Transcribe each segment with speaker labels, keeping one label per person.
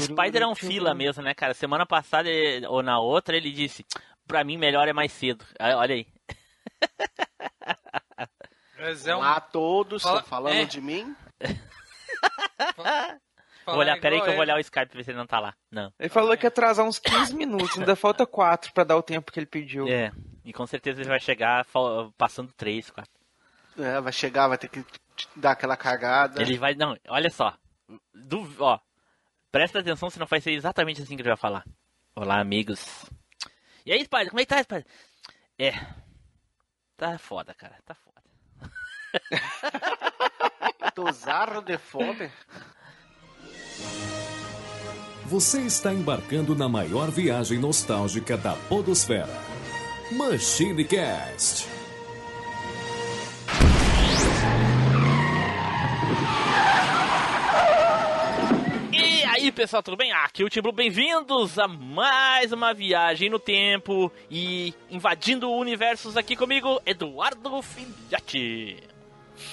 Speaker 1: Spider é um fila mesmo, né, cara? Semana passada ele- ou na outra ele disse: pra mim melhor é mais cedo. Aí, Olha aí.
Speaker 2: Mas
Speaker 3: Então,
Speaker 2: é um.
Speaker 4: Olá a todos,
Speaker 2: Fala-
Speaker 4: estão falando
Speaker 2: é.
Speaker 4: de mim?
Speaker 1: Vou olhar, peraí que eu vou
Speaker 3: é.
Speaker 1: olhar o Skype pra ver se ele não tá lá. Não.
Speaker 5: Ele falou que ia atrasar uns 15 minutos, ainda falta 4 pra dar o tempo que ele pediu.
Speaker 1: É. E com certeza ele vai chegar fal- passando três, quatro.
Speaker 4: É, vai chegar, vai ter que te dar aquela cagada.
Speaker 1: Ele vai. Não, olha só. Duv- ó, presta atenção se não vai ser exatamente assim que ele vai falar. Olá, amigos. E aí, Spider, como é que tá, Spider? É. Tá foda, cara. Tá foda.
Speaker 4: Dosar de fome?
Speaker 6: Você está embarcando na maior viagem nostálgica da Podosfera. Machine Cast.
Speaker 1: E aí, pessoal, tudo bem? Aqui é o Timbru, bem-vindos a mais uma viagem no tempo e invadindo universos aqui comigo, Eduardo Filhote.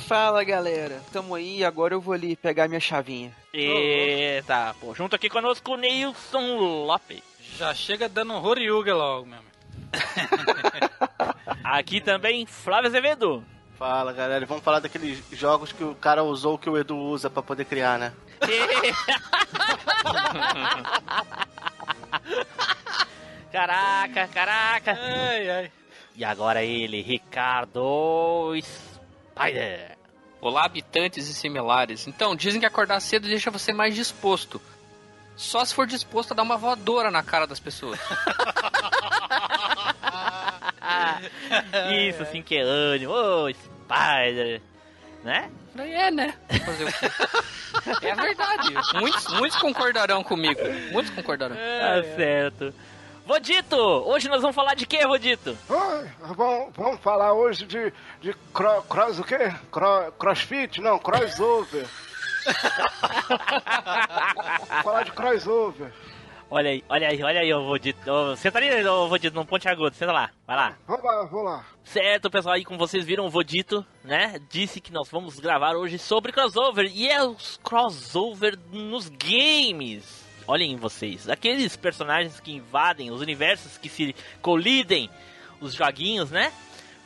Speaker 5: Fala galera, tamo aí, agora eu vou ali pegar minha chavinha.
Speaker 1: Eita, pô, junto aqui conosco, Nilson Lopes.
Speaker 2: Já chega dando um Horiuga logo, meu amigo.
Speaker 1: Aqui também, Flávio Azevedo.
Speaker 4: Fala galera, vamos falar daqueles jogos que o cara usou que o Edu usa pra poder criar, né?
Speaker 1: caraca, caraca.
Speaker 2: Ai, ai.
Speaker 1: E agora ele, Ricardo Spider.
Speaker 3: Olá, habitantes e similares. Então, dizem que acordar cedo deixa você mais disposto. Só se for disposto a dar uma voadora na cara das pessoas.
Speaker 1: Isso sim que é ânimo, ô Spider. Né?
Speaker 3: Falei, É, né? Fazer o quê? É verdade. Muitos, muitos concordarão comigo. Muitos concordarão.
Speaker 1: Tá certo. Vodito, hoje nós vamos falar de quê, Vodito?
Speaker 7: Oi, bom, vamos falar hoje de, de cro- cross o quê? Cro- crossfit? Não, crossover. Vamos falar de crossover.
Speaker 1: Olha aí, olha aí, olha aí, ô Vodito. Ô, Senta ali, ô Vodito, num ponte agudo, senta lá, vai lá.
Speaker 7: Vamos lá, vamos lá.
Speaker 1: Certo, pessoal, aí como vocês viram, o Vodito, né, disse que nós vamos gravar hoje sobre crossover, e é os crossover nos games. Olhem vocês, aqueles personagens que invadem os universos, que se colidem, os joguinhos, né?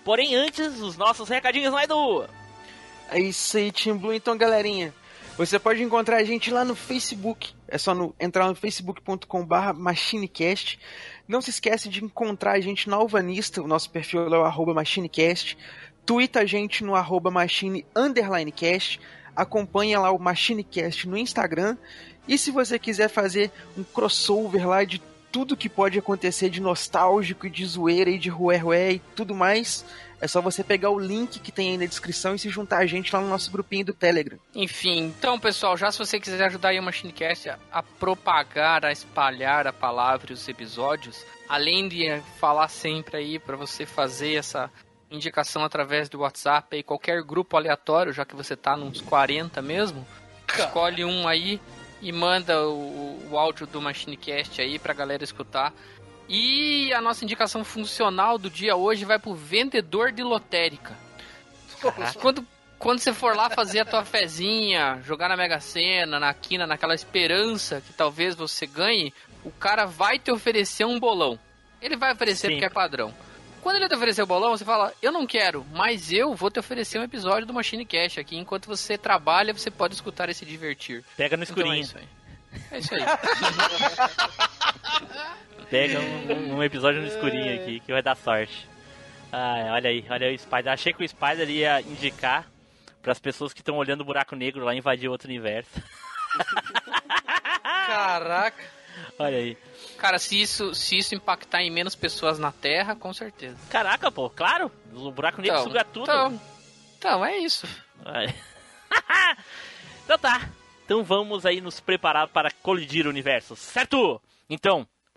Speaker 1: Porém, antes, os nossos recadinhos, não é do...
Speaker 5: É isso aí, Team Blue, então galerinha, você pode encontrar a gente lá no Facebook, é só no, entrar no facebook.com/barra machinecast. Não se esquece de encontrar a gente na Alvanista, o nosso perfil é o arroba machinecast. Twitta a gente no arroba machine underline cast. Acompanha lá o MachineCast no Instagram. E se você quiser fazer um crossover lá de tudo que pode acontecer de nostálgico e de zoeira e de rué-rué e tudo mais, é só você pegar o link que tem aí na descrição e se juntar a gente lá no nosso grupinho do Telegram.
Speaker 3: Enfim, então, pessoal, já se você quiser ajudar aí o Machinecast a- a propagar, a espalhar a palavra e os episódios, além de eh, falar sempre aí pra você fazer essa indicação através do WhatsApp aí, qualquer grupo aleatório, já que você tá nos 40 mesmo, escolhe um aí e manda o, o áudio do Machinecast aí pra galera escutar. E a nossa indicação funcional do dia hoje vai pro vendedor de lotérica. Quando quando você for lá fazer a tua fezinha, jogar na Mega Sena, na quina, naquela esperança que talvez você ganhe, o cara vai te oferecer um bolão. Ele vai oferecer
Speaker 1: Sim.
Speaker 3: porque é padrão. Quando ele te oferecer o bolão, você fala, eu não quero, mas eu vou te oferecer um episódio do Machine Cash aqui. Enquanto você trabalha, você pode escutar e se divertir.
Speaker 1: Pega no
Speaker 3: Então é
Speaker 1: escurinho,
Speaker 3: isso aí. É isso aí.
Speaker 1: pega um, um episódio no escurinho aqui, que vai dar sorte. Ah, olha aí, olha aí o Spider. Achei que o Spider ia indicar pras pessoas que estão olhando o buraco negro lá invadir outro universo.
Speaker 3: Caraca.
Speaker 1: Olha aí.
Speaker 3: Cara, se isso, se isso impactar em menos pessoas na Terra, com certeza.
Speaker 1: Caraca, pô, claro. O buraco negro suga tudo.
Speaker 3: Então, então é isso.
Speaker 1: Ai. então tá. Então vamos aí nos preparar para colidir o universo, certo? Então,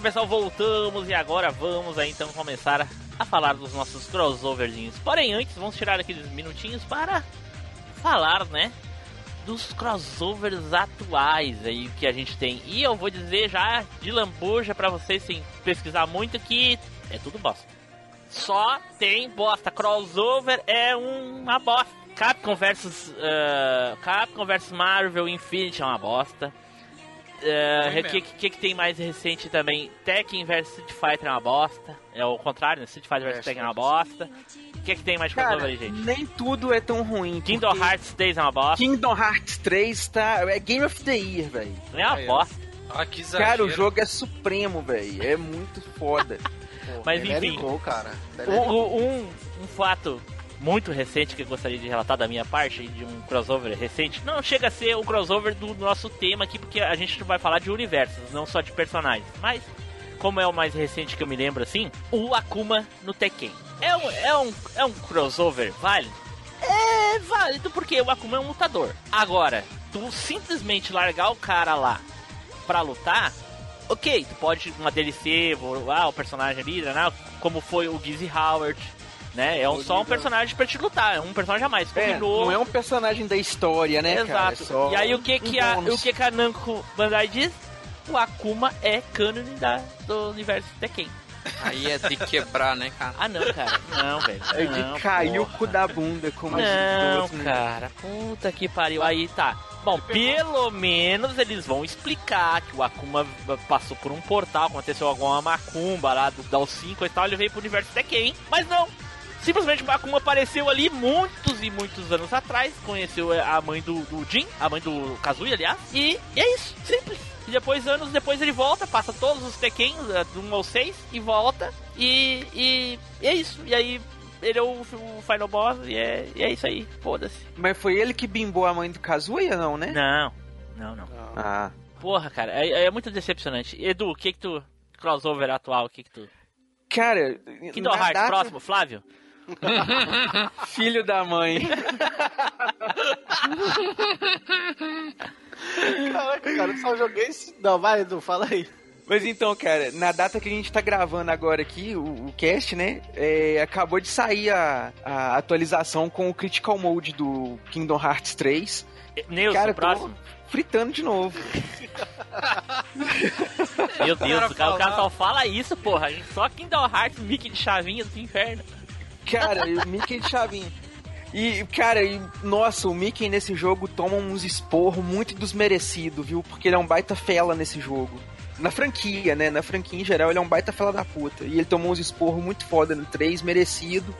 Speaker 1: pessoal, voltamos e agora vamos aí então começar a falar dos nossos crossoverzinhos. Porém, antes, vamos tirar aqueles minutinhos para falar, né? Dos crossovers atuais aí que a gente tem. E eu vou dizer já de lambuja para vocês, sem pesquisar muito, que é tudo bosta. Só tem bosta. Crossover é uma bosta. Capcom versus, eh, Capcom versus Marvel Infinity é uma bosta. Ah,
Speaker 3: Ruim
Speaker 1: O
Speaker 3: mesmo.
Speaker 1: que, que, que tem mais recente também? Tekken vs Street Fighter é uma bosta. É o contrário, né? Street Fighter vs Tekken é uma bosta. O que, que tem mais de
Speaker 2: Cara,
Speaker 1: crossover aí, gente?
Speaker 2: nem tudo é tão ruim.
Speaker 1: Kingdom
Speaker 2: porque
Speaker 1: Hearts 3 é uma bosta.
Speaker 2: Kingdom Hearts 3 tá. É Game of the Year, velho.
Speaker 1: Não é uma
Speaker 3: Ah, é.
Speaker 1: bosta.
Speaker 3: Ah, que exagero.
Speaker 2: Cara, o jogo é supremo, velho. É muito foda.
Speaker 1: Mas
Speaker 4: Ele era
Speaker 1: enfim.
Speaker 4: igual, cara. Ele
Speaker 7: É
Speaker 4: é
Speaker 1: Um,
Speaker 4: era igual.
Speaker 1: um, um fato muito recente que eu gostaria de relatar da minha parte, de um crossover recente. Não chega a ser o crossover do nosso tema aqui, porque a gente vai falar de universos, não só de personagens. Mas, como é o mais recente que eu me lembro assim, o Akuma no Tekken. É um, é um, é um crossover válido? É válido porque o Akuma é um lutador. Agora, tu simplesmente largar o cara lá pra lutar, ok, tu pode uma DLC, vou- ah, o personagem ali, né, como foi o Gizzy Howard, né? É um, só um personagem pra te lutar, é um personagem a mais.
Speaker 2: É,
Speaker 1: Combinou.
Speaker 2: não é um personagem da história, né,
Speaker 1: Exato.
Speaker 2: cara? É só
Speaker 1: e aí o que
Speaker 2: um
Speaker 1: que, a,
Speaker 2: bônus.
Speaker 1: o que que a Namco Bandai diz? O Akuma é cânone da, do universo Tekken.
Speaker 8: Aí é de quebrar, né, cara?
Speaker 1: Ah não, cara. Não, velho.
Speaker 2: É que
Speaker 1: não,
Speaker 2: caiu
Speaker 1: porra.
Speaker 2: o cu da bunda, como a gente
Speaker 1: Não,
Speaker 2: falou, né?
Speaker 1: cara, puta que pariu. Aí tá. Bom, pelo menos eles vão explicar que o Akuma passou por um portal, aconteceu alguma macumba lá do Dal 5 e tal, ele veio pro universo Tekken, mas não. Simplesmente o Akuma apareceu ali muitos e muitos anos atrás, conheceu é, a mãe do, do Jin, a mãe do Kazuya, aliás, e é isso, simples. E depois, anos depois, ele volta, passa todos os Tekken, eh, de um ou seis, e volta, e, e é isso. E aí ele é o, o Final Boss e é, e é isso aí, foda-se.
Speaker 2: Mas foi ele que bimbou a mãe do Kazuya, não, né?
Speaker 1: Não, não, não.
Speaker 2: Ah.
Speaker 1: Porra, cara, é, é muito decepcionante. Edu, o que que tu... Crossover atual, o que que tu...
Speaker 2: Cara,
Speaker 1: Kingdom
Speaker 2: na
Speaker 1: Hearts,
Speaker 2: data-
Speaker 1: próximo, Flávio?
Speaker 2: Filho da mãe.
Speaker 4: Caraca, cara, eu só joguei esse. Não, vai, Edu, fala aí.
Speaker 2: Mas então, cara, na data que a gente tá gravando agora aqui, o, o cast, né? é, acabou de sair a, a atualização com o Critical Mode do Kingdom Hearts 3.
Speaker 1: Nilson,
Speaker 2: cara, eu tô
Speaker 1: próximo.
Speaker 2: fritando de novo.
Speaker 1: Meu Deus,
Speaker 3: Cara,
Speaker 1: o cara, o cara
Speaker 3: falar.
Speaker 1: só fala isso, porra. A gente Só Kingdom Hearts, Mickey de chavinha do inferno.
Speaker 2: Cara, e o Mickey de chavinha. E, cara, e, nossa, o Mickey nesse jogo toma uns esporros muito desmerecido, viu? Porque ele é um baita fela nesse jogo. Na franquia, né? Na franquia em geral, ele é um baita fela da puta. E ele tomou uns esporros muito foda no 3, merecido.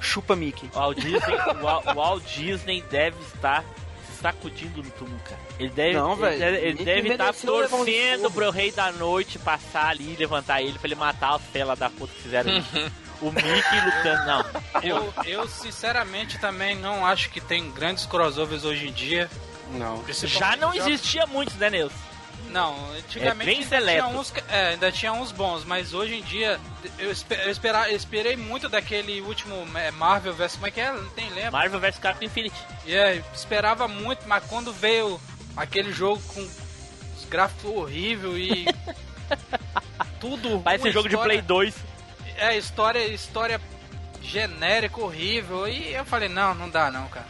Speaker 2: Chupa Mickey.
Speaker 1: O Walt Disney, o Wal- o Walt Disney deve estar se sacudindo no túmulo, cara. Ele deve,
Speaker 2: Não,
Speaker 1: ele
Speaker 2: velho,
Speaker 1: deve, ele
Speaker 2: Mickey
Speaker 1: deve estar
Speaker 2: mereceu levar um
Speaker 1: torcendo
Speaker 2: esporro.
Speaker 1: pro Rei da Noite passar ali e levantar ele pra ele matar os fela da puta que fizeram isso.
Speaker 3: Uhum.
Speaker 1: O Mickey lutando, não.
Speaker 3: Eu, eu, sinceramente, também não acho que tem grandes crossovers hoje em dia.
Speaker 2: Não.
Speaker 1: Já
Speaker 3: Principalmente
Speaker 1: não
Speaker 3: jogos-
Speaker 1: existia muitos, né, Nilson?
Speaker 3: Não, antigamente
Speaker 1: É bem
Speaker 3: ainda,
Speaker 1: seleto.
Speaker 3: tinha uns, que- é, ainda tinha uns bons, mas hoje em dia eu, espe- eu esperar, eu esperei muito daquele último é, Marvel vs. Como é que é? Não tem lembro.
Speaker 1: Marvel vs Capcom Infinity.
Speaker 3: E é, esperava muito, mas quando veio aquele jogo com os gráficos horríveil e. tudo ruim.
Speaker 1: Parece um jogo de Play
Speaker 3: história-
Speaker 1: 2.
Speaker 3: É, história, história genérica, horrível. E eu falei, não, não dá não, cara.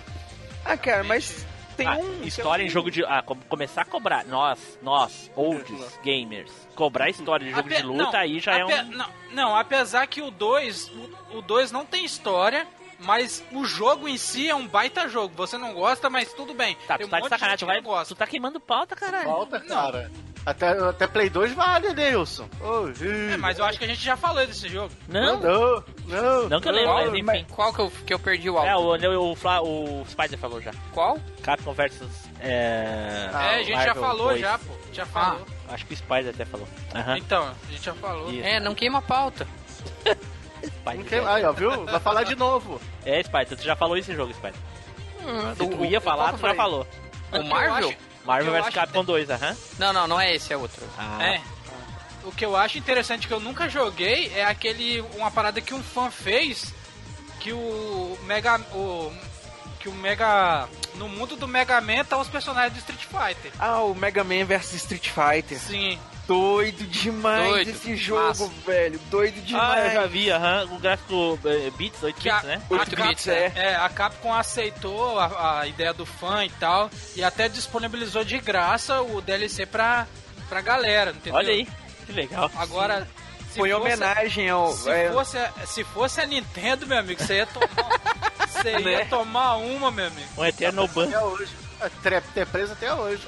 Speaker 2: Ah, cara, mas tem
Speaker 1: Ah,
Speaker 5: é
Speaker 2: um.
Speaker 1: história em
Speaker 2: tem um-
Speaker 1: jogo de. Ah, como começar a cobrar. Nós, nós, olds, gamers. Cobrar história de jogo
Speaker 3: Ape-
Speaker 1: de luta
Speaker 3: não,
Speaker 1: aí já é
Speaker 3: ape-
Speaker 1: um.
Speaker 3: Não, não, apesar que o 2, o 2 não tem história, mas o jogo em si é um baita jogo. Você não gosta, mas tudo bem.
Speaker 1: Tá,
Speaker 3: tem
Speaker 1: tu
Speaker 3: um
Speaker 1: tá
Speaker 3: monte
Speaker 1: de
Speaker 3: de
Speaker 1: sacanagem,
Speaker 3: gente
Speaker 1: tu
Speaker 3: que
Speaker 1: vai.
Speaker 3: não gosta.
Speaker 1: Tu tá queimando pauta, caralho.
Speaker 4: Volta, cara. Até, até Play 2 vale, Nilson.
Speaker 3: É, mas eu acho que a gente já falou desse jogo.
Speaker 1: Não, não,
Speaker 4: Não, não.
Speaker 1: que eu lembro, mas enfim.
Speaker 8: Qual que eu, que eu perdi o
Speaker 1: É,
Speaker 8: áudio?
Speaker 1: o, o, o, Fla- o Spider falou já.
Speaker 8: Qual?
Speaker 1: Capcom versus. É.
Speaker 4: Ah,
Speaker 3: é, a gente já
Speaker 1: Marvel
Speaker 3: falou,
Speaker 1: 2.
Speaker 3: já, pô. Já falou.
Speaker 1: Acho que o Spider até falou. Aham.
Speaker 3: Então, a gente já falou.
Speaker 1: Isso.
Speaker 8: É, não queima a pauta.
Speaker 1: Spider.
Speaker 4: Não quer- Aí, ó, viu? Vai falar de novo.
Speaker 1: É, Spider, tu já falou esse jogo, Spider.
Speaker 3: Hum,
Speaker 1: Se tu
Speaker 8: O-
Speaker 1: ia
Speaker 8: o-
Speaker 1: falar,
Speaker 8: qual
Speaker 1: tu
Speaker 8: que
Speaker 1: já
Speaker 8: eu falei?
Speaker 1: falou.
Speaker 8: O Marvel?
Speaker 3: Eu
Speaker 1: Marvel
Speaker 3: Eu
Speaker 1: vs
Speaker 3: acho
Speaker 1: Capcom 2, aham.
Speaker 8: Não, não, não é esse, é outro.
Speaker 1: Ah,
Speaker 3: É. O que eu acho interessante que eu nunca joguei é aquele uma parada que um fã fez que o Mega o que o Mega
Speaker 2: No mundo do Mega Man tá os personagens do Street Fighter.
Speaker 5: Ah, o Mega Man vs Street Fighter.
Speaker 2: Sim.
Speaker 5: Doido demais
Speaker 3: Doido,
Speaker 5: esse jogo,
Speaker 3: massa.
Speaker 5: velho. Doido
Speaker 1: Ah, eu
Speaker 5: demais.
Speaker 1: já vi, aham. O gráfico eh, bits, 8
Speaker 2: Que a,
Speaker 1: bits, né?
Speaker 2: a
Speaker 3: Oito bits,
Speaker 2: Capcom,
Speaker 5: é.
Speaker 2: é, a Capcom aceitou a, a ideia do fã e tal, e até disponibilizou de graça o DLC pra, pra galera, entendeu?
Speaker 1: Olha aí, que legal.
Speaker 2: Agora, se
Speaker 5: Foi
Speaker 2: fosse-
Speaker 5: homenagem ao.
Speaker 2: Se,
Speaker 5: é,
Speaker 2: fosse, a- se fosse a Nintendo, meu amigo, você ia tomar, um- você ia
Speaker 5: Né?
Speaker 2: tomar uma, meu amigo.
Speaker 1: Um eterno
Speaker 3: tá
Speaker 1: ban.
Speaker 4: Até hoje. É, tre- Ter preso até hoje.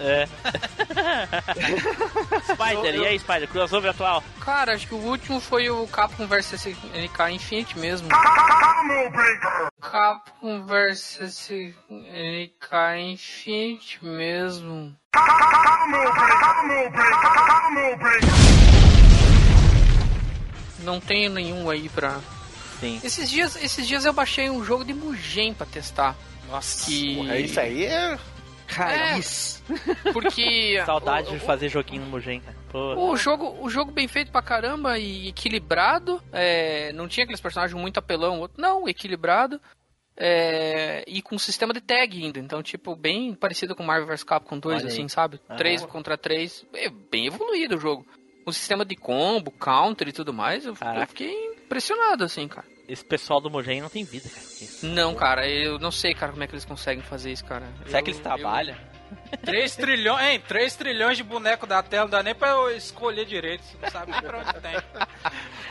Speaker 1: É. Spider, e aí, Spider? Crossover atual?
Speaker 3: Cara, acho que o último foi o Capcom vs NK Infinite mesmo. Capcom vs NK Infinite mesmo. Não tenho nenhum aí pra.
Speaker 1: Sim.
Speaker 3: Esses dias, esses dias eu baixei um jogo de Mugen pra testar.
Speaker 2: Nossa.
Speaker 3: Que...
Speaker 4: Porra, isso aí é.
Speaker 5: Raiz.
Speaker 3: Porque.
Speaker 1: Saudade
Speaker 3: o-
Speaker 1: de fazer joguinho no Mugen, cara. Pô.
Speaker 3: O jogo, o jogo bem feito pra caramba e equilibrado. é, não tinha aqueles personagens muito apelão, outro. Não, equilibrado. é, e com sistema de tag ainda. Então, tipo, bem parecido com Marvel vs Capcom 2,
Speaker 1: Olha aí.
Speaker 3: assim, sabe?
Speaker 1: Aham.
Speaker 3: 3 contra 3. É bem evoluído o jogo. O sistema de combo, counter e tudo mais, eu,
Speaker 1: Caraca.
Speaker 3: eu fiquei impressionado, assim, cara.
Speaker 1: Esse pessoal do Mugen não tem vida, cara. Será
Speaker 3: Não, cara, eu não sei, cara, como é que eles conseguem fazer isso, cara. Eu-
Speaker 1: que eles
Speaker 3: eu-
Speaker 1: trabalham?
Speaker 2: 3 trilhões, hein? 3 trilhões de boneco da tela, não dá nem pra eu escolher direito, você não sabe nem pra onde tem.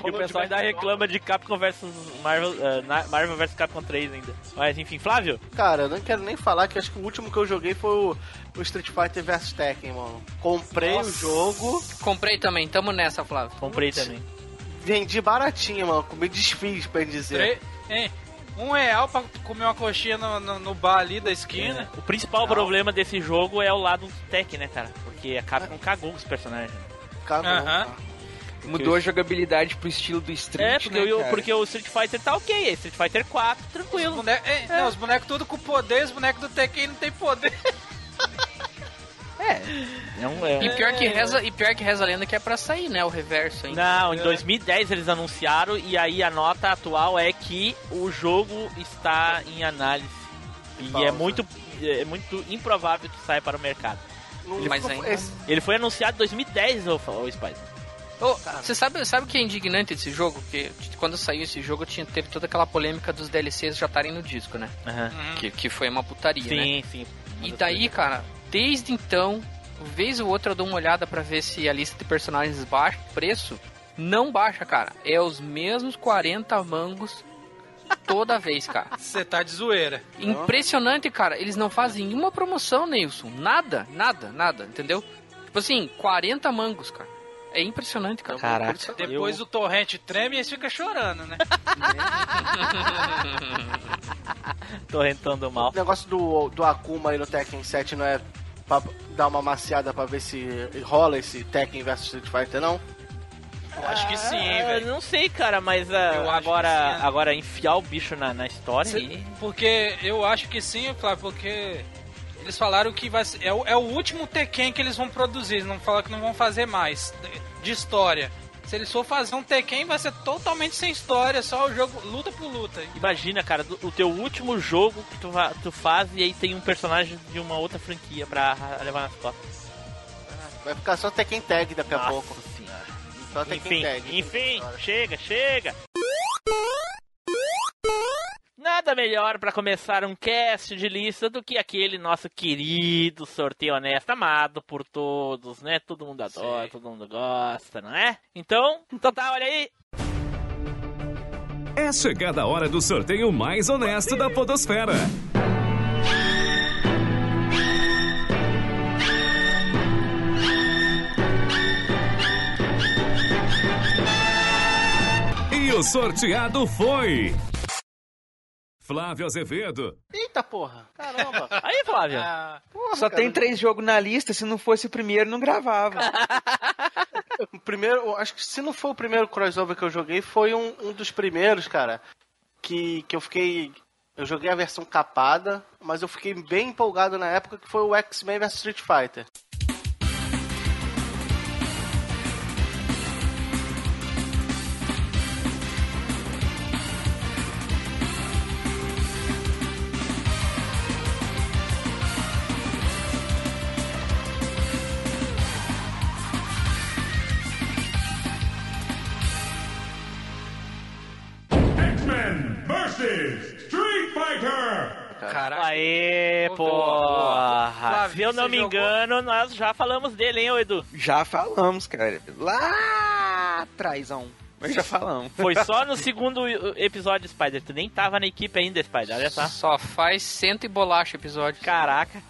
Speaker 1: E o pessoal ainda reclama de Capcom vs Marvel, eh, na- Marvel vs Capcom 3 ainda. Mas enfim, Flávio,
Speaker 4: Cara, eu não quero nem falar que acho que o último que eu joguei foi o, o Street Fighter vs Tekken, mano. Comprei o jogo,
Speaker 3: Comprei também, tamo nessa, Flávio.
Speaker 1: comprei também.
Speaker 4: vendi baratinho, mano. Me desfiz, pra dizer.
Speaker 2: Tre- hein? Um real pra comer uma coxinha no, no, no bar ali da esquina.
Speaker 1: É. O principal problema desse jogo é o lado tech, né, cara? Porque a Capcom cagou com os personagens.
Speaker 4: Cagou,
Speaker 2: Aham.
Speaker 4: cara.
Speaker 5: Mudou a jogabilidade pro estilo do Street.
Speaker 1: É, porque,
Speaker 5: né,
Speaker 1: o-
Speaker 5: cara?
Speaker 1: porque o Street Fighter tá ok, é Street Fighter 4,
Speaker 2: Os
Speaker 1: tranquilo.
Speaker 2: bonecos, hein? Não, os bonecos tudo com poder, os bonecos do Tekken não tem poder.
Speaker 1: É um, é um-
Speaker 3: E pior, que reza, e pior que reza a lenda que é pra sair, né? O reverso ainda.
Speaker 1: Não, em 2010 eles anunciaram e aí a nota atual é que o jogo está em análise. E
Speaker 4: Pausa.
Speaker 1: é muito, é muito improvável que saia para o mercado.
Speaker 4: Não-
Speaker 3: Mas
Speaker 4: não-
Speaker 3: ainda-
Speaker 4: esse-
Speaker 1: Ele foi anunciado em 2010, o, o Spice.
Speaker 3: Ô, você sabe, sabe o que é indignante desse jogo? Porque t- quando saiu esse jogo, tinha, teve toda aquela polêmica dos DLCs já estarem no disco, né? Que, que foi uma putaria, né?
Speaker 1: Sim, sim.
Speaker 3: E daí, cara, desde então, vez ou outra eu dou uma olhada pra ver se a lista de personagens baixa o preço. Não baixa, cara. É os mesmos 40 mangos toda vez, cara.
Speaker 2: Você tá de zoeira.
Speaker 3: Impressionante, cara. Eles não fazem nenhuma promoção, Nilson. Nada, nada, nada, entendeu? Tipo assim, 40 mangos, cara. É impressionante, cara.
Speaker 1: Caraca.
Speaker 2: Depois o torrente treme e eles ficam chorando, né?
Speaker 1: Torrentando mal.
Speaker 4: O negócio do, do Akuma aí no Tekken 7 não é pra dar uma maciada pra ver se rola esse Tekken vs Street Fighter, não?
Speaker 2: Eu acho que sim, hein,
Speaker 1: Ah,
Speaker 2: velho.
Speaker 1: Não sei, cara, mas ah,
Speaker 2: Eu acho que
Speaker 1: agora,
Speaker 2: sim, né?
Speaker 1: agora enfiar o bicho na, na história. aí-
Speaker 2: Porque eu acho que sim, Flávio, porque eles falaram que vai ser, é, o, é o último Tekken que eles vão produzir, eles não falaram que não vão fazer mais de- de história. Se eles for fazer um Tekken, vai ser totalmente sem história, só o jogo luta por luta.
Speaker 1: Imagina, cara, do- o teu último jogo que tu, va- tu faz e aí tem um personagem de uma outra franquia pra ra- levar nas costas.
Speaker 4: Vai ficar só Tekken Tag daqui a
Speaker 1: Nossa
Speaker 4: pouco.
Speaker 1: senhora.
Speaker 4: Só Tekken
Speaker 1: Enfim,
Speaker 4: Tag.
Speaker 1: enfim,
Speaker 4: Senhora.
Speaker 1: chega, chega. Nada melhor pra começar um cast de lista do que aquele nosso querido sorteio honesto, amado por todos, né? Todo mundo adora, todo mundo gosta, não é? Então, então tá, olha aí.
Speaker 6: É chegada a hora do sorteio mais honesto da Podosfera. E o sorteado foi. Flávio Azevedo.
Speaker 4: Eita porra! Caramba!
Speaker 1: Aí, Flávio.
Speaker 2: Ah,
Speaker 4: Porra,
Speaker 5: Só
Speaker 4: cara.
Speaker 5: tem três jogos na lista, se não fosse o primeiro, não gravava.
Speaker 4: O primeiro, eu acho que se não foi o primeiro crossover que eu joguei, foi um, um dos primeiros, cara. Que, que eu fiquei. Eu joguei a versão capada, mas eu fiquei bem empolgado na época que foi o X-Men vs Street Fighter.
Speaker 2: Caraca.
Speaker 1: Aê,
Speaker 2: Ô,
Speaker 1: porra!
Speaker 2: Flávio,
Speaker 1: Se eu não
Speaker 2: você
Speaker 1: me
Speaker 2: jogou-
Speaker 1: engano, nós já falamos dele, hein, ô Edu?
Speaker 5: Já falamos, cara. Lá atrás, a um. Mas já falamos.
Speaker 1: Foi só no segundo episódio, Spider. Tu nem tava na equipe ainda, Spider. Olha
Speaker 2: tá?
Speaker 1: só.
Speaker 3: Só faz cento e bolacha episódio.
Speaker 1: Caraca.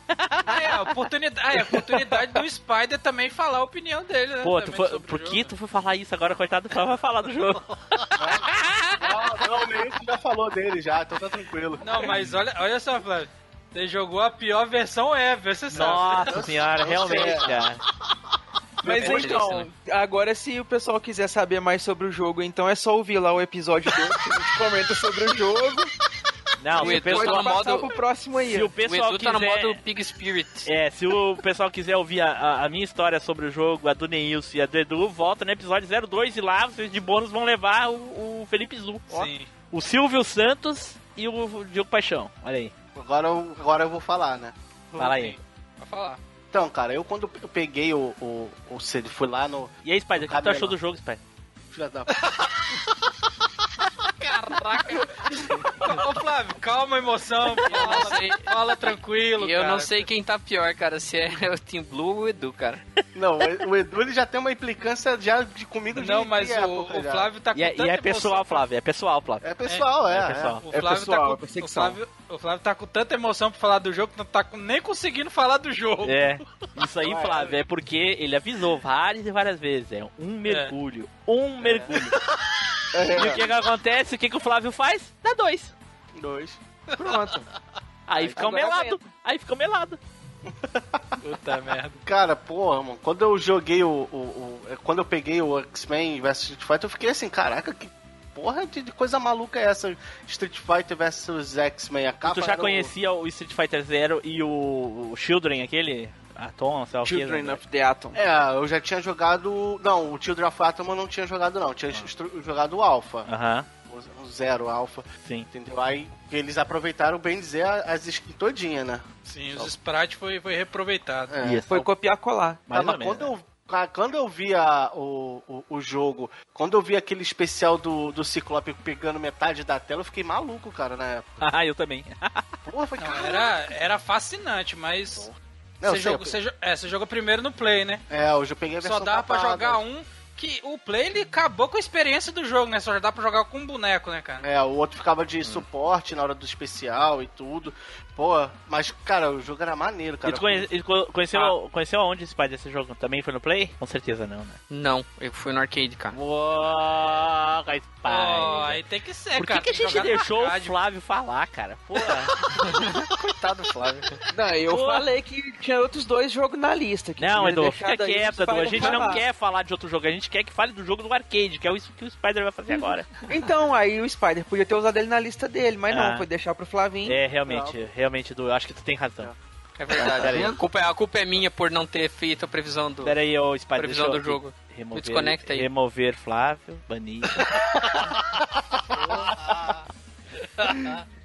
Speaker 2: Ah, é, a oportunidade, ah, é, a oportunidade do Spider também falar a opinião dele, né?
Speaker 1: Pô, tu
Speaker 2: também
Speaker 1: foi,
Speaker 2: sobre o
Speaker 1: por
Speaker 2: jogo,
Speaker 1: que
Speaker 2: né?
Speaker 1: tu foi falar isso agora? Coitado do Fábio, vai falar do jogo.
Speaker 4: Não, Ah, não, o Neilson já falou dele já, então tá tranquilo.
Speaker 2: Não, mas olha, olha só, Flávio. Você jogou a pior versão ever, você sabe.
Speaker 1: Nossa senhora, realmente, cara.
Speaker 2: mas
Speaker 3: Depois
Speaker 2: então,
Speaker 3: disso, né?
Speaker 5: Agora, se o pessoal quiser saber mais sobre o jogo, então é só ouvir lá o episódio 2 que a gente comenta sobre o jogo.
Speaker 1: Não,
Speaker 3: O
Speaker 1: se o
Speaker 3: Edu tá
Speaker 1: pessoal,
Speaker 3: na
Speaker 5: Vamos
Speaker 3: moda-
Speaker 5: passar pro próximo aí.
Speaker 1: se o
Speaker 5: ó.
Speaker 3: o
Speaker 1: pessoal
Speaker 3: Edu tá no
Speaker 1: quiser-
Speaker 3: modo Pig Spirit.
Speaker 1: É, se o pessoal quiser ouvir a, a- a minha história sobre o jogo, a do Neilson e a do Edu, volta no episódio 02 e lá vocês de bônus vão levar o, o Felipe Zu. Ó,
Speaker 2: sim.
Speaker 1: O Silvio Santos e o Diogo Paixão. Olha aí,
Speaker 4: Agora eu, agora eu vou falar, né?
Speaker 1: fala aí.
Speaker 2: Pra falar.
Speaker 4: Então, cara, eu quando eu peguei o, o, o CD, fui lá no.
Speaker 1: E aí, Spider, o que tu
Speaker 4: Cabelo.
Speaker 1: achou do jogo, Spider?
Speaker 4: Filha da
Speaker 3: Caraca,
Speaker 2: Ô, Flávio, calma a emoção.
Speaker 3: eu
Speaker 2: Fala,
Speaker 3: não sei.
Speaker 2: fala tranquilo,
Speaker 3: E eu
Speaker 2: cara.
Speaker 3: não sei quem tá pior, cara, se é o Team Blue ou o Edu, cara.
Speaker 4: Não, o Edu ele já tem uma implicância já de comigo de
Speaker 2: Não, mas
Speaker 4: de
Speaker 2: o,
Speaker 4: época
Speaker 2: o
Speaker 4: já.
Speaker 2: Flávio tá com
Speaker 1: E é, e
Speaker 2: tanta
Speaker 1: é pessoal,
Speaker 2: emoção.
Speaker 1: Flávio, é pessoal, Flávio.
Speaker 4: É pessoal, é.
Speaker 1: É pessoal.
Speaker 2: O Flávio,
Speaker 5: É pessoal, é
Speaker 2: tá com, o,
Speaker 5: perseguição.
Speaker 2: Flávio, o Flávio tá com tanta emoção pra falar do jogo que não tá com- nem conseguindo falar do jogo.
Speaker 1: É, isso aí, Flávio, é porque ele avisou várias e várias vezes. É um mergulho, um mergulho. E o que que acontece? O que que o Flávio faz? Dá dois.
Speaker 4: é. Dois.
Speaker 5: Pronto.
Speaker 1: Aí fica
Speaker 5: agora
Speaker 1: melado. Aí fica melado.
Speaker 2: Puta merda.
Speaker 4: Cara, porra, mano, quando eu joguei o. o- o- quando eu peguei o X-Men vs Street Fighter, eu fiquei assim, caraca, que porra de, de coisa maluca é essa? Street Fighter vs X-Men, a capa
Speaker 1: Tu já
Speaker 4: era o
Speaker 1: conhecia o Street Fighter Zero e o, o Children, aquele? Atom, sei lá o que.
Speaker 5: Children
Speaker 1: né?
Speaker 5: of the Atom.
Speaker 4: É, eu já tinha jogado. Não, o Children of Atom eu não tinha jogado, não. Eu tinha
Speaker 1: Ah.
Speaker 4: estru- jogado o Alpha.
Speaker 1: Aham,
Speaker 4: O Zero Alpha.
Speaker 1: sim.
Speaker 4: Entendeu? Aí eles aproveitaram, bem dizer, a- as skins todinha, né?
Speaker 2: Sim, os sprites foi, foi reaproveitado.
Speaker 4: É.
Speaker 1: Isso.
Speaker 5: Foi copiar colar.
Speaker 1: Mais
Speaker 4: Ah, mas
Speaker 1: ou menos, é.
Speaker 4: quando, eu, ah, quando eu vi a- o, o, o jogo, quando eu vi aquele especial do, do Ciclope pegando metade da tela, eu fiquei maluco, cara, na época.
Speaker 1: Ah, eu também.
Speaker 4: Porra, foi
Speaker 2: Não,
Speaker 4: cara.
Speaker 2: era, era fascinante, mas.
Speaker 4: Não,
Speaker 2: você,
Speaker 4: eu sei,
Speaker 2: jogou,
Speaker 4: eu-
Speaker 2: você, jo- é, você jogou primeiro no Play, né?
Speaker 4: É, hoje eu peguei a
Speaker 2: Só
Speaker 4: versão
Speaker 2: dava pra
Speaker 4: capada.
Speaker 2: jogar um que o Play ele acabou com a experiência do jogo, né? Só dá pra jogar com um boneco, né, cara?
Speaker 4: É, o outro ficava
Speaker 1: Hum.
Speaker 4: de suporte na hora do especial e tudo. Pô, mas, cara, o jogo era maneiro, cara.
Speaker 1: e tu conhe- e co- conheceu, conheceu aonde esse pai desse jogo? Também foi no Play? Com certeza não, né?
Speaker 3: Não, eu fui no arcade, cara.
Speaker 1: Uou,
Speaker 2: Ó, aí tem que
Speaker 3: é,
Speaker 2: ser,
Speaker 1: Por que,
Speaker 2: cara.
Speaker 1: que a
Speaker 2: tem
Speaker 1: gente
Speaker 2: jogar no
Speaker 1: deixou o
Speaker 2: arcade.
Speaker 1: Flávio falar, cara? Porra.
Speaker 3: Coitado, Flávio.
Speaker 5: Não, eu
Speaker 1: Pô.
Speaker 5: falei que tinha outros dois jogos na lista. que
Speaker 1: Não,
Speaker 5: tinha
Speaker 1: Edu,
Speaker 5: deixado
Speaker 1: fica
Speaker 5: aí os
Speaker 1: quieto, Edu. A
Speaker 5: Spider
Speaker 1: gente não
Speaker 5: falar.
Speaker 1: quer falar de outro jogo, a gente quer que fale do jogo do arcade, que é isso que o Spider vai fazer agora.
Speaker 5: Então, aí o Spider podia ter usado ele na lista dele, mas
Speaker 1: Ah.
Speaker 5: não, foi deixar pro Flavinho.
Speaker 1: É, realmente, realmente, Edu, eu acho que tu tem razão.
Speaker 3: É verdade. A culpa, é- a culpa é minha por não ter feito a previsão do.
Speaker 1: Pera aí, ô Spider,
Speaker 3: Previsão
Speaker 1: deixa eu
Speaker 3: do jogo.
Speaker 1: Remover,
Speaker 3: Me desconecta aí.
Speaker 1: Remover Flávio, banir.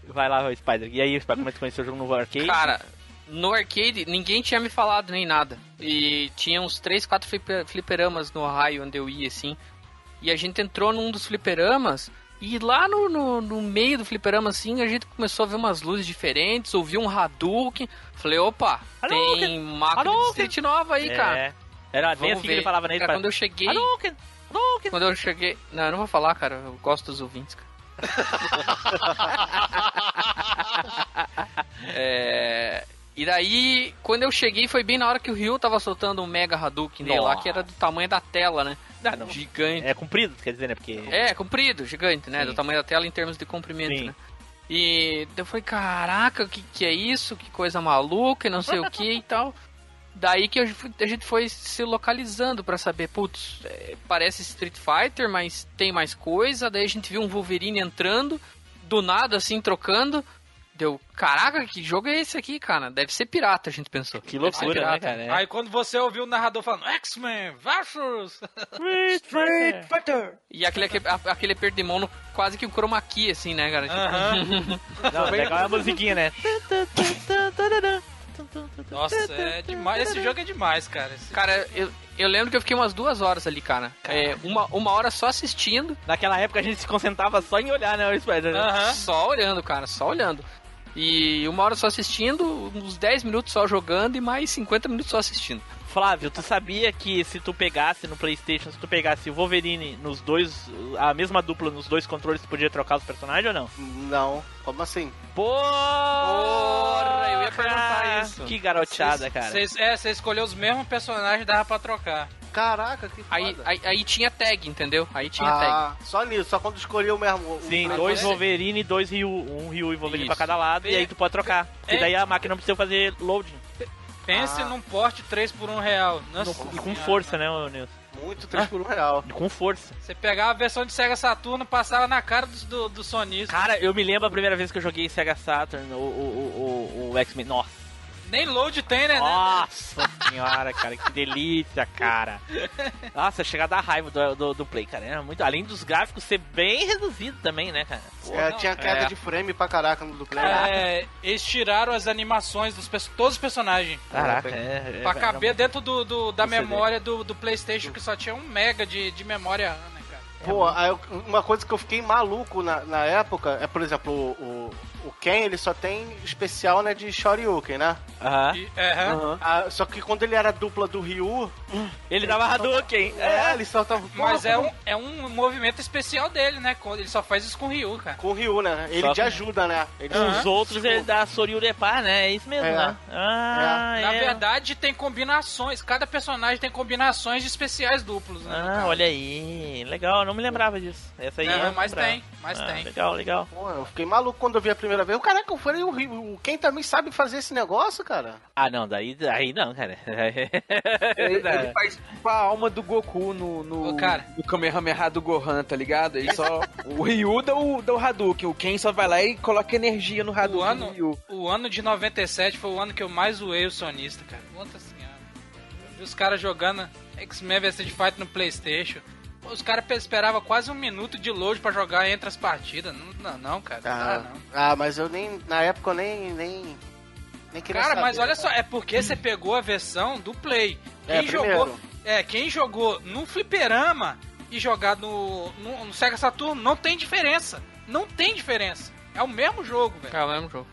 Speaker 1: vai lá, ô Spider. E aí, Spider, como é que tu conheceu o jogo no arcade?
Speaker 3: Cara, no arcade ninguém tinha me falado nem nada. E tinha uns 3, 4 fliperamas no raio onde eu ia, assim. E a gente entrou num dos fliperamas. E lá no, no, no meio do fliperama, assim, a gente começou a ver umas luzes diferentes, ouviu um Hadouken. Falei, opa,
Speaker 1: Hadouken!
Speaker 3: tem máquina
Speaker 1: Hadouken!
Speaker 3: de Street Nova aí, cara.
Speaker 1: É. Era bem
Speaker 3: Vamos
Speaker 1: assim que
Speaker 3: ver.
Speaker 1: ele falava, né?
Speaker 3: Cara, quando eu cheguei,
Speaker 1: Hadouken! Hadouken!
Speaker 3: quando eu cheguei... Não, eu não vou falar, cara. Eu gosto dos ouvintes, cara. É, E daí, quando eu cheguei, foi bem na hora que o Ryu tava soltando um Mega Hadouken dele lá,
Speaker 1: Nossa.
Speaker 3: que era do tamanho da tela, né?
Speaker 1: Ah, não.
Speaker 3: Gigante.
Speaker 1: É comprido, quer dizer, né? Porque...
Speaker 3: É, comprido, gigante, né?
Speaker 1: Sim.
Speaker 3: Do tamanho da tela em termos de comprimento,
Speaker 1: Sim.
Speaker 3: né? E daí eu falei, caraca, o que, que é isso? Que coisa maluca e não sei o que e tal. Daí que eu fui- a gente foi se localizando pra saber, putz, é, parece Street Fighter, mas tem mais coisa. Daí a gente viu um Wolverine entrando, do nada assim, trocando. Deu, caraca, que jogo é esse aqui, cara? Deve ser pirata, a gente pensou.
Speaker 1: Que
Speaker 3: Deve ser
Speaker 1: loucura, né,
Speaker 3: pirata.
Speaker 1: cara? É.
Speaker 2: Aí quando você ouviu o narrador falando X-Men, Vachos!
Speaker 5: Street Fighter!
Speaker 3: E aquele, aquele, aquele aperto de mão no- quase que o chroma key, assim, né, cara? Tipo,
Speaker 2: Aham.
Speaker 1: Não, legal é a musiquinha, né?
Speaker 2: Nossa, é demais. Esse jogo é demais, cara. Esse-
Speaker 3: Cara, eu, eu lembro que eu fiquei umas duas horas ali, cara. É, uma, uma hora só assistindo,
Speaker 1: Naquela época a gente se concentrava só em olhar, né, o Spider? né?
Speaker 2: Aham.
Speaker 3: só olhando, cara, só olhando. E uma hora só assistindo, uns 10 minutos só jogando e mais 50 minutos só assistindo.
Speaker 1: Flávio, tu sabia que se tu pegasse no PlayStation, se tu pegasse o Wolverine nos dois, a mesma dupla nos dois controles, tu podia trocar os personagens ou não?
Speaker 4: Hum, Não, como assim?
Speaker 1: Porra!
Speaker 3: eu ia perguntar isso.
Speaker 1: Que garoteada, cara.
Speaker 5: Cês- é, você escolheu os mesmos personagens, dava pra trocar.
Speaker 4: Caraca, que
Speaker 3: Aí,
Speaker 4: foda.
Speaker 3: aí, aí tinha tag, entendeu? Aí tinha tag.
Speaker 4: ah, só nisso, só quando escolheu mesmo. o-
Speaker 1: Sim,
Speaker 4: o-
Speaker 1: dois
Speaker 5: você-
Speaker 1: Wolverine e dois Ryu. Um Ryu e Wolverine
Speaker 3: é. Isso.
Speaker 1: pra cada lado. E aí tu pode trocar. Porque
Speaker 5: É.
Speaker 1: daí a máquina não precisa fazer loading.
Speaker 5: Pense
Speaker 4: Ah.
Speaker 5: num porte 3 por 1 real. Nossa,
Speaker 1: E com
Speaker 5: senhora,
Speaker 1: força, né, ô Nilson?
Speaker 4: Muito 3 por 1 real.
Speaker 1: E Com força.
Speaker 5: Você pegava a versão de Sega Saturno, passava na cara do, do, do sonista.
Speaker 1: Cara, eu me lembro a primeira vez que eu joguei Sega Saturn, o, o, o, o, o X-Men. Nossa,
Speaker 5: Nem load tem, né?
Speaker 1: nossa senhora, cara, que delícia, cara. Nossa, chegar da raiva do, do, do Play, cara. Era muito, além dos gráficos ser bem reduzido também, né, cara?
Speaker 4: É,
Speaker 5: não.
Speaker 4: tinha queda
Speaker 3: É.
Speaker 4: de frame pra caraca no do Play.
Speaker 1: Ah.
Speaker 5: É, eles tiraram as animações dos perso- todos os personagens.
Speaker 1: Caraca, é. é,
Speaker 5: pra
Speaker 1: era
Speaker 5: caber dentro do, do- da
Speaker 1: do CD.
Speaker 5: memória do, do Playstation, que só tinha um mega de, de memória, né, cara?
Speaker 4: Pô, aí eu- uma coisa que eu fiquei maluco na, na época é, por exemplo, o, o, o Ken, ele só tem especial, né, de Shoryuken, né?
Speaker 1: Aham.
Speaker 5: E- é,
Speaker 4: Ah, só que quando ele era a dupla do Ryu,
Speaker 1: Ele dava Hadouken.
Speaker 4: é, ele só tava...
Speaker 5: Mas é um, é um movimento especial dele, né? Quando- Ele só faz isso com o Ryu, cara.
Speaker 4: Com o Ryu, né? Ele
Speaker 1: Só
Speaker 4: te
Speaker 1: com-
Speaker 4: ajuda, né? Ele
Speaker 1: Os outros ele dá Soryurepa, né? É isso mesmo,
Speaker 4: É.
Speaker 1: né? Ah,
Speaker 5: Na
Speaker 1: é.
Speaker 5: verdade, né, tem combinações. Cada personagem tem combinações de especiais duplos, né?
Speaker 1: Ah, olha aí. Legal, eu não me lembrava disso. Essa aí.
Speaker 4: É,
Speaker 5: Não,
Speaker 1: eu
Speaker 5: mas
Speaker 1: lembrava.
Speaker 5: tem, mas
Speaker 1: Ah,
Speaker 5: tem.
Speaker 1: Legal, legal.
Speaker 4: Pô, eu fiquei maluco quando eu vi a primeira vez. Eu, Caraca, eu falei, o, Ryu- o Ken também sabe fazer esse negócio, cara.
Speaker 1: Ah, não, daí, aí não, cara.
Speaker 2: É, Ele,
Speaker 5: É
Speaker 2: ele faz tipo a alma do Goku no, no,
Speaker 5: Ô, cara.
Speaker 2: no Kamehameha do Gohan, tá ligado? Ele só. o Ryu dá o, dá o Hadouken, o Ken só vai lá e coloca energia no
Speaker 4: um
Speaker 2: Hadouken
Speaker 5: ano-
Speaker 2: do Ryu.
Speaker 5: O ano de 97 foi o ano que eu mais zoei o sonista, cara. Puta senhora. Eu vi os caras jogando X-Men vs Street Fighter no Playstation. Os caras pe- esperavam quase um minuto de load pra jogar entre as partidas. Não, não, não, cara. Não dá, não.
Speaker 4: ah, mas eu nem. Na época eu nem. Nem, nem queria
Speaker 5: Cara,
Speaker 4: saber.
Speaker 5: mas olha só, é porque você pegou a versão do Play. Quem
Speaker 4: É, primeiro.
Speaker 5: jogou, é, quem jogou no fliperama e jogar no, no, no Sega Saturn não tem diferença. Não tem diferença. É o mesmo jogo, velho.
Speaker 3: É o mesmo jogo.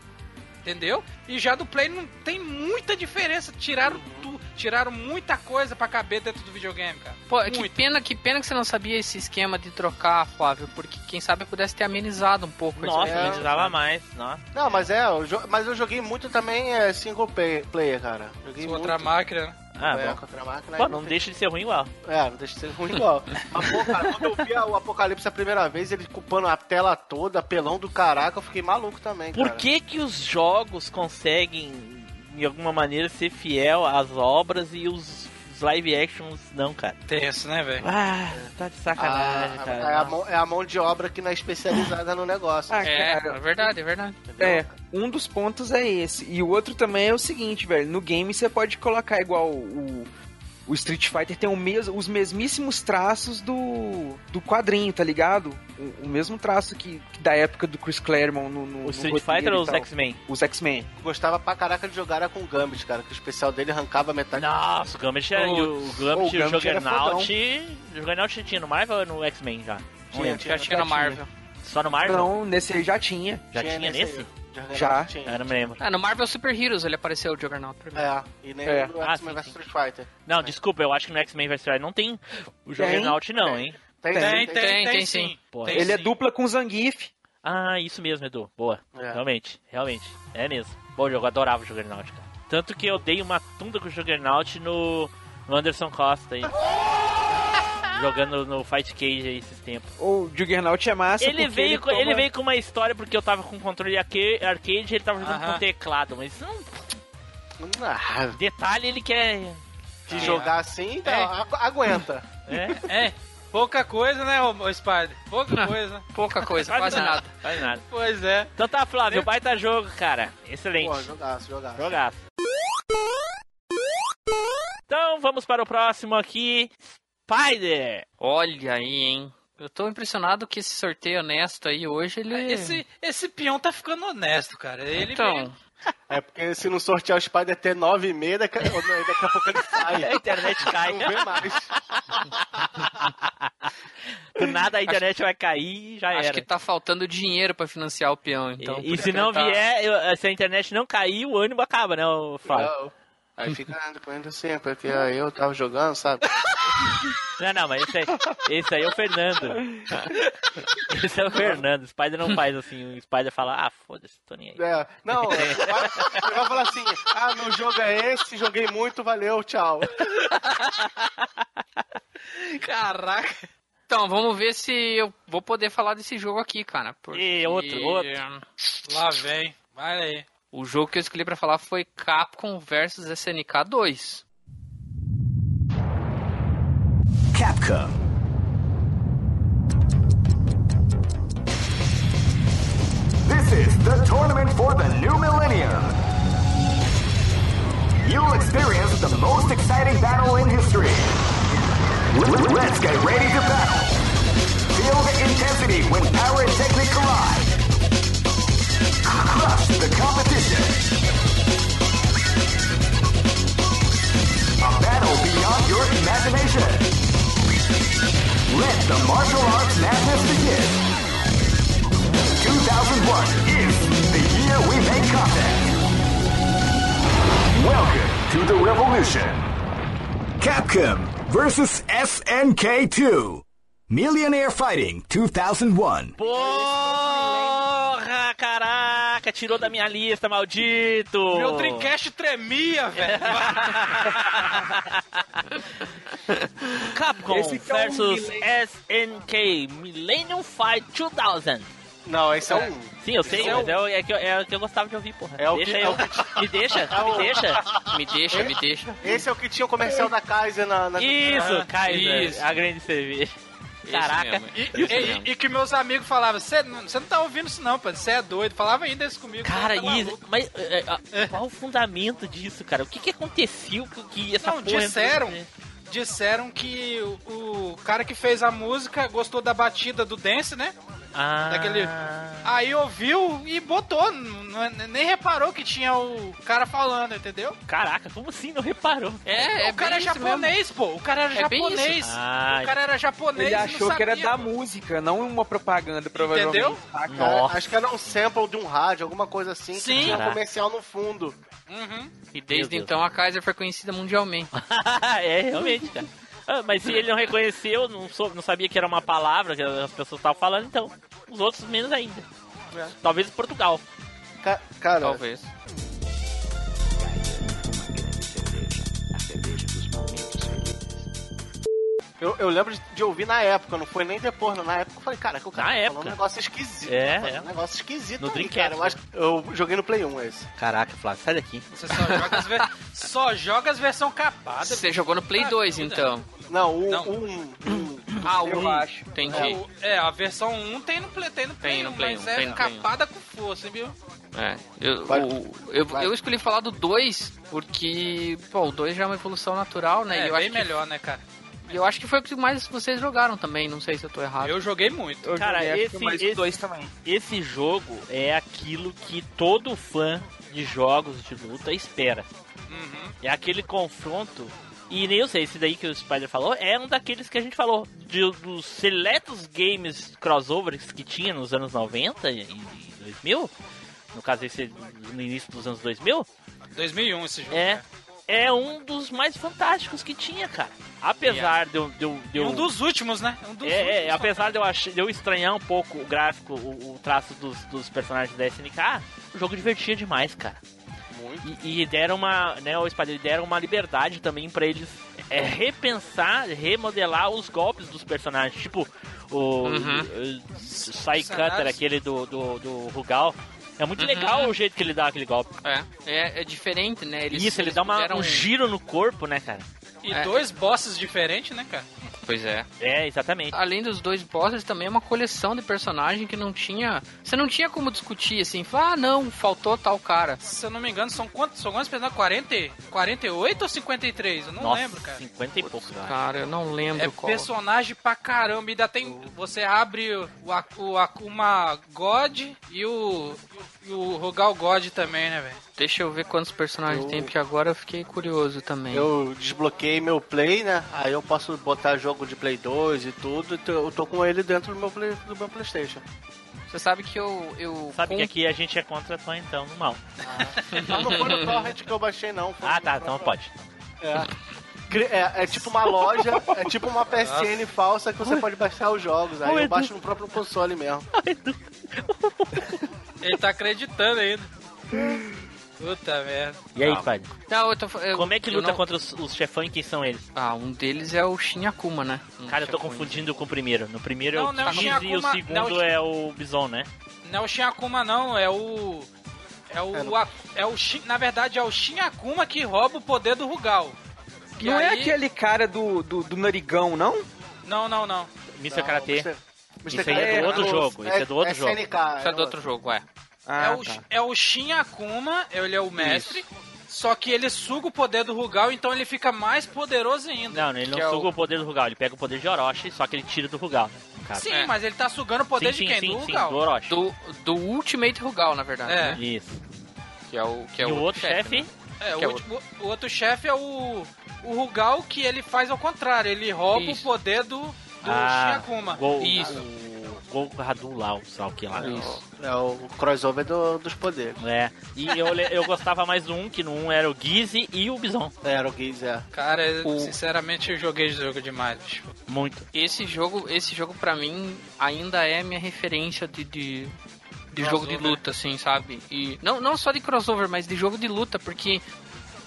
Speaker 5: Entendeu? E já do Play não tem muita diferença. Tiraram
Speaker 4: Uhum.
Speaker 5: tu, tiraram muita coisa pra caber dentro do videogame, cara.
Speaker 3: Pô, que
Speaker 5: Muito.
Speaker 3: pena, que pena que você não sabia esse esquema de trocar, Flávio, porque quem sabe pudesse ter amenizado um pouco esse
Speaker 1: Nossa,
Speaker 4: É.
Speaker 1: me dava mais. Nossa.
Speaker 4: Não, mas é, eu jo- mas eu joguei muito também é, single play- player, cara. Joguei
Speaker 5: Sua
Speaker 4: muito.
Speaker 5: outra máquina, né?
Speaker 1: Ah,
Speaker 4: é,
Speaker 1: bom.
Speaker 4: com outra máquina.
Speaker 1: Pô,
Speaker 4: aí
Speaker 1: não
Speaker 4: tem-
Speaker 1: deixa de ser ruim igual.
Speaker 4: É, não deixa de ser ruim igual. Mas, pô, cara, quando eu vi a- o Apocalipse a primeira vez, ele culpando a tela toda, pelão do caraca, eu fiquei maluco também,
Speaker 1: Por
Speaker 4: cara.
Speaker 1: que que os jogos conseguem, de alguma maneira, ser fiel às obras e os, os live actions não, cara?
Speaker 5: Tenso, né, velho?
Speaker 1: Ah, tá de sacanagem,
Speaker 4: Ah,
Speaker 1: cara.
Speaker 4: é, a mão, é a mão de obra que não é especializada no negócio.
Speaker 2: Ah,
Speaker 3: É,
Speaker 2: cara,
Speaker 3: é verdade, é verdade.
Speaker 4: entendeu?
Speaker 2: É, um dos pontos é esse. E o outro também é o seguinte, velho. No game você pode colocar igual o, o Street Fighter tem o mes, os mesmíssimos traços do, do quadrinho, tá ligado? O, o mesmo traço que, que da época do Chris Claremont no, no
Speaker 1: O
Speaker 2: no
Speaker 1: Street
Speaker 2: roteiro
Speaker 1: Fighter
Speaker 2: então. e
Speaker 1: ou os
Speaker 2: tal.
Speaker 1: X-Men?
Speaker 2: Os X-Men.
Speaker 4: Gostava pra caraca de jogar era com o Gambit, cara, que o especial dele arrancava metade.
Speaker 1: Nossa, o Gambit era, e o, o Gambit, e
Speaker 2: o
Speaker 1: o
Speaker 2: Gambit era
Speaker 1: Juggernaut. O Juggernaut tinha no Marvel ou no X-Men já? Não
Speaker 4: Tinha,
Speaker 1: lembro.
Speaker 4: tinha,
Speaker 3: Acho que era Marvel.
Speaker 1: Só no Marvel?
Speaker 2: Não, Então, nesse aí já tinha.
Speaker 1: Já tinha, nesse?
Speaker 4: aí. Jogava-
Speaker 2: Já.
Speaker 4: tinha.
Speaker 1: Ah, não me lembro.
Speaker 3: Ah, no Marvel Super Heroes ele apareceu o Juggernaut primeiro.
Speaker 4: É, e nem
Speaker 2: É.
Speaker 4: no
Speaker 1: Ah,
Speaker 4: X-Men
Speaker 1: sim,
Speaker 4: vs Street Fighter.
Speaker 1: Não, desculpa, eu acho que no X-Men vs. Drive não tem o Juggernaut, não, hein?
Speaker 5: Tem,
Speaker 3: tem,
Speaker 5: tem, tem,
Speaker 3: tem
Speaker 5: sim.
Speaker 3: sim.
Speaker 1: Porra.
Speaker 5: Tem
Speaker 2: Ele é
Speaker 5: sim.
Speaker 2: dupla com o Zangief.
Speaker 1: Ah, isso mesmo, Edu. Boa.
Speaker 4: É.
Speaker 1: Realmente, realmente. É mesmo. Bom jogo, eu adorava o Juggernaut, cara. Tanto que eu dei uma tunda com o Juggernaut no, no Anderson Costa aí. Jogando no Fight Cage aí esses tempos.
Speaker 2: O Juggernaut é massa.
Speaker 1: Ele
Speaker 2: porque
Speaker 1: veio, com,
Speaker 2: toma-
Speaker 1: ele veio com uma história porque eu tava com um controle arca- arcade e ele tava jogando
Speaker 5: Aham.
Speaker 1: com teclado, mas não,
Speaker 4: Ah,
Speaker 1: detalhe ele quer.
Speaker 4: de jogar assim, então,
Speaker 5: É.
Speaker 4: agu- aguenta.
Speaker 1: É,
Speaker 5: É, pouca coisa, né, ô, ô Spider? Pouca coisa.
Speaker 3: Pouca coisa,
Speaker 1: faz
Speaker 3: quase nada.
Speaker 1: Faz nada.
Speaker 5: Pois é.
Speaker 1: Então tá, Flávio, baita jogo, cara. Excelente.
Speaker 4: Pô, jogaço, jogaço.
Speaker 1: Jogaço. Então vamos para o próximo aqui. Spider!
Speaker 3: Olha aí, hein. Eu tô impressionado que esse sorteio honesto aí
Speaker 1: Ah,
Speaker 3: hoje ele.
Speaker 5: Esse, esse peão tá ficando honesto, cara. Ele
Speaker 3: então,
Speaker 4: É porque se não sortear o Spider até 9 e meia, daqui, ou não, daqui a pouco ele sai.
Speaker 1: A internet cai.
Speaker 4: Não vê mais.
Speaker 1: Tu nada a internet vai cair e já
Speaker 3: Acho
Speaker 1: era.
Speaker 3: que tá faltando dinheiro pra financiar o peão, então.
Speaker 1: e
Speaker 3: por
Speaker 1: e se
Speaker 3: isso
Speaker 1: não
Speaker 3: que tá-
Speaker 1: vier, eu- se a internet não cair, o ânimo acaba, né, o Fábio?
Speaker 4: Aí fica ah, depois assim, porque ah, eu tava jogando, sabe?
Speaker 1: Não, não, mas esse aí, esse aí é o Fernando. Esse é o Fernando. Spider não faz assim. O Spider fala, ah, foda-se, tô nem aí.
Speaker 4: É, não, ele vai, ele vai falar assim, ah, meu jogo é esse, joguei muito, valeu, tchau.
Speaker 3: Caraca. Então, vamos ver se eu vou poder falar desse jogo aqui, cara. Porque...
Speaker 1: Ih, outro, outro.
Speaker 5: Lá vem. Vai aí.
Speaker 3: O jogo que eu escolhi pra falar foi Capcom vs SNK 2.
Speaker 7: Capcom. This is the tournament for the new millennium. You'll experience the most exciting battle in history. L- Let's get ready to battle. Feel the intensity when power and technique collide. Crush the competition. A battle beyond your imagination. Let the martial arts madness begin. 2001 is the year we make contact. Welcome to the revolution. Capcom versus SNK2. Millionaire Fighting 2001.
Speaker 1: Porra, caraca, tirou da minha lista, maldito!
Speaker 5: Meu Dreamcast tremia, velho.
Speaker 1: Capcom
Speaker 2: Esse que é o
Speaker 1: versus SNK Millennium Fight 2000.
Speaker 4: Não, esse é um.
Speaker 1: Sim, eu sei,
Speaker 4: Esse é
Speaker 1: mas
Speaker 4: o-
Speaker 1: é o, é que eu- é o que eu gostava de ouvir, porra.
Speaker 4: É o
Speaker 1: deixa
Speaker 4: que-
Speaker 1: eu,
Speaker 4: é o que-
Speaker 1: Me deixa,
Speaker 4: É
Speaker 1: me
Speaker 4: o-
Speaker 1: deixa.
Speaker 3: Me deixa, me deixa.
Speaker 4: Esse é o que tinha o comercial da Kaiser na. na...
Speaker 1: Isso, Kaiser,
Speaker 3: isso.
Speaker 1: a grande cerveja.
Speaker 3: Esse
Speaker 1: Caraca.
Speaker 3: mesmo,
Speaker 5: E,
Speaker 3: esse mesmo.
Speaker 5: e- e que meus amigos falavam, você não cê não tá ouvindo isso não, Pedro, você é doido. Falava ainda isso comigo.
Speaker 1: Cara,
Speaker 5: cê tá
Speaker 1: isso,
Speaker 5: maluco.
Speaker 1: mas é, é, qual o fundamento disso, cara? O que que aconteceu que, que essa
Speaker 5: Não,
Speaker 1: porra... entrou-
Speaker 5: disseram. Disseram que o, o cara que fez a música gostou da batida do dance, né?
Speaker 1: Ah,
Speaker 5: Daquele- Aí ouviu e botou, n- n- nem reparou que tinha o cara falando, entendeu?
Speaker 1: Caraca, como assim? Não reparou?
Speaker 3: É, é
Speaker 5: o cara
Speaker 3: bem
Speaker 5: é
Speaker 3: isso mesmo.
Speaker 5: japonês, pô. O cara era
Speaker 3: É bem isso.
Speaker 5: japonês.
Speaker 1: Ah,
Speaker 5: o cara era japonês.
Speaker 2: Ele
Speaker 5: e não
Speaker 2: achou que era
Speaker 5: sabia,
Speaker 2: da
Speaker 5: pô.
Speaker 2: música, não uma propaganda, provavelmente.
Speaker 5: Entendeu?
Speaker 2: saca?
Speaker 1: Nossa.
Speaker 4: Acho que era um sample de um rádio, alguma coisa assim,
Speaker 5: Sim.
Speaker 4: que tinha um
Speaker 1: Caraca.
Speaker 4: comercial no fundo.
Speaker 5: Uhum.
Speaker 3: E
Speaker 1: Meu
Speaker 3: desde
Speaker 1: Deus.
Speaker 3: então a Kaiser foi conhecida mundialmente.
Speaker 1: é, realmente, cara. Ah, mas se ele não reconheceu, não, sou- não sabia que era uma palavra que as pessoas estavam falando, então os outros menos ainda. Talvez Portugal.
Speaker 4: Ca- cara,
Speaker 3: Talvez.
Speaker 4: eu, eu lembro de, de ouvir na época, não foi nem depois, não. Na época eu falei, cara, que o cara
Speaker 1: Na
Speaker 4: tá
Speaker 1: época.
Speaker 4: falando um negócio esquisito.
Speaker 1: É,
Speaker 4: tá falando
Speaker 1: é.
Speaker 4: um negócio esquisito.
Speaker 1: No
Speaker 4: aí,
Speaker 1: Dreamcast, né?
Speaker 4: cara. Eu, acho, eu joguei no Play 1 esse.
Speaker 1: Caraca, Flávio, sai daqui.
Speaker 5: Você só joga, as ve- só joga as versão capada.
Speaker 3: Você jogou no Play
Speaker 5: Ah,
Speaker 3: 2,
Speaker 5: tudo.
Speaker 3: então.
Speaker 4: Não, um, o.
Speaker 5: Não.
Speaker 4: o- o-
Speaker 3: Ah, um.
Speaker 2: Eu acho.
Speaker 3: Entendi.
Speaker 5: É, o- é, a versão 1 tem no Play, tem no Play,
Speaker 3: Tem no
Speaker 5: 1,
Speaker 3: Play
Speaker 5: mas
Speaker 3: 1,
Speaker 5: é
Speaker 3: tem no Play 1.
Speaker 5: capada com força, viu?
Speaker 3: É, eu,
Speaker 4: Vai.
Speaker 3: o- eu,
Speaker 4: Vai.
Speaker 3: eu escolhi falar do 2 porque, pô, o 2 já é uma evolução natural, né?
Speaker 5: É,
Speaker 3: e eu
Speaker 5: bem
Speaker 3: acho,
Speaker 5: melhor, né, cara?
Speaker 3: que, eu acho que foi o que mais vocês jogaram também, não sei se eu tô errado.
Speaker 5: Eu joguei muito.
Speaker 2: Eu
Speaker 1: Cara,
Speaker 2: joguei, acho
Speaker 1: esse-
Speaker 2: que mais um,
Speaker 1: esse-
Speaker 2: dois também.
Speaker 1: Esse jogo é aquilo que todo fã de jogos de luta espera.
Speaker 5: Uhum.
Speaker 1: É aquele confronto. E nem eu sei, esse daí que o Spider falou é um daqueles que a gente falou de- dos seletos games crossovers que tinha nos anos 90 e e 2000. No caso, esse no início dos anos 2000.
Speaker 5: 2001 esse jogo.
Speaker 1: É,
Speaker 5: né?
Speaker 1: é um dos mais fantásticos que tinha, cara. Apesar de eu. De eu, de
Speaker 5: E
Speaker 1: eu-
Speaker 5: Um dos últimos, né? Um dos últimos.
Speaker 1: é, é, apesar de eu, ach- de eu estranhar um pouco o gráfico, o, o traço dos, dos personagens da SNK, o jogo divertia demais, cara. E, e deram uma, né, o Espadeiro deram uma liberdade também pra eles é, repensar, remodelar os golpes dos personagens. Tipo, o,
Speaker 3: Uhum.
Speaker 1: o- o Sai Cutter,
Speaker 5: Sanada.
Speaker 1: aquele do, do, do Rugal. É
Speaker 3: Uhum.
Speaker 1: muito legal o jeito que ele dá aquele golpe.
Speaker 3: É, é, é diferente, né? Eles,
Speaker 1: Isso, ele
Speaker 3: eles
Speaker 1: dá uma-
Speaker 3: puderam-
Speaker 1: um giro no corpo, né, cara?
Speaker 5: E
Speaker 3: É.
Speaker 5: dois bosses diferentes, né, cara?
Speaker 3: Pois é.
Speaker 1: É, exatamente.
Speaker 3: Além dos dois bosses, também é uma coleção de personagem que não tinha... Você não tinha como discutir, assim, falar, ah, não, faltou tal cara.
Speaker 5: Se eu não me engano, são quantos? São quantos personagens? 40, e- 48 ou 53? Eu não
Speaker 1: Nossa,
Speaker 5: lembro, cara.
Speaker 1: 50 e poucos, eu acho.
Speaker 3: Cara, eu não lembro
Speaker 5: É
Speaker 3: qual.
Speaker 5: personagem pra caramba. Ainda tem. Você abre o, Ak- o Akuma God e o, E o Rogal God também, né, velho?
Speaker 3: Deixa eu ver quantos personagens
Speaker 4: Eu-
Speaker 3: tem, porque agora eu fiquei curioso também.
Speaker 4: Eu desbloqueei meu Play, né? Aí eu posso botar jogo de Play 2 e tudo. então Eu tô com ele dentro do meu, play, do meu PlayStation.
Speaker 3: Você sabe que eu. eu
Speaker 1: Sabe que
Speaker 3: com-
Speaker 1: aqui a gente é contra Tom, então, normal.
Speaker 4: Ah, não foi no Torrent que eu baixei, não. Foi
Speaker 1: Ah,
Speaker 4: no
Speaker 1: tá,
Speaker 4: próprio-
Speaker 1: então pode.
Speaker 4: Cri- É, é tipo uma loja, é tipo uma PSN falsa que você pode baixar os jogos. Aí eu baixo no próprio console mesmo.
Speaker 5: Ele tá acreditando ainda. Puta merda.
Speaker 1: E aí, Fábio?
Speaker 3: Não, eu tô. fa- eu-
Speaker 1: Como é que
Speaker 3: eu
Speaker 1: luta
Speaker 3: não-
Speaker 1: contra os, os chefão e quem são eles?
Speaker 3: Ah, um deles é o Shin Akuma, né? Um
Speaker 1: Cara, eu tô
Speaker 3: chefão.
Speaker 1: confundindo com o primeiro. No primeiro
Speaker 5: Não,
Speaker 1: é
Speaker 5: não,
Speaker 1: o Cheese e o
Speaker 5: Shinakuma-
Speaker 1: segundo
Speaker 5: não,
Speaker 1: é o Bison, né?
Speaker 5: Não é o Shinakuma, não, é o. É o. a- É o Shin- na verdade, é o Shinakuma que rouba o poder do Rugal. Que
Speaker 2: Não é
Speaker 5: aí-
Speaker 2: aquele cara do, do, do narigão, não?
Speaker 5: Não, não, não.
Speaker 1: Mr. Karate.
Speaker 4: Mr.
Speaker 1: Isso aí é do
Speaker 4: Karate,
Speaker 1: outro
Speaker 4: é,
Speaker 1: jogo, isso é do outro jogo.
Speaker 4: SNK,
Speaker 3: Isso é do outro jogo, é.
Speaker 2: Ah,
Speaker 5: é, o,
Speaker 2: tá.
Speaker 5: é o Shin Akuma, ele é o mestre. Só que ele suga o poder do Rugal, então ele fica mais poderoso ainda.
Speaker 1: Não, ele não
Speaker 3: Que é
Speaker 1: suga
Speaker 3: o-
Speaker 1: o... poder do Rugal, ele pega o poder de Orochi, só que ele tira do Rugal, né? no
Speaker 2: Ah,
Speaker 1: caso.
Speaker 5: Sim,
Speaker 3: É.
Speaker 5: mas ele tá sugando o poder
Speaker 1: sim,
Speaker 5: de quem?
Speaker 1: sim,
Speaker 5: do
Speaker 1: sim,
Speaker 5: Rugal.
Speaker 1: do Orochi.
Speaker 3: Do, do Ultimate Rugal, na verdade.
Speaker 5: É.
Speaker 3: né?
Speaker 1: Isso.
Speaker 3: Que é o, que é
Speaker 1: e o outro chefe,
Speaker 3: né?
Speaker 5: É,
Speaker 3: Que é
Speaker 5: o, último- o outro chefe é o, o Rugal, que ele faz ao contrário. Ele rouba
Speaker 3: Isso.
Speaker 5: o poder do, do
Speaker 1: Ah,
Speaker 5: Shinakuma.
Speaker 1: Gol,
Speaker 3: Isso.
Speaker 1: o Gol Hadou lá, o sal que lá.
Speaker 4: É o crossover do- dos poderes.
Speaker 1: É, e eu, le- eu gostava mais do um, que no um era o Gizzy e o Bison.
Speaker 4: Era o Giz, é.
Speaker 5: Cara,
Speaker 3: né? O-
Speaker 5: sinceramente, eu joguei esse jogo demais, bicho.
Speaker 1: Muito.
Speaker 3: Esse jogo, esse jogo pra mim ainda é minha referência de, de, de jogo de
Speaker 5: Crossover.
Speaker 3: luta, assim, sabe? E não, não só de crossover, mas de jogo de luta, porque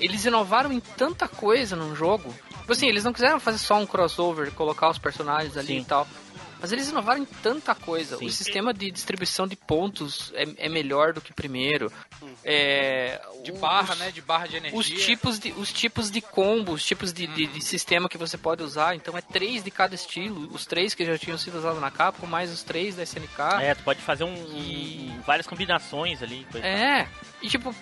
Speaker 3: eles inovaram em tanta coisa num jogo. Tipo assim, eles não quiseram fazer só um crossover, colocar os personagens ali
Speaker 1: Sim.
Speaker 3: e tal. Mas eles inovaram em tanta coisa.
Speaker 1: Sim.
Speaker 3: O sistema de distribuição de pontos é, é melhor do que o primeiro. É,
Speaker 5: Hum. De
Speaker 3: os-
Speaker 5: barra, né? De barra de energia.
Speaker 3: os tipos de os tipos de combo, os tipos de, de- de sistema que você pode usar. Então é três de cada estilo, os três que já tinham sido usados na Capcom, mais os três da SNK.
Speaker 1: É, tu pode fazer um, um- várias combinações ali. Coisa
Speaker 5: É?
Speaker 1: e tal.
Speaker 3: E tipo,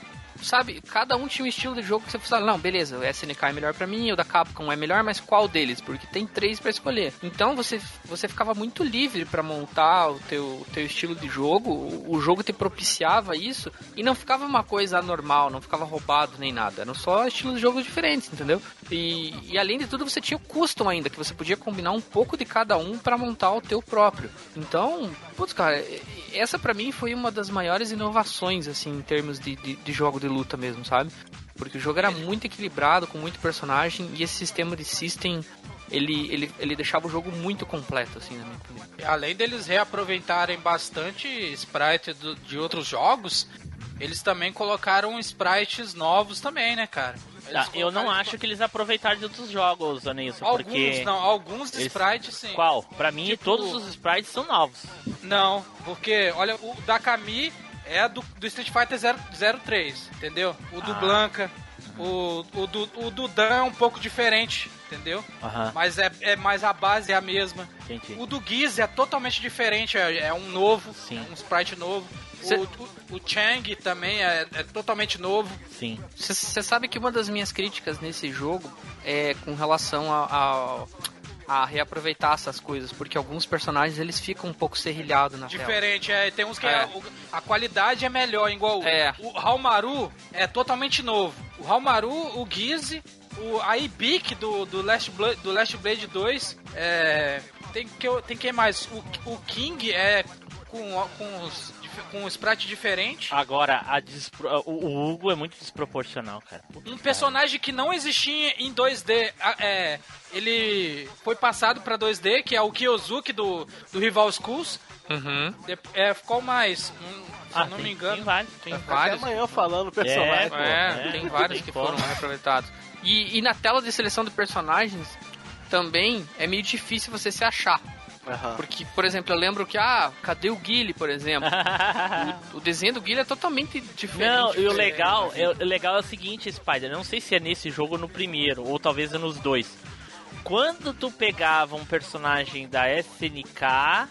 Speaker 3: sabe, cada um tinha um estilo de jogo que você falava, não, beleza, o SNK é melhor pra mim, o da Capcom é melhor, mas qual deles? Porque tem três pra escolher. Então você você ficava muito livre pra montar o teu, o teu estilo de jogo, o, o jogo te propiciava isso e não ficava uma coisa anormal, não ficava roubado nem nada. Eram só estilos de jogo diferentes, entendeu? E, e além de tudo, você tinha o custom ainda, que você podia combinar um pouco de cada um pra montar o teu próprio. Então, putz, cara, e- e essa pra mim foi uma das maiores inovações, assim, em termos de, de, de jogo de luta mesmo, sabe? Porque o jogo era muito equilibrado, com muito personagem, e esse sistema de system, ele, ele, ele deixava o jogo muito completo, assim, na minha opinião.
Speaker 5: Além deles reaproveitarem bastante sprite do- de outros jogos, eles também colocaram sprites novos também, né, cara? Eles
Speaker 1: Tá, eu não
Speaker 5: colocaram-
Speaker 1: acho que eles aproveitaram de outros jogos, Anilson,
Speaker 5: Alguns
Speaker 1: porque...
Speaker 5: não, alguns
Speaker 1: eles-
Speaker 5: sprites sim.
Speaker 1: Qual? Pra mim,
Speaker 5: Tipo-
Speaker 1: todos os sprites são novos.
Speaker 5: Não, porque, olha, o da Kami é do, do Street Fighter 0, 03, entendeu? O do
Speaker 1: Ah.
Speaker 5: Blanca, o, o, do, o do Dan é um pouco diferente, entendeu?
Speaker 1: Aham,
Speaker 5: Mas é, é mais a base é a mesma.
Speaker 1: entendi.
Speaker 5: O do Giz é totalmente diferente, é, é um novo,
Speaker 1: Sim.
Speaker 5: é um sprite novo.
Speaker 3: Cê-
Speaker 5: O, o, o Chang também é, é totalmente novo.
Speaker 1: Sim.
Speaker 3: Você sabe que uma das minhas críticas nesse jogo é com relação a, ao- a, reaproveitar essas coisas, porque alguns personagens eles ficam um pouco serrilhados na tela.
Speaker 5: Diferente, é, tem uns que
Speaker 3: É.
Speaker 5: a, o- a qualidade é melhor, igual o-
Speaker 3: É.
Speaker 5: o Halmaru é totalmente novo. O Halmaru, o Gizzy, o a Ibik do, do, Last Blade, do Last Blade 2, é, tem, que, eu- tem quem mais? O, o King é com, com, os, dif- com um sprite diferente.
Speaker 1: Agora, a despro- o, o Hugo é muito desproporcional, cara. Puta
Speaker 5: Um
Speaker 1: que
Speaker 5: personagem que não existia em 2D, a- é, ele foi passado pra 2D, que é o Kiyozuki do, do Rival Schools.
Speaker 3: Uhum.
Speaker 5: De- é, qual mais? Hum,
Speaker 1: pariu.
Speaker 5: se
Speaker 1: Ah,
Speaker 5: eu não
Speaker 1: tem-
Speaker 5: me engano.
Speaker 1: Tem vários. É,
Speaker 3: Tem
Speaker 4: Até
Speaker 3: vários.
Speaker 4: amanhã falando personagem.
Speaker 1: pô,
Speaker 3: É, tem vários que
Speaker 1: como.
Speaker 3: foram reaproveitados. E, e na tela de seleção de personagens também é meio difícil você se achar.
Speaker 4: Aham.
Speaker 3: Porque, por exemplo, eu lembro que, ah, cadê o Guile, por exemplo? O desenho do Guile é totalmente diferente.
Speaker 1: Não, e o
Speaker 3: diferente,
Speaker 1: legal,
Speaker 3: assim.
Speaker 1: é, o legal é o seguinte, Spider, eu não sei se é nesse jogo ou no primeiro, ou talvez é nos dois. Quando tu pegava um personagem da SNK,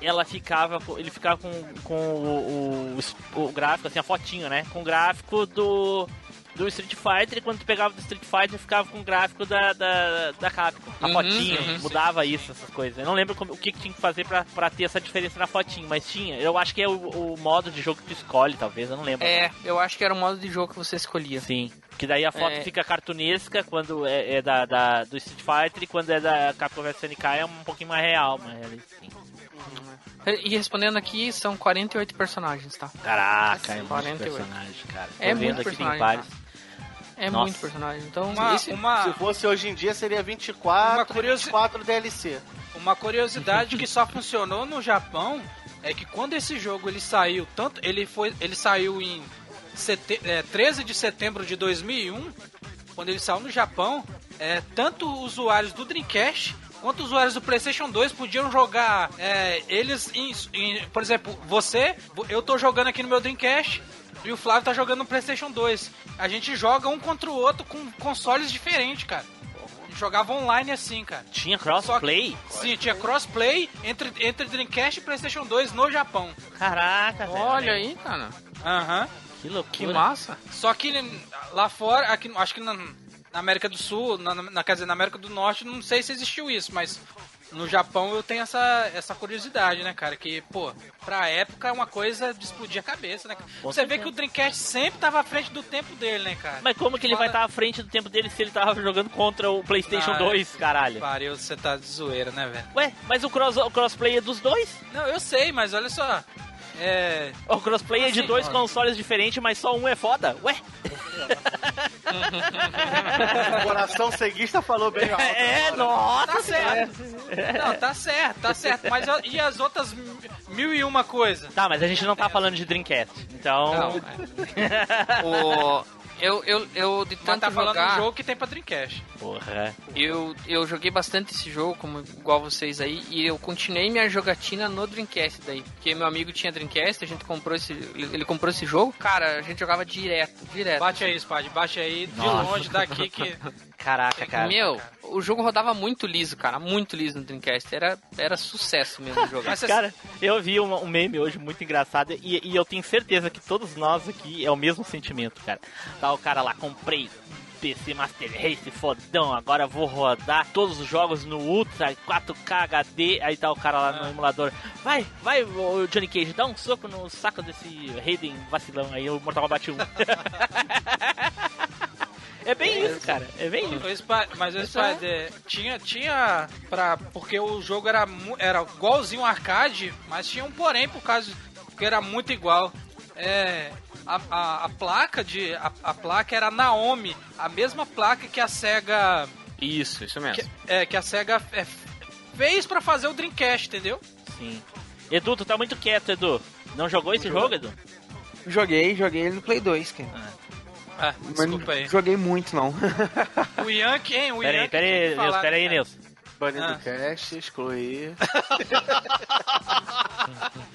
Speaker 1: ela ficava, com- ele ficava com, com o, o- o gráfico, assim, a fotinho, né? Com o gráfico do do Street Fighter, e quando tu pegava do Street Fighter, ficava com o gráfico da, da, da Capcom. A
Speaker 3: Uhum,
Speaker 1: fotinho,
Speaker 3: uhum,
Speaker 1: mudava isso, essas coisas. Eu não lembro como- o que, que tinha que fazer pra, pra ter essa diferença na fotinho, mas tinha. Eu acho que é o, o modo de jogo que tu escolhe, talvez, eu não lembro.
Speaker 3: É, eu acho que era o modo de jogo que você escolhia.
Speaker 1: Sim. Que daí a foto
Speaker 3: É.
Speaker 1: fica cartunesca quando é, é da, da- do Street Fighter e quando é da Capcom vs SNK é um pouquinho mais real, mais realista. assim.
Speaker 3: E respondendo aqui, são 48 personagens, tá?
Speaker 1: Caraca, é muito
Speaker 3: 48.
Speaker 1: personagem, cara. Tô
Speaker 3: É
Speaker 1: vendo
Speaker 3: muito
Speaker 1: aqui
Speaker 3: personagem,
Speaker 1: tem vários.
Speaker 3: É
Speaker 1: Nossa.
Speaker 3: muito personagem. Então,
Speaker 2: Uma,
Speaker 3: esse...
Speaker 4: Se
Speaker 2: uma,
Speaker 4: fosse hoje em dia, seria 24,
Speaker 2: Uma curiosi-
Speaker 4: 24 DLC.
Speaker 2: uma curiosidade que só funcionou no Japão é que quando esse jogo ele saiu, tanto ele foi, ele saiu em sete, é, 13 de setembro de 2001, quando ele saiu no Japão, é, tanto usuários do Dreamcast quanto usuários do PlayStation 2 podiam jogar é, eles em, em- por exemplo, você, eu tô jogando aqui no meu Dreamcast e o Flávio tá jogando no PlayStation 2. A gente joga um contra o outro com consoles diferentes, cara. Jogava online assim, cara.
Speaker 1: Tinha crossplay?
Speaker 2: Sim, tinha crossplay entre, entre Dreamcast e PlayStation 2 no Japão.
Speaker 1: Caraca, velho.
Speaker 3: Olha aí, cara.
Speaker 2: Aham.
Speaker 1: Que loucura.
Speaker 3: Que massa.
Speaker 2: Só que lá fora, aqui, acho que na, na América do Sul, na, na, quer dizer, na América do Norte, não sei se existiu isso, mas no Japão eu tenho essa, essa curiosidade, né, cara? Que, pô, pra época é uma coisa de explodir a cabeça, né? cara?
Speaker 1: Com
Speaker 2: Você vê
Speaker 1: certeza.
Speaker 2: que o Dreamcast sempre tava à frente do tempo dele, né, cara?
Speaker 1: Mas como que ele vai
Speaker 2: Fora-
Speaker 1: estar à frente do tempo dele se ele tava jogando contra o PlayStation
Speaker 2: Ah,
Speaker 1: 2, caralho?
Speaker 3: é.
Speaker 2: Pariu, você tá de zoeira, né, velho?
Speaker 1: Ué, mas o, cross, o crossplay é dos dois?
Speaker 2: Não, eu sei, mas olha só. É.
Speaker 1: O crossplay é de
Speaker 2: Assim,
Speaker 1: dois
Speaker 2: olha.
Speaker 1: consoles diferentes, mas só um é foda? Ué?
Speaker 4: O coração ceguista falou bem alto.
Speaker 1: É, nossa!
Speaker 2: Tá certo. Não, tá certo, tá certo. Mas eu- e as outras mi- mil e uma coisa?
Speaker 1: Tá, mas a gente não tá falando de Dreamcast, então...
Speaker 3: Não, O... Eu, eu, eu de
Speaker 2: Mas
Speaker 3: tanto
Speaker 2: tá falando
Speaker 3: jogar,
Speaker 2: um jogo que tem pra Dreamcast.
Speaker 1: Porra.
Speaker 3: eu, eu joguei bastante esse jogo, como igual vocês aí, e eu continuei minha jogatina no Dreamcast daí. Porque meu amigo tinha Dreamcast, a gente comprou esse. Ele ele comprou esse jogo, cara, a gente jogava direto, direto.
Speaker 2: Bate aí, Spad, bate aí de
Speaker 1: Nossa.
Speaker 2: longe daqui que.
Speaker 1: Caraca, cara.
Speaker 3: Meu, o jogo rodava muito liso, cara. Muito liso no Dreamcast. Era, era sucesso mesmo o jogo.
Speaker 2: Mas assim, você-
Speaker 1: Cara, eu vi uma- um meme hoje muito engraçado e, e eu tenho certeza que todos nós aqui é o mesmo sentimento, cara. Tá o cara lá, comprei PC Master Race, fodão, agora vou rodar todos os jogos no Ultra 4K HD, aí tá o cara lá
Speaker 2: Ah.
Speaker 1: no emulador. Vai, vai, ô, Johnny Cage, dá um soco no saco desse Raiden vacilão, aí o Mortal Kombat 1. é bem isso, cara, é bem isso.
Speaker 2: o Spad- Mas o Spad, é, tinha, tinha pra... Porque o jogo era, mu- era igualzinho ao arcade, mas tinha um porém por causa... Porque era muito igual. É... A, a- a placa de... A, a placa era Naomi. A mesma placa que a SEGA...
Speaker 3: Isso, isso mesmo.
Speaker 2: que- é, que a SEGA é, fez pra fazer o Dreamcast, entendeu?
Speaker 1: Sim. Edu, tu tá muito quieto, Edu. Não jogou esse jogo, Edu?
Speaker 5: Joguei, joguei ele no Play 2, cara.
Speaker 2: Ah,
Speaker 5: Mas
Speaker 2: desculpa
Speaker 5: não
Speaker 2: aí.
Speaker 5: joguei muito, não.
Speaker 2: O Yankee, hein? O
Speaker 1: Peraí, peraí,
Speaker 2: Yankee tem um que
Speaker 1: Nilson,
Speaker 2: falar,
Speaker 1: peraí,
Speaker 2: né?
Speaker 1: Nilson.
Speaker 4: Banido
Speaker 2: Ah.
Speaker 4: do cast, excluir.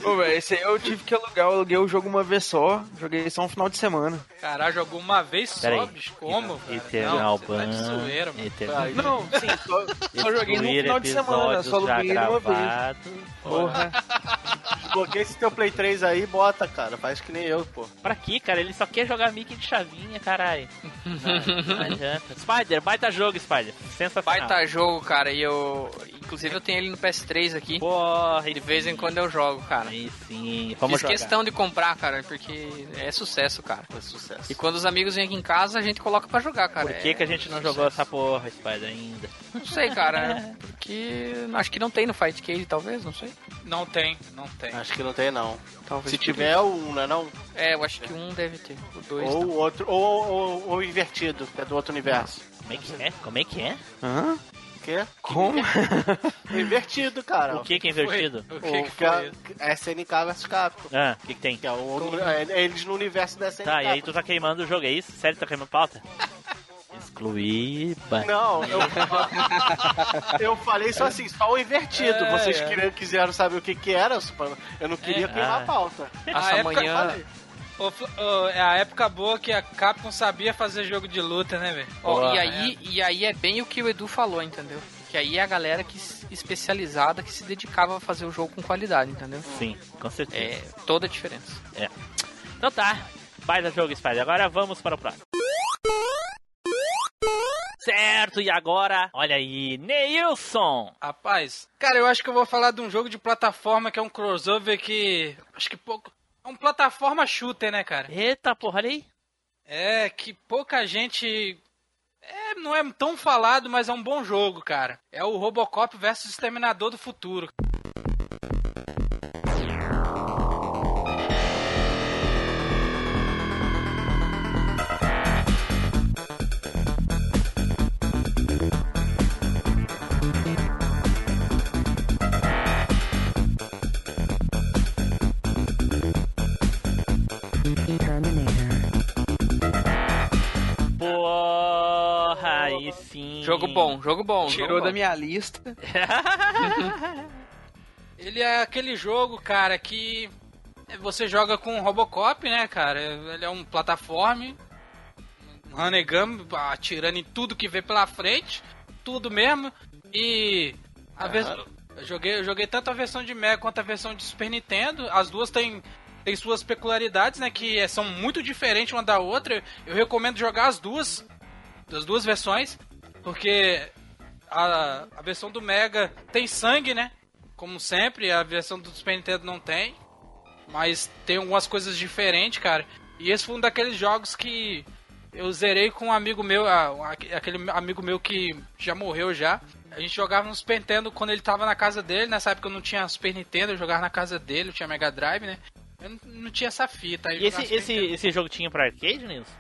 Speaker 5: Ô, velho, esse aí eu tive que alugar, eu aluguei o jogo uma vez só, joguei só um final de semana.
Speaker 2: Caralho, jogou uma vez só,
Speaker 1: Peraí.
Speaker 2: bicho. Como, cara?
Speaker 1: Eternal
Speaker 2: você tá de zoeira, mano.
Speaker 1: Eternal
Speaker 5: Não, sim, só, só joguei no
Speaker 1: Excluir
Speaker 5: final de semana, né?
Speaker 1: episódios
Speaker 5: só
Speaker 1: já
Speaker 5: aluguei ele uma vez.
Speaker 1: gravados.
Speaker 5: Porra.
Speaker 4: Desbloqueia esse teu Play 3 aí e bota, cara. Faz que nem eu, pô.
Speaker 1: Pra quê, cara? Ele só quer jogar Mickey de chavinha, caralho. Não, não adianta. Spider, baita jogo, Spider.
Speaker 2: ah.
Speaker 1: Sensacional.
Speaker 3: Baita jogo, cara. E eu. Inclusive eu tenho ele no PS3 aqui.
Speaker 1: Porra,
Speaker 3: De vez em quando eu jogo, cara.
Speaker 1: Aí sim, vamos
Speaker 3: Fiz
Speaker 1: jogar.
Speaker 3: questão de comprar, cara, porque é sucesso, cara.
Speaker 4: Foi sucesso.
Speaker 3: E quando os amigos vêm aqui em casa, a gente coloca pra jogar, cara.
Speaker 1: Por que,
Speaker 3: É-
Speaker 1: que a gente não jogou essa porra, Spider, ainda?
Speaker 3: Não sei, cara. Porque acho que não tem no Fight Cage, talvez, não sei.
Speaker 2: Não tem, não tem.
Speaker 4: Acho que não tem, não.
Speaker 3: Talvez.
Speaker 4: Se
Speaker 3: por
Speaker 4: tiver um, não é não?
Speaker 3: isso. É, eu acho que um deve ter. O dois.
Speaker 1: Então.
Speaker 4: Ou o outro, ou, ou, ou invertido, que é do outro universo.
Speaker 1: Como é que é? Como é que é?
Speaker 5: Hã?
Speaker 4: O quê?
Speaker 5: Como?
Speaker 4: Invertido, cara.
Speaker 1: O que que é invertido?
Speaker 2: Foi. O que,
Speaker 4: O
Speaker 2: que
Speaker 4: que é
Speaker 2: foi?
Speaker 4: é SNK vs Capcom.
Speaker 1: Ah, o que, que tem?
Speaker 4: Que é, o, é eles no universo da SNK.
Speaker 1: Tá, e aí tu tá queimando o jogo, é isso? Sério, tá queimando pauta? Excluir... ban-
Speaker 4: Não, eu, eu falei só assim, só o invertido.
Speaker 2: É,
Speaker 4: Vocês
Speaker 2: é.
Speaker 4: queriam, quiseram saber o que que era, eu só- eu não queria queimar
Speaker 1: Ah.
Speaker 4: a pauta.
Speaker 3: Passa
Speaker 2: época
Speaker 4: Eu
Speaker 3: amanhã.
Speaker 4: falei.
Speaker 2: Ô, Fl- ô, é a época boa que a Capcom sabia fazer jogo de luta, né, velho?
Speaker 3: Ó,
Speaker 1: Boa,
Speaker 3: e, aí, e aí é bem o que o Edu falou, entendeu? Que aí é a galera que s- especializada que se dedicava a fazer o jogo com qualidade, entendeu?
Speaker 1: Sim, com certeza.
Speaker 3: É toda a diferença.
Speaker 1: Então tá, baita jogo, Spider. Agora vamos para o próximo. Certo, e agora? Olha aí, Neilson!
Speaker 2: Rapaz, cara, eu acho que eu vou falar de um jogo de plataforma que é um crossover que. Acho que pouco. É um plataforma shooter, né, cara?
Speaker 1: Eita porra, olha aí.
Speaker 2: É, que pouca gente. É, não é tão falado, mas é um bom jogo, cara. É o Robocop versus Exterminador do Futuro.
Speaker 1: Porra, aí sim.
Speaker 3: Jogo bom, jogo bom. jogo
Speaker 5: Tirou
Speaker 3: bom.
Speaker 5: da minha lista.
Speaker 2: Ele é aquele jogo, cara, que você joga com o Robocop, né, cara? Ele é um plataforma, um Hanegam atirando em tudo que vê pela frente, tudo mesmo. E a vez eu joguei, eu joguei tanto a versão de Mega quanto a versão de Super Nintendo. As duas têm têm suas peculiaridades, né, que é- são muito diferentes uma da outra. Eu recomendo jogar as duas, as duas versões, porque a, a versão do Mega tem sangue, né? Como sempre, a versão do Super Nintendo não tem. Mas tem algumas coisas diferentes, cara. E esse foi um daqueles jogos que eu zerei com um amigo meu, ah, um- aque- aquele amigo meu que já morreu já. A gente jogava no Super Nintendo quando ele tava na casa dele. Nessa época eu não tinha Super Nintendo, eu jogava na casa dele, eu tinha Mega Drive, né? Eu não, não tinha essa fita. aí eu
Speaker 1: E esse,
Speaker 2: jogava Super
Speaker 1: esse,
Speaker 2: Nintendo.
Speaker 1: esse jogo tinha pra arcade, Neilson?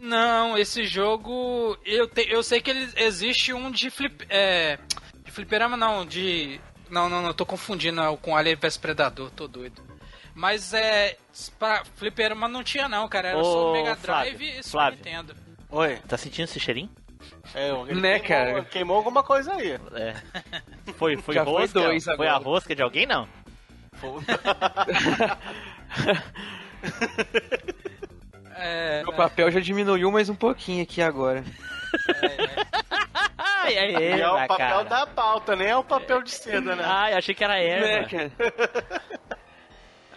Speaker 2: Não, esse jogo. Eu, te- eu sei que ele existe um de flip. É, de fliperama não, de. Não, não, não, eu tô confundindo é, com Alien vs Predador, tô doido. Mas é. Pra fliperama não tinha, não, cara. Era só
Speaker 1: Ô,
Speaker 2: o Mega
Speaker 1: Flávio,
Speaker 2: Drive e Super
Speaker 1: Flávio.
Speaker 2: Nintendo.
Speaker 4: Oi.
Speaker 1: Tá sentindo esse cheirinho?
Speaker 4: É, alguém
Speaker 5: Né,
Speaker 4: queimou,
Speaker 5: cara?
Speaker 4: Queimou alguma coisa aí.
Speaker 1: É. Foi, foi
Speaker 5: Já foi
Speaker 1: rosca?
Speaker 5: dois
Speaker 1: foi
Speaker 5: agora.
Speaker 1: a rosca de alguém, não?
Speaker 2: É,
Speaker 5: Meu papel já diminuiu mais um pouquinho aqui agora.
Speaker 1: Ai, ai,
Speaker 4: E
Speaker 1: ai,
Speaker 4: é o papel
Speaker 1: cara.
Speaker 4: da pauta, nem é o papel de seda, né?
Speaker 1: Ai, achei que era
Speaker 5: Né,
Speaker 1: erva.
Speaker 5: cara?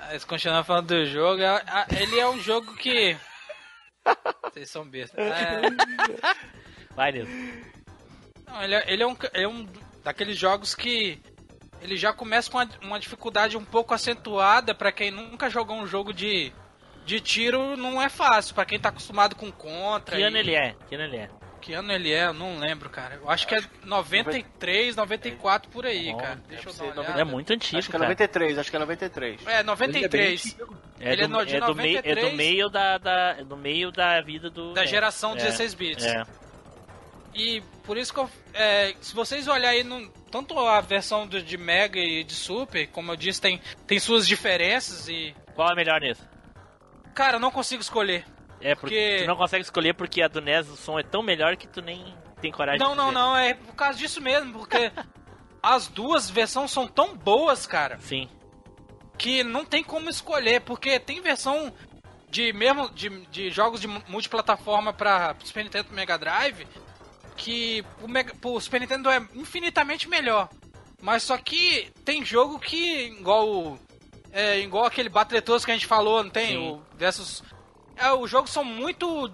Speaker 2: é, Eles continuam falando do jogo. é- a- Ele é um jogo que. Vocês são bestas. É,
Speaker 1: Vai, Neilson.
Speaker 2: Não, ele, é, ele é um, ca- é um daqueles jogos que ele já começa com uma, uma dificuldade um pouco acentuada pra quem nunca jogou um jogo de, de tiro, não é fácil. Pra quem tá acostumado com contra.
Speaker 1: Que ano
Speaker 2: e-
Speaker 1: ele é? Que ano ele é?
Speaker 2: Que ano ele é? Eu não lembro, cara. Eu acho que é 93, 94 por aí,
Speaker 1: Bom,
Speaker 2: cara. Deixa eu dar uma
Speaker 1: Ele
Speaker 2: olhada.
Speaker 1: é muito antigo,
Speaker 4: acho que é
Speaker 1: cara.
Speaker 4: 93, acho que é 93.
Speaker 2: É, 93.
Speaker 1: É
Speaker 2: Ele é
Speaker 1: do,
Speaker 2: no- de
Speaker 1: é, do meio, é
Speaker 2: 93.
Speaker 1: do meio da, da- é do meio da vida do
Speaker 2: Da
Speaker 1: é,
Speaker 2: geração
Speaker 1: é,
Speaker 2: 16 bits.
Speaker 1: É.
Speaker 2: E por isso que eu, é, se vocês olharem no, tanto a versão do- de Mega e de Super, como eu disse, tem, tem suas diferenças e
Speaker 1: Qual é melhor nisso?
Speaker 2: Cara, eu não consigo escolher.
Speaker 1: É porque,
Speaker 2: Porque-
Speaker 1: tu não consegue escolher porque a do NES o som é tão melhor que tu nem tem coragem.
Speaker 2: não,
Speaker 1: de
Speaker 2: não,
Speaker 1: dizer.
Speaker 2: não. É por causa disso mesmo, porque as duas versões são tão boas, cara,
Speaker 1: Sim.
Speaker 2: que não tem como escolher, porque tem versão de mesmo de, de jogos de mu- multiplataforma para Super Nintendo e Mega Drive que o, Mega, o Super Nintendo é infinitamente melhor. Mas só que tem jogo que igual o- é igual aquele Battletoads que a gente falou, não tem
Speaker 1: Sim.
Speaker 2: o versus é, os jogos são muito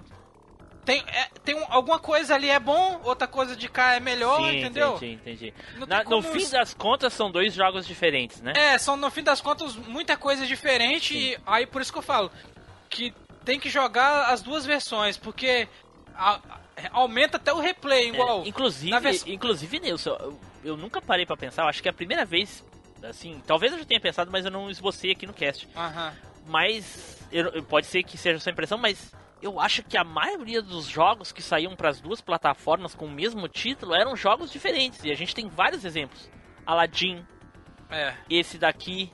Speaker 2: tem, é, tem um- alguma coisa ali é bom, outra coisa de cá é melhor,
Speaker 1: sim,
Speaker 2: entendeu?
Speaker 1: entendi, entendi.
Speaker 2: Não
Speaker 1: Na-
Speaker 2: tem
Speaker 1: no
Speaker 2: como
Speaker 1: fim das contas são dois jogos diferentes, né?
Speaker 2: é, são no fim das contas muita coisa é diferente. E aí por isso que eu falo que tem que jogar as duas versões, porque a- aumenta até o replay,
Speaker 1: É,
Speaker 2: igual.
Speaker 1: inclusive,
Speaker 2: na vers-
Speaker 1: inclusive, Nilson, eu, eu nunca parei pra pensar, eu acho que é a primeira vez, assim, talvez eu já tenha pensado, mas eu não esbocei aqui no cast.
Speaker 2: Aham.
Speaker 1: Mas eu- eu- pode ser que seja só impressão, mas eu acho que a maioria dos jogos que saíam para as duas plataformas com o mesmo título eram jogos diferentes e a gente tem vários exemplos. Aladdin,
Speaker 2: É.
Speaker 1: esse daqui,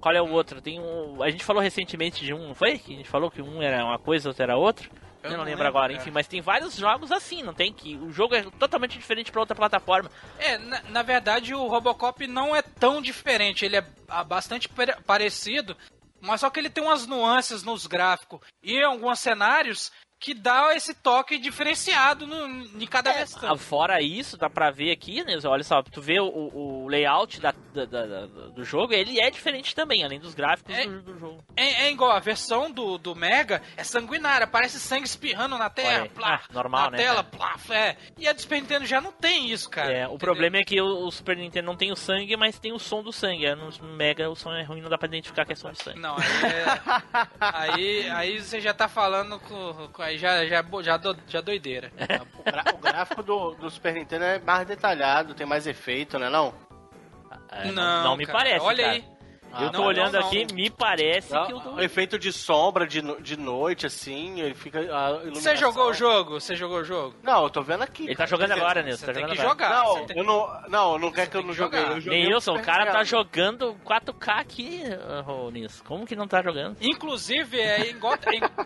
Speaker 1: qual é o outro? Tem um, a gente falou recentemente de um, não foi? Que a gente falou que um era uma coisa, outro era outro. Eu, não, lembro agora,
Speaker 2: cara.
Speaker 1: enfim, mas tem vários jogos assim, não tem que o jogo é totalmente diferente para outra plataforma.
Speaker 2: É, na, na verdade o Robocop não é tão diferente, ele é ah, bastante pare- parecido, mas só que ele tem umas nuances nos gráficos e em alguns cenários que dá esse toque diferenciado no, em cada versão.
Speaker 1: Ah, Fora isso, dá pra ver aqui, né? Olha só, tu vê o, o layout da- da- da- da- do jogo, ele é diferente também, além dos gráficos
Speaker 2: É.
Speaker 1: do, do jogo.
Speaker 2: É, é igual a versão do, do Mega é sanguinária, parece sangue espirrando na terra,
Speaker 1: Olha aí.
Speaker 2: plá,
Speaker 1: Ah, normal,
Speaker 2: na
Speaker 1: né,
Speaker 2: tela,
Speaker 1: cara?
Speaker 2: plá, é. E a do Super Nintendo já não tem isso, cara.
Speaker 1: É, o problema é que o, o Super Nintendo não tem o sangue, mas tem o som do sangue. No Mega o som é ruim, não dá pra identificar que é som de sangue.
Speaker 2: Não, aí, é- aí, aí você já tá falando com, com- aí já já bo- já, do- já doideira.
Speaker 1: É,
Speaker 4: O, gra- o gráfico do, do Super Nintendo é mais detalhado, tem mais efeito, né não?
Speaker 1: É, não me
Speaker 2: cara,
Speaker 1: parece,
Speaker 2: Olha
Speaker 1: cara.
Speaker 2: aí.
Speaker 1: Eu tô
Speaker 2: não,
Speaker 1: olhando
Speaker 2: não,
Speaker 1: aqui,
Speaker 2: não.
Speaker 1: me parece que o
Speaker 4: O
Speaker 1: do...
Speaker 4: efeito de sombra de, no- de noite, assim, ele fica. a
Speaker 2: Você
Speaker 4: iluminação- é
Speaker 2: jogou o jogo? Você jogou o jogo?
Speaker 4: Não, eu tô vendo aqui.
Speaker 1: Ele tá
Speaker 4: cara.
Speaker 1: jogando
Speaker 4: Quer dizer,
Speaker 1: agora, Nilson.
Speaker 2: Você
Speaker 1: tá
Speaker 2: tem
Speaker 1: jogando
Speaker 2: que
Speaker 1: agora.
Speaker 2: jogar.
Speaker 4: Não,
Speaker 2: você tem-
Speaker 4: eu não, não, não quer
Speaker 2: Você
Speaker 4: que eu
Speaker 2: tem
Speaker 4: não
Speaker 2: que
Speaker 4: joguei.
Speaker 2: jogar.
Speaker 4: Eu joguei um
Speaker 1: Neilson,
Speaker 4: Super
Speaker 1: o cara tá
Speaker 4: Nintendo.
Speaker 1: jogando 4K aqui, ô Nilson. Como que não tá jogando?
Speaker 2: Inclusive, é igual,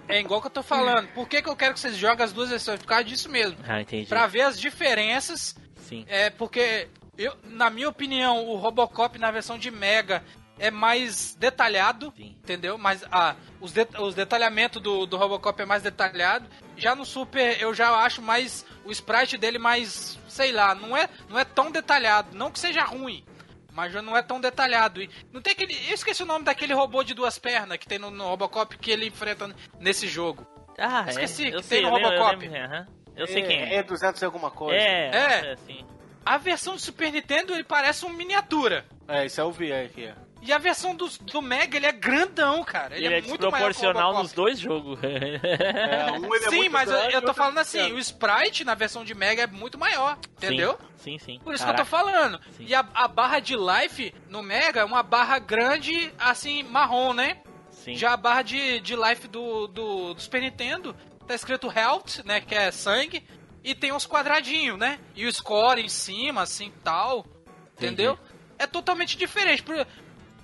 Speaker 2: é, é igual que eu tô falando. Por que, que eu quero que vocês joguem as duas versões? Por causa disso mesmo.
Speaker 1: Ah, entendi.
Speaker 2: Pra ver as diferenças
Speaker 1: Sim.
Speaker 2: É, porque, eu, na minha opinião, o Robocop na versão de Mega é mais detalhado,
Speaker 1: Sim.
Speaker 2: entendeu? Mas ah, os, de, os detalhamentos do, do Robocop é mais detalhado. Já no Super, eu já acho mais. O sprite dele mais. Sei lá, não é, não é tão detalhado. Não que seja ruim, mas já não é tão detalhado. E não tem aquele. Eu esqueci o nome daquele robô de duas pernas que tem no, no Robocop que ele enfrenta nesse jogo.
Speaker 1: Ah, é.
Speaker 2: Esqueci,
Speaker 1: eu
Speaker 2: que
Speaker 1: sei,
Speaker 2: tem
Speaker 1: eu
Speaker 2: no
Speaker 1: lembro,
Speaker 2: Robocop.
Speaker 1: Eu, lembro, aham. Eu sei quem é.
Speaker 4: É 200 e alguma coisa.
Speaker 1: É,
Speaker 2: É.
Speaker 1: é, sim.
Speaker 2: A versão do Super Nintendo ele parece uma miniatura.
Speaker 4: É, isso eu vi aqui. ó.
Speaker 2: E a versão do, do Mega, ele é grandão, cara. Ele,
Speaker 1: Ele, é
Speaker 2: é, muito maior que o
Speaker 1: desproporcional
Speaker 2: Robocop.
Speaker 1: nos dois jogos.
Speaker 4: É, um ele é
Speaker 2: Sim,
Speaker 4: muito
Speaker 2: mas eu,
Speaker 4: grande,
Speaker 2: eu tô
Speaker 4: outro
Speaker 2: falando
Speaker 4: é
Speaker 2: assim,
Speaker 4: pequeno.
Speaker 2: o sprite na versão de Mega é muito maior, entendeu?
Speaker 1: Sim, sim.
Speaker 2: Por isso que eu
Speaker 1: Caraca.
Speaker 2: tô falando.
Speaker 1: Sim.
Speaker 2: E a, a barra de life no Mega é uma barra grande, assim, marrom, né?
Speaker 1: Sim.
Speaker 2: Já a barra de, de life do, do, do Super Nintendo tá escrito health, né, que é sangue, e tem uns quadradinhos, né? E o score em cima, assim, tal. Entendeu? É totalmente diferente. Por,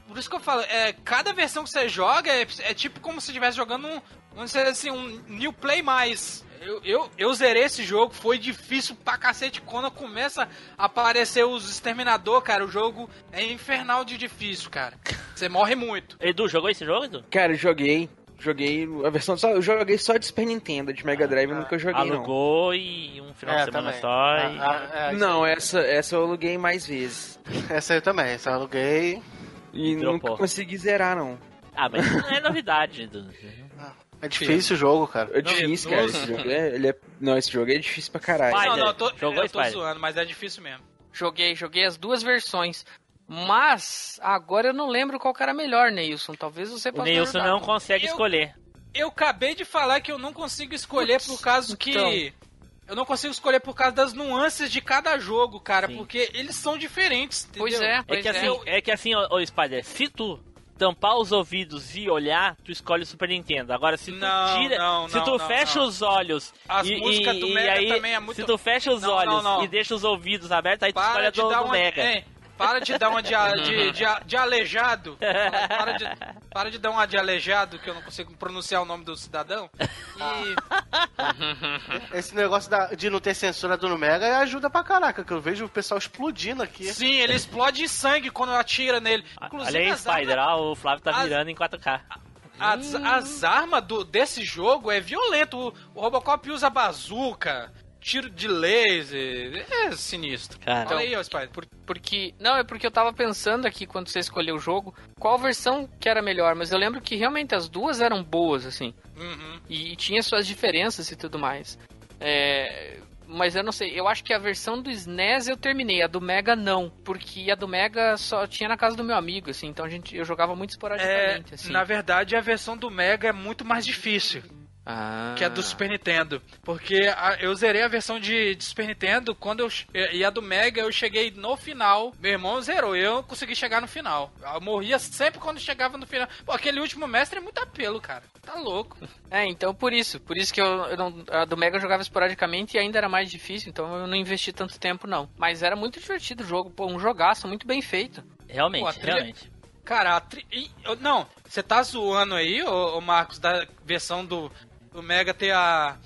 Speaker 2: por isso que eu falo, é, cada versão que você joga é, é tipo como se estivesse jogando um, vamos dizer assim, um New Play mais. Eu, eu, eu zerei esse jogo, foi difícil pra cacete. Quando começa a aparecer os Exterminador, cara, o jogo é infernal de difícil, cara. Você morre muito.
Speaker 1: Edu, jogou esse jogo, Edu?
Speaker 5: Cara, eu joguei. Joguei a versão só. Eu joguei só de Super Nintendo, de Mega Drive, nunca joguei, não.
Speaker 1: Alugou e um final
Speaker 4: É,
Speaker 1: de semana
Speaker 4: também.
Speaker 1: só. e-
Speaker 4: Ah, ah, é, isso-
Speaker 5: Não, essa, essa eu aluguei mais vezes.
Speaker 4: Essa eu também, essa eu aluguei.
Speaker 5: E
Speaker 1: Dropou.
Speaker 5: nunca consegui zerar, não.
Speaker 1: Ah, mas isso não é novidade, Edu.
Speaker 4: É difícil o jogo, cara.
Speaker 5: É difícil, cara. Esse jogo é, ele é- Não, esse jogo é difícil pra caralho.
Speaker 1: Vai, né?
Speaker 2: não, não, eu tô,
Speaker 1: Jogou
Speaker 2: eu tô
Speaker 1: Spider?
Speaker 2: zoando, mas é difícil mesmo.
Speaker 3: Joguei, joguei as duas versões. Mas agora eu não lembro qual que era melhor, Neilson. Talvez você
Speaker 1: O
Speaker 3: possa me
Speaker 1: Neilson
Speaker 3: ajudar.
Speaker 1: não consegue
Speaker 2: Eu-
Speaker 1: escolher.
Speaker 2: Eu acabei de falar que eu não consigo escolher
Speaker 3: Putz,
Speaker 2: por causa que.
Speaker 3: então.
Speaker 2: Eu não consigo escolher por causa das nuances de cada jogo, cara,
Speaker 1: Sim.
Speaker 2: porque eles são diferentes, entendeu?
Speaker 3: Pois é,
Speaker 1: É
Speaker 3: pois
Speaker 1: que, assim, é que assim, ô, ô, Spider, se tu tampar os ouvidos e olhar, tu escolhe o Super Nintendo. Agora, se tu
Speaker 2: Não,
Speaker 1: tira.
Speaker 2: não,
Speaker 1: se
Speaker 2: não,
Speaker 1: tu
Speaker 2: não,
Speaker 1: fecha
Speaker 2: não.
Speaker 1: os olhos.
Speaker 2: As
Speaker 1: e,
Speaker 2: músicas
Speaker 1: e-
Speaker 2: do
Speaker 1: e
Speaker 2: Mega
Speaker 1: aí,
Speaker 2: também é muito-
Speaker 1: Se tu fecha os
Speaker 2: Não, não,
Speaker 1: olhos
Speaker 2: não.
Speaker 1: e deixa os ouvidos abertos, aí tu
Speaker 2: Para
Speaker 1: escolhe
Speaker 2: de
Speaker 1: a do,
Speaker 2: dar
Speaker 1: do
Speaker 2: uma. É,
Speaker 1: Mega.
Speaker 2: hein, para de dar uma de, a- de, de, a- de aleijado. Para de, para de dar uma de aleijado, que eu não consigo pronunciar o nome do cidadão. E.
Speaker 4: Esse negócio da- de não ter censura do Mega ajuda pra caraca, que eu vejo o pessoal explodindo aqui.
Speaker 2: Sim, ele explode em sangue quando atira nele.
Speaker 1: Olha aí,
Speaker 2: as
Speaker 1: Spider, ah, o Flávio tá
Speaker 2: as-
Speaker 1: virando em 4K.
Speaker 2: As, as armas do, desse jogo é violento. O, o Robocop usa bazuca, tiro de laser. É sinistro. Então,
Speaker 1: Cara.
Speaker 2: Olha aí, ó, Spider.
Speaker 3: Por- porque. Não, é porque eu tava pensando aqui quando você escolheu o jogo, qual versão que era melhor, mas eu lembro que realmente as duas eram boas, assim.
Speaker 2: Uhum.
Speaker 3: E, e tinha suas diferenças e tudo mais. É, Mas eu não sei, eu acho que a versão do SNES eu terminei, a do Mega não, porque a do Mega só tinha na casa do meu amigo, assim, então a gente, eu jogava muito
Speaker 2: É,
Speaker 3: esporadicamente, assim.
Speaker 2: na verdade, a versão do Mega é muito mais difícil
Speaker 3: Ah.
Speaker 2: que a do Super Nintendo. Porque a- eu zerei a versão de, de Super Nintendo quando eu, che- e a do Mega eu cheguei no final. Meu irmão zerou, eu não consegui chegar no final. Eu morria sempre quando chegava no final. Pô, aquele último mestre é muito apelo, cara. Tá louco.
Speaker 3: É, então por isso, por isso que eu, eu não, a do Mega eu jogava esporadicamente e ainda era mais difícil, então eu não investi tanto tempo não. Mas era muito divertido o jogo, pô, um jogaço muito bem feito.
Speaker 1: Realmente,
Speaker 2: Pô, a trilha-
Speaker 1: realmente.
Speaker 2: Cara, a tri... e- eu- não, você tá zoando aí, ô, ô Marcos, da versão do, do Mega ter a,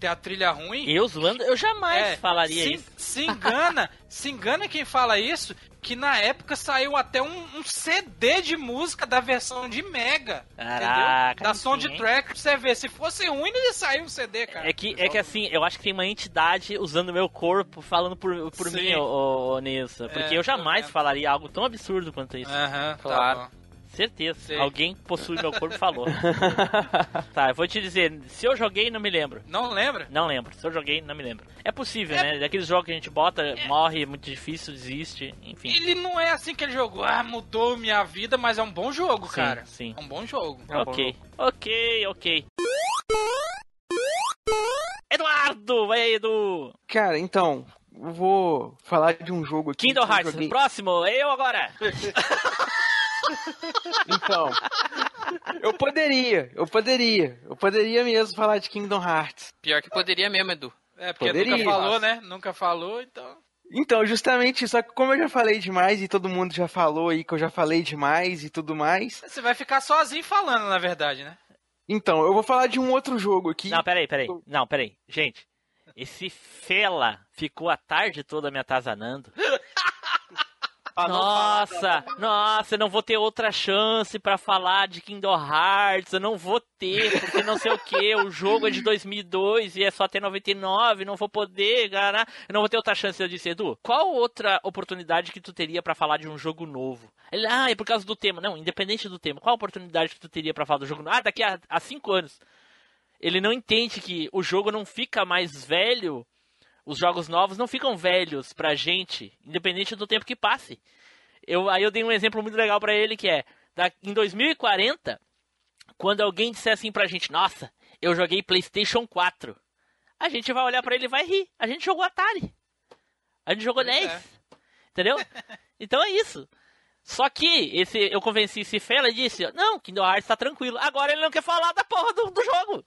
Speaker 2: ter a trilha ruim.
Speaker 1: Eu zoando, eu jamais
Speaker 2: É,
Speaker 1: falaria
Speaker 2: se,
Speaker 1: isso.
Speaker 2: Se engana, se engana quem fala isso, que na época saiu até um, um CD de música da versão de Mega.
Speaker 1: Caraca,
Speaker 2: entendeu? Da
Speaker 1: sim,
Speaker 2: soundtrack pra você ver. Se fosse ruim, não ia sair um CD, cara.
Speaker 1: É que, é que assim, eu acho que tem uma entidade usando meu corpo falando por, por
Speaker 2: Sim.
Speaker 1: mim, ô, ô, Nilson. Porque
Speaker 2: É,
Speaker 1: eu jamais
Speaker 2: eu
Speaker 1: falaria algo tão absurdo quanto isso.
Speaker 2: Aham, tá
Speaker 3: Claro.
Speaker 2: claro.
Speaker 1: Certeza.
Speaker 2: Sim.
Speaker 1: Alguém possui meu corpo e falou. tá, eu vou te dizer, se eu joguei, não me lembro.
Speaker 2: Não lembra?
Speaker 1: Não lembro. Se eu joguei, não me lembro. É possível,
Speaker 2: É-
Speaker 1: né? Daqueles jogos que a gente bota, morre, é muito difícil, desiste, enfim.
Speaker 2: Ele não é assim que ele jogou. Ah, mudou minha vida, mas é um bom jogo,
Speaker 1: Sim,
Speaker 2: cara.
Speaker 1: sim.
Speaker 2: É um bom jogo.
Speaker 1: ok. Ok, ok. Eduardo! Vai aí, Edu!
Speaker 5: Cara, então, eu vou falar de um jogo aqui.
Speaker 1: Kindle
Speaker 5: que eu
Speaker 1: Hearts,
Speaker 5: joguei-
Speaker 1: próximo, eu agora!
Speaker 5: Então, eu poderia, eu poderia, eu poderia mesmo falar de Kingdom Hearts.
Speaker 3: Pior que poderia mesmo, Edu.
Speaker 2: É, porque
Speaker 5: Poderia.
Speaker 2: nunca falou, né? Nunca falou, então.
Speaker 5: Então, justamente, só que como eu já falei demais e todo mundo já falou aí que eu já falei demais e tudo mais,
Speaker 2: Você vai ficar sozinho falando, na verdade, né?
Speaker 5: então, eu vou falar de um outro jogo aqui.
Speaker 1: Não, peraí, peraí. Não, peraí. Gente, esse fela ficou a tarde toda me atazanando. nossa, nossa, eu não vou ter outra chance pra falar de Kingdom Hearts, eu não vou ter, porque não sei o que, o jogo é de 2002 e é só até 99, não vou poder, cara, eu não vou ter outra chance. Eu disse, Edu, qual outra oportunidade que tu teria pra falar de um jogo novo? Ele, ah, é por causa do tema. Não, independente do tema, qual oportunidade que tu teria pra falar do jogo novo? Ah, daqui a, a cinco anos ele não entende que o jogo não fica mais velho, os jogos novos não ficam velhos pra gente, independente do tempo que passe. Eu, aí eu dei um exemplo muito legal pra ele que é, da- em 2040, quando alguém disser assim pra gente, nossa, eu joguei PlayStation 4, a gente vai olhar pra ele e vai rir. A gente jogou Atari. A gente jogou
Speaker 2: Pois
Speaker 1: 10. Entendeu? Então é isso. Só que esse, eu convenci esse fela e disse, não, Kingdom Hearts tá tranquilo. Agora ele não quer falar da porra do- do jogo.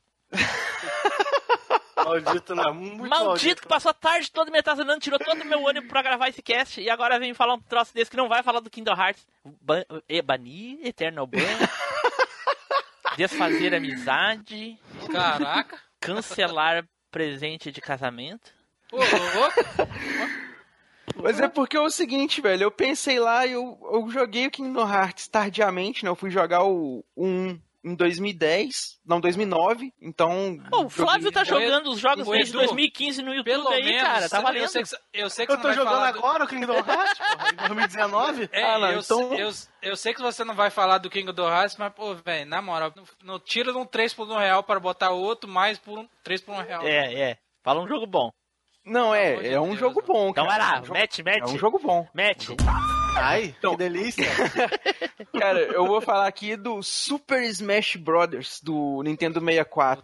Speaker 4: Maldito, não. Muito
Speaker 1: maldito, que passou a tarde toda me atazanando, tirou todo o meu ânimo pra gravar esse cast e agora vem falar um troço desse que não vai falar do Kingdom Hearts. Ban e- banir, Eternal Ban. desfazer amizade.
Speaker 2: Caraca.
Speaker 1: Cancelar presente de casamento.
Speaker 2: Ô, louco.
Speaker 5: Mas é porque é o seguinte, velho, eu pensei lá, eu, eu joguei o Kingdom Hearts tardiamente, né? Eu fui jogar o 1 em 2010, não, 2009, então...
Speaker 1: Pô, o Flávio tá
Speaker 2: Edu,
Speaker 1: jogando os jogos
Speaker 2: Edu,
Speaker 1: desde 2015 no YouTube
Speaker 2: Pelo
Speaker 1: aí,
Speaker 2: menos.
Speaker 1: cara. Tá
Speaker 2: Eu
Speaker 1: valendo.
Speaker 2: sei que, você- eu sei que
Speaker 4: Eu
Speaker 2: você
Speaker 4: tô
Speaker 2: não vai
Speaker 4: jogando
Speaker 2: falar do-
Speaker 4: agora o Kingdom Hearts, porra, em 2019?
Speaker 2: É,
Speaker 5: Ah, não,
Speaker 2: eu,
Speaker 5: então-
Speaker 2: eu, eu sei que você não vai falar do King of the Hearts, mas, pô, velho, na moral, não, não tira de um 3 por 1 real para botar outro mais por um 3 por 1 real.
Speaker 1: É, é. Fala um jogo bom.
Speaker 5: Não,
Speaker 2: Pelo
Speaker 5: é,
Speaker 2: amor de
Speaker 5: é um
Speaker 2: Deus,
Speaker 5: jogo
Speaker 2: mano.
Speaker 5: bom,
Speaker 1: Então
Speaker 5: cara.
Speaker 1: vai lá,
Speaker 5: é um jogo,
Speaker 1: mete, mete.
Speaker 5: é um jogo bom.
Speaker 1: Mete.
Speaker 4: Ai, que delícia.
Speaker 5: Cara, eu vou falar aqui do Super Smash Brothers do Nintendo 64.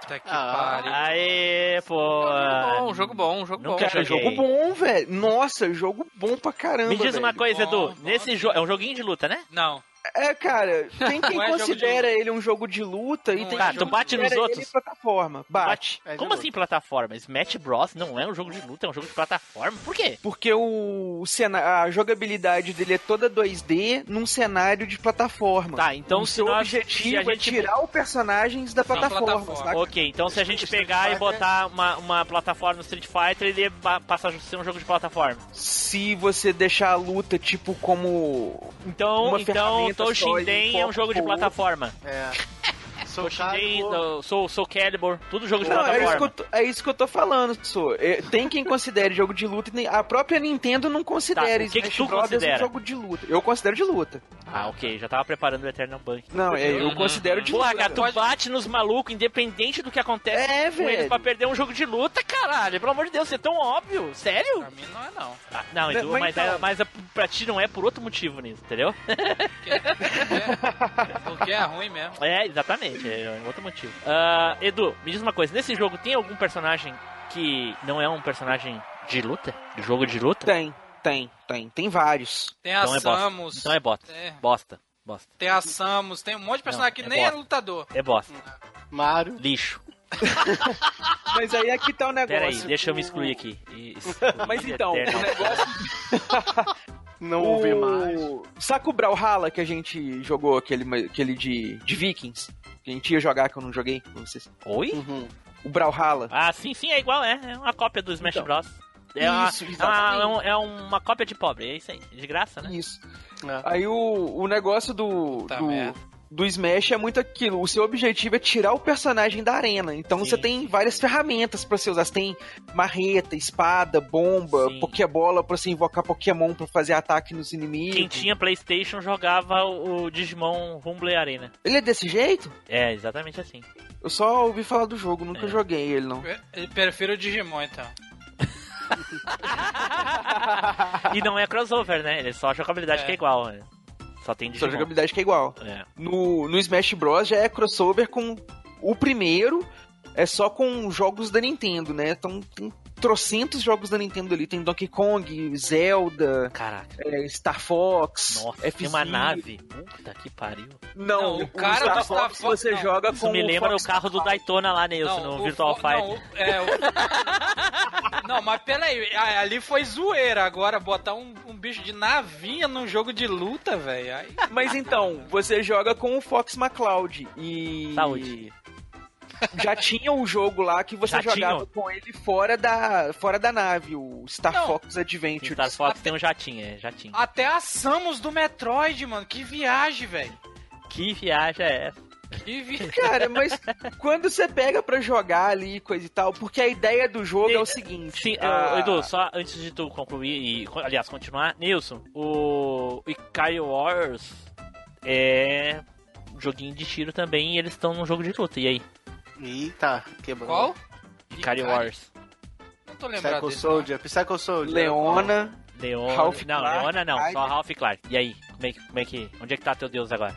Speaker 2: Puta que
Speaker 4: Ah,
Speaker 2: pariu.
Speaker 1: Aê, pô.
Speaker 5: É
Speaker 3: Bom, um jogo bom, um jogo
Speaker 1: Nunca
Speaker 3: bom.
Speaker 1: joguei.
Speaker 5: Cara, jogo bom, velho. Nossa, jogo bom pra caramba.
Speaker 1: Me diz uma
Speaker 5: velho.
Speaker 1: coisa,
Speaker 2: Bom,
Speaker 1: Edu.
Speaker 2: bom.
Speaker 1: Nesse jogo. É um joguinho de luta, né?
Speaker 2: Não,
Speaker 5: É, cara, tem quem
Speaker 2: Não é jogo de
Speaker 5: considera
Speaker 2: luta.
Speaker 5: ele um jogo de luta e
Speaker 2: Não
Speaker 5: tem
Speaker 2: é
Speaker 1: Tá,
Speaker 5: quem
Speaker 1: tu bate nos
Speaker 5: considera
Speaker 1: outros.
Speaker 5: Ele plataforma. Bate.
Speaker 4: É de
Speaker 1: Como
Speaker 4: luta.
Speaker 1: assim plataforma? Smash Bros. não é um jogo de luta, é um jogo de plataforma? Por quê?
Speaker 5: Porque o, o cena, a jogabilidade dele é toda 2D num cenário de plataforma.
Speaker 1: Tá, então
Speaker 5: o
Speaker 1: se
Speaker 5: seu
Speaker 1: nós- se a
Speaker 5: objetivo é
Speaker 1: gente-
Speaker 5: tirar os personagens da plataforma.
Speaker 2: plataforma.
Speaker 5: saca?
Speaker 1: Ok, então se a gente pegar e botar uma, uma plataforma no Street Fighter, ele ba- passa a ser um jogo de plataforma.
Speaker 5: Se você deixar a luta, tipo, como.
Speaker 1: Então,
Speaker 5: Uma
Speaker 1: então
Speaker 5: ferramenta só e um
Speaker 1: Toshinden é um
Speaker 5: foco
Speaker 1: jogo de
Speaker 5: pro outro.
Speaker 1: plataforma.
Speaker 4: É. Sou
Speaker 1: Toshinden,
Speaker 4: Calibur.
Speaker 1: do- Soul, Soul Calibur, tudo jogo de
Speaker 5: Não, é isso, que eu
Speaker 1: plataforma.
Speaker 5: tô, é isso que eu tô falando, Sô. É, Tem quem considere jogo de luta e nem- a própria Nintendo não considera
Speaker 1: Tá, o que que
Speaker 5: Smash
Speaker 1: tu
Speaker 5: Brothers
Speaker 1: considera?
Speaker 5: um jogo de luta. Eu considero de luta.
Speaker 1: Ah, ok, já tava preparando o Eternal Bank.
Speaker 5: Não, é, eu considero de
Speaker 1: Uhum. Porra,
Speaker 5: luta.
Speaker 1: cara, tu bate nos malucos, independente do que acontece
Speaker 5: É,
Speaker 1: com eles
Speaker 5: velho.
Speaker 1: pra perder um jogo de luta, caralho. Pelo amor de Deus, isso é tão óbvio. Sério?
Speaker 2: Pra mim não é não.
Speaker 1: Ah, não, Edu,
Speaker 5: mas
Speaker 1: mas,
Speaker 5: então-
Speaker 1: é- mas é- pra ti não é por outro motivo nisso, entendeu?
Speaker 2: Porque é ruim mesmo.
Speaker 1: É, exatamente, é outro motivo. Ah, Edu, me diz uma coisa, nesse jogo tem algum personagem que não é um personagem de luta? De jogo de luta?
Speaker 5: Tem, tem, tem. Tem vários.
Speaker 2: Tem a
Speaker 1: Então é bosta.
Speaker 2: Samus.
Speaker 1: Então é bosta.
Speaker 2: É.
Speaker 1: Bosta, bosta.
Speaker 2: Tem a Samus, tem um monte de personagem
Speaker 1: Não,
Speaker 2: que
Speaker 1: é
Speaker 2: nem é
Speaker 1: bosta.
Speaker 2: lutador.
Speaker 1: É bosta.
Speaker 4: Mario.
Speaker 1: Lixo.
Speaker 5: Mas aí aqui tá o negócio.
Speaker 1: Pera aí, deixa eu me excluir aqui. Excluir
Speaker 5: Mas então, o
Speaker 1: eterno.
Speaker 5: negócio
Speaker 4: Não ouvi mais.
Speaker 5: Saca o Brawlhalla que a gente jogou, aquele, aquele de, de Vikings? Que a gente ia jogar que eu não joguei. Não sei se...
Speaker 1: Oi?
Speaker 4: Uhum.
Speaker 5: O Brawlhalla.
Speaker 1: Ah, sim, sim, é igual, é. É uma cópia do Smash
Speaker 5: Então.
Speaker 1: Bros. É uma,
Speaker 5: Isso,
Speaker 1: é uma-
Speaker 5: exatamente.
Speaker 1: é um- é uma cópia de pobre, é isso aí. De graça, né?
Speaker 5: Isso.
Speaker 4: É.
Speaker 5: Aí o, o negócio do.
Speaker 2: Puta
Speaker 5: do...
Speaker 2: merda.
Speaker 5: do Smash é muito aquilo. O seu objetivo é tirar o personagem da arena. Então
Speaker 1: Sim.
Speaker 5: você tem várias ferramentas pra você usar. Você tem marreta, espada, bomba,
Speaker 1: Sim.
Speaker 5: Pokébola pra você invocar Pokémon pra fazer ataque nos inimigos.
Speaker 1: Quem tinha Playstation jogava o o Digimon Rumble Arena.
Speaker 5: Ele é desse jeito?
Speaker 1: É, exatamente assim.
Speaker 5: Eu só ouvi falar do jogo, nunca
Speaker 1: É.
Speaker 5: joguei ele não.
Speaker 2: Eu- Eu prefiro o Digimon, então.
Speaker 1: E não é crossover, né? Ele é só a jogabilidade
Speaker 2: É.
Speaker 1: que é igual. né? Só tem
Speaker 5: Só a
Speaker 1: Digimon.
Speaker 5: jogabilidade que é igual.
Speaker 1: É.
Speaker 5: No, no Smash Bros já é crossover com o primeiro, é só com jogos da Nintendo, né? Então tem trocentos jogos da Nintendo ali. Tem Donkey Kong, Zelda,
Speaker 1: Caraca,
Speaker 5: é, Star Fox,
Speaker 1: nossa, tem uma nave. Puta que pariu.
Speaker 5: Não,
Speaker 2: Não, o cara do Star Fox
Speaker 5: você
Speaker 2: não.
Speaker 5: joga
Speaker 1: Isso
Speaker 5: com
Speaker 1: me
Speaker 5: o
Speaker 1: lembra
Speaker 5: Fox
Speaker 1: É o carro do Daytona lá, Nilson, no
Speaker 2: o
Speaker 1: Virtual
Speaker 2: fo-
Speaker 1: Fighter.
Speaker 2: Não, o- é, o- Não, mas peraí, a- ali foi zoeira. Agora, botar um, um bicho de navinha num jogo de luta, velho. aí-
Speaker 5: Mas então, você joga com o Fox McCloud e
Speaker 1: Saúde.
Speaker 5: já tinha um jogo lá que você
Speaker 1: Já
Speaker 5: jogava
Speaker 1: tinha?
Speaker 5: com ele fora da fora da nave, o Star
Speaker 2: Não.
Speaker 5: Fox Adventure.
Speaker 1: Star Fox tem um jatinho, é, jatinho.
Speaker 2: Até a Samus do Metroid, mano. Que viagem, velho.
Speaker 1: Que viagem é essa?
Speaker 2: Que viagem.
Speaker 5: Cara, mas quando você pega pra jogar ali coisa e tal, porque a ideia do jogo é o
Speaker 1: E-
Speaker 5: seguinte,
Speaker 1: Sim,
Speaker 5: ah,
Speaker 1: ô, Edu, só antes de tu concluir e, co- aliás, continuar, Nilson, o Ikari Wars é um joguinho de tiro também e eles estão num jogo de luta, e aí?
Speaker 4: Eita, quebrou.
Speaker 2: Qual?
Speaker 1: Ikari
Speaker 2: Ikari?
Speaker 1: Wars.
Speaker 2: Não tô lembrado
Speaker 4: Psycho
Speaker 2: desse.
Speaker 4: Soldier. Psycho Soldier.
Speaker 5: Leona,
Speaker 1: Leona,
Speaker 5: Ralph
Speaker 1: não,
Speaker 5: Clark, né?
Speaker 1: Leona não, só
Speaker 5: Raiden.
Speaker 1: Ralph Clark. E aí, como é, que, como é que, onde é que tá teu deus agora?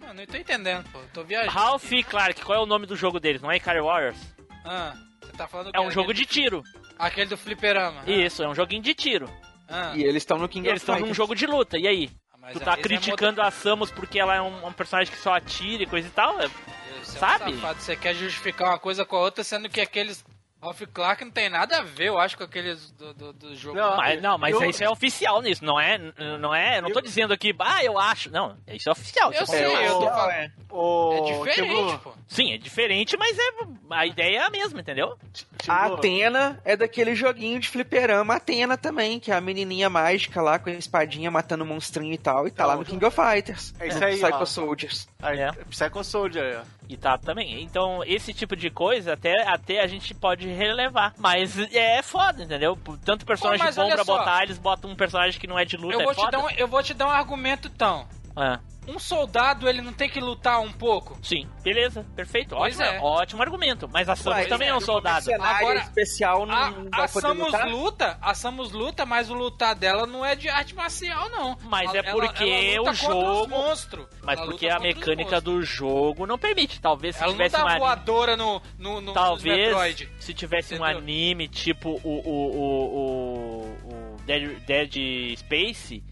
Speaker 2: Não, não tô entendendo, pô. Tô viajando.
Speaker 1: Ralph Clark, qual é o nome do jogo deles? Não é Ikari Warriors?
Speaker 2: Ah, você tá falando
Speaker 1: É um jogo de tiro.
Speaker 2: Aquele do fliperama.
Speaker 1: Isso, é um joguinho de tiro.
Speaker 2: Ah,
Speaker 5: e eles estão no King
Speaker 1: Eles
Speaker 5: of
Speaker 1: estão num
Speaker 5: Fighters.
Speaker 1: jogo de luta, e aí?
Speaker 2: mas
Speaker 1: Tu
Speaker 2: aí
Speaker 1: tá
Speaker 2: esse é
Speaker 1: criticando a Samus porque ela é um, um personagem que só atira e coisa e tal? É-
Speaker 2: modo- esse é um
Speaker 1: sabe?
Speaker 2: safado. Você quer justificar uma coisa com a outra, sendo que aqueles Ralph Clark não tem nada a ver, eu acho, com aqueles do, do, do jogo.
Speaker 5: Ah,
Speaker 4: Não,
Speaker 1: Mas, não, mas
Speaker 4: eu-
Speaker 1: isso é oficial nisso, não é? Não é? Não tô dizendo aqui, ah, eu acho. Não, isso é oficial.
Speaker 2: Eu
Speaker 1: isso é
Speaker 2: sei,
Speaker 1: oficial.
Speaker 2: eu tô
Speaker 4: é,
Speaker 2: falando.
Speaker 4: Ô,
Speaker 2: É diferente,
Speaker 4: Tibu,
Speaker 2: pô.
Speaker 1: Sim, é diferente, mas é a ideia é a mesma, entendeu?
Speaker 4: Tibu,
Speaker 5: A Atena é daquele joguinho de fliperama Atena também, que é a menininha mágica lá com a espadinha matando monstrinho e tal, e tá lá no King of Fighters.
Speaker 4: É isso aí,
Speaker 5: Psycho
Speaker 4: ó.
Speaker 5: Soldiers.
Speaker 4: aí,
Speaker 1: É.
Speaker 4: Psycho Soldier. aí, ó.
Speaker 1: E tá também. Então, esse tipo de coisa até, até a gente pode relevar. Mas é foda, entendeu? Tanto personagem
Speaker 2: Pô, mas
Speaker 1: bom
Speaker 2: olha
Speaker 1: pra
Speaker 2: só.
Speaker 1: botar, eles botam um personagem que não é de luta,
Speaker 2: Eu
Speaker 1: é
Speaker 2: vou, te
Speaker 1: foda.
Speaker 2: dar um, eu vou te dar um argumento, então.
Speaker 1: Ah,
Speaker 2: Um soldado, ele não tem que lutar um pouco?
Speaker 1: sim, beleza, perfeito.
Speaker 2: Pois
Speaker 1: Ótimo,
Speaker 2: é.
Speaker 1: ótimo argumento. Mas a Samus
Speaker 5: Ué,
Speaker 1: também é um
Speaker 5: o
Speaker 1: soldado.
Speaker 5: mercenário
Speaker 2: Agora,
Speaker 5: especial não
Speaker 2: A,
Speaker 5: não
Speaker 2: a
Speaker 5: Hum, vai poder
Speaker 2: Samus
Speaker 5: lutar.
Speaker 2: luta, a Samus luta, mas o lutar dela não é de arte marcial, não.
Speaker 1: Mas
Speaker 2: Ela-
Speaker 1: é porque
Speaker 2: ela, ela luta
Speaker 1: o
Speaker 2: contra
Speaker 1: jogo-
Speaker 2: Os monstros.
Speaker 1: Mas
Speaker 2: Ela
Speaker 1: porque é
Speaker 2: luta é
Speaker 1: a
Speaker 2: contra os
Speaker 1: mecânica do jogo não permite. Talvez se
Speaker 2: Ela não
Speaker 1: tivesse
Speaker 2: dá
Speaker 1: uma.
Speaker 2: voadora no, no, no nos
Speaker 1: Talvez
Speaker 2: Metroid.
Speaker 1: se tivesse um
Speaker 2: Entendeu?
Speaker 1: anime tipo o, o, o, o, o Dead, Dead Space,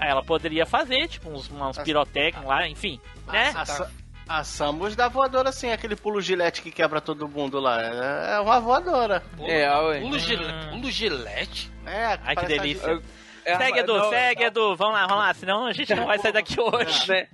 Speaker 1: Ela poderia fazer, tipo, uns, uns pirotecnos lá, enfim.
Speaker 2: É?
Speaker 1: Né?
Speaker 4: A, Sa- a Samus dá voadora assim, aquele pulo gilete que quebra todo mundo lá. É é uma voadora.
Speaker 5: É, ué.
Speaker 2: Pulo,
Speaker 1: Ah.
Speaker 2: gilete, pulo gilete?
Speaker 4: É,
Speaker 1: Ai, que
Speaker 4: parece a
Speaker 1: delícia.
Speaker 4: gi-
Speaker 5: É,
Speaker 1: Segue,
Speaker 5: mas
Speaker 1: Edu,
Speaker 5: não-
Speaker 1: segue, Edu. Vamos lá, vamos lá. Senão a gente não vai sair daqui hoje.
Speaker 5: né?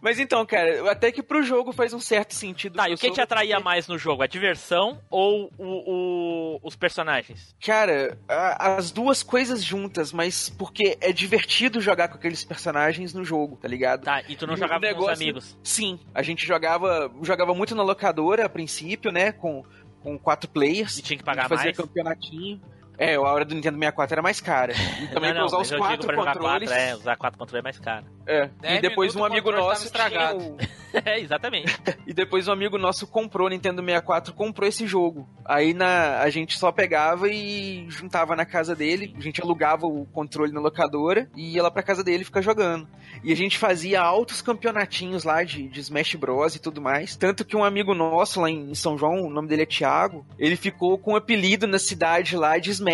Speaker 5: Mas então, cara, até que pro jogo faz um certo sentido.
Speaker 1: Tá, e o que te
Speaker 5: crossover,
Speaker 1: atraía
Speaker 5: porque,
Speaker 1: mais no jogo? A diversão ou o- o- os personagens?
Speaker 5: Cara, a- as duas coisas juntas, mas porque é divertido jogar com aqueles personagens no jogo, tá ligado?
Speaker 1: Tá, e tu não
Speaker 5: E o
Speaker 1: jogava com
Speaker 5: negócio-
Speaker 1: os amigos.
Speaker 5: Sim, a gente jogava, jogava muito na locadora a princípio, né? Com, com quatro players.
Speaker 1: E tinha que pagar
Speaker 5: fazia
Speaker 1: mais?
Speaker 5: campeonatinho. É, a hora do Nintendo 64 era mais cara. E também pra usar
Speaker 1: mas
Speaker 5: os
Speaker 1: eu
Speaker 5: quatro
Speaker 1: digo pra jogar
Speaker 5: controles.
Speaker 1: quatro, é, usar quatro controles é mais caro.
Speaker 5: é.
Speaker 2: Dez
Speaker 5: E depois
Speaker 2: minutos,
Speaker 5: um
Speaker 2: o
Speaker 5: amigo
Speaker 2: controle
Speaker 5: nosso
Speaker 2: tava
Speaker 5: tinha
Speaker 2: estragado.
Speaker 5: o-
Speaker 1: é, exatamente.
Speaker 5: E depois um amigo nosso comprou, Nintendo 64, comprou esse jogo. Aí na, a gente só pegava e juntava na casa dele, a gente alugava o controle na locadora e ia lá pra casa dele ficar jogando. E a gente fazia altos campeonatinhos lá de, de Smash Bros e tudo mais. Tanto que um amigo nosso lá em São João, o nome dele é Thiago, ele ficou com um apelido na cidade lá de Smash.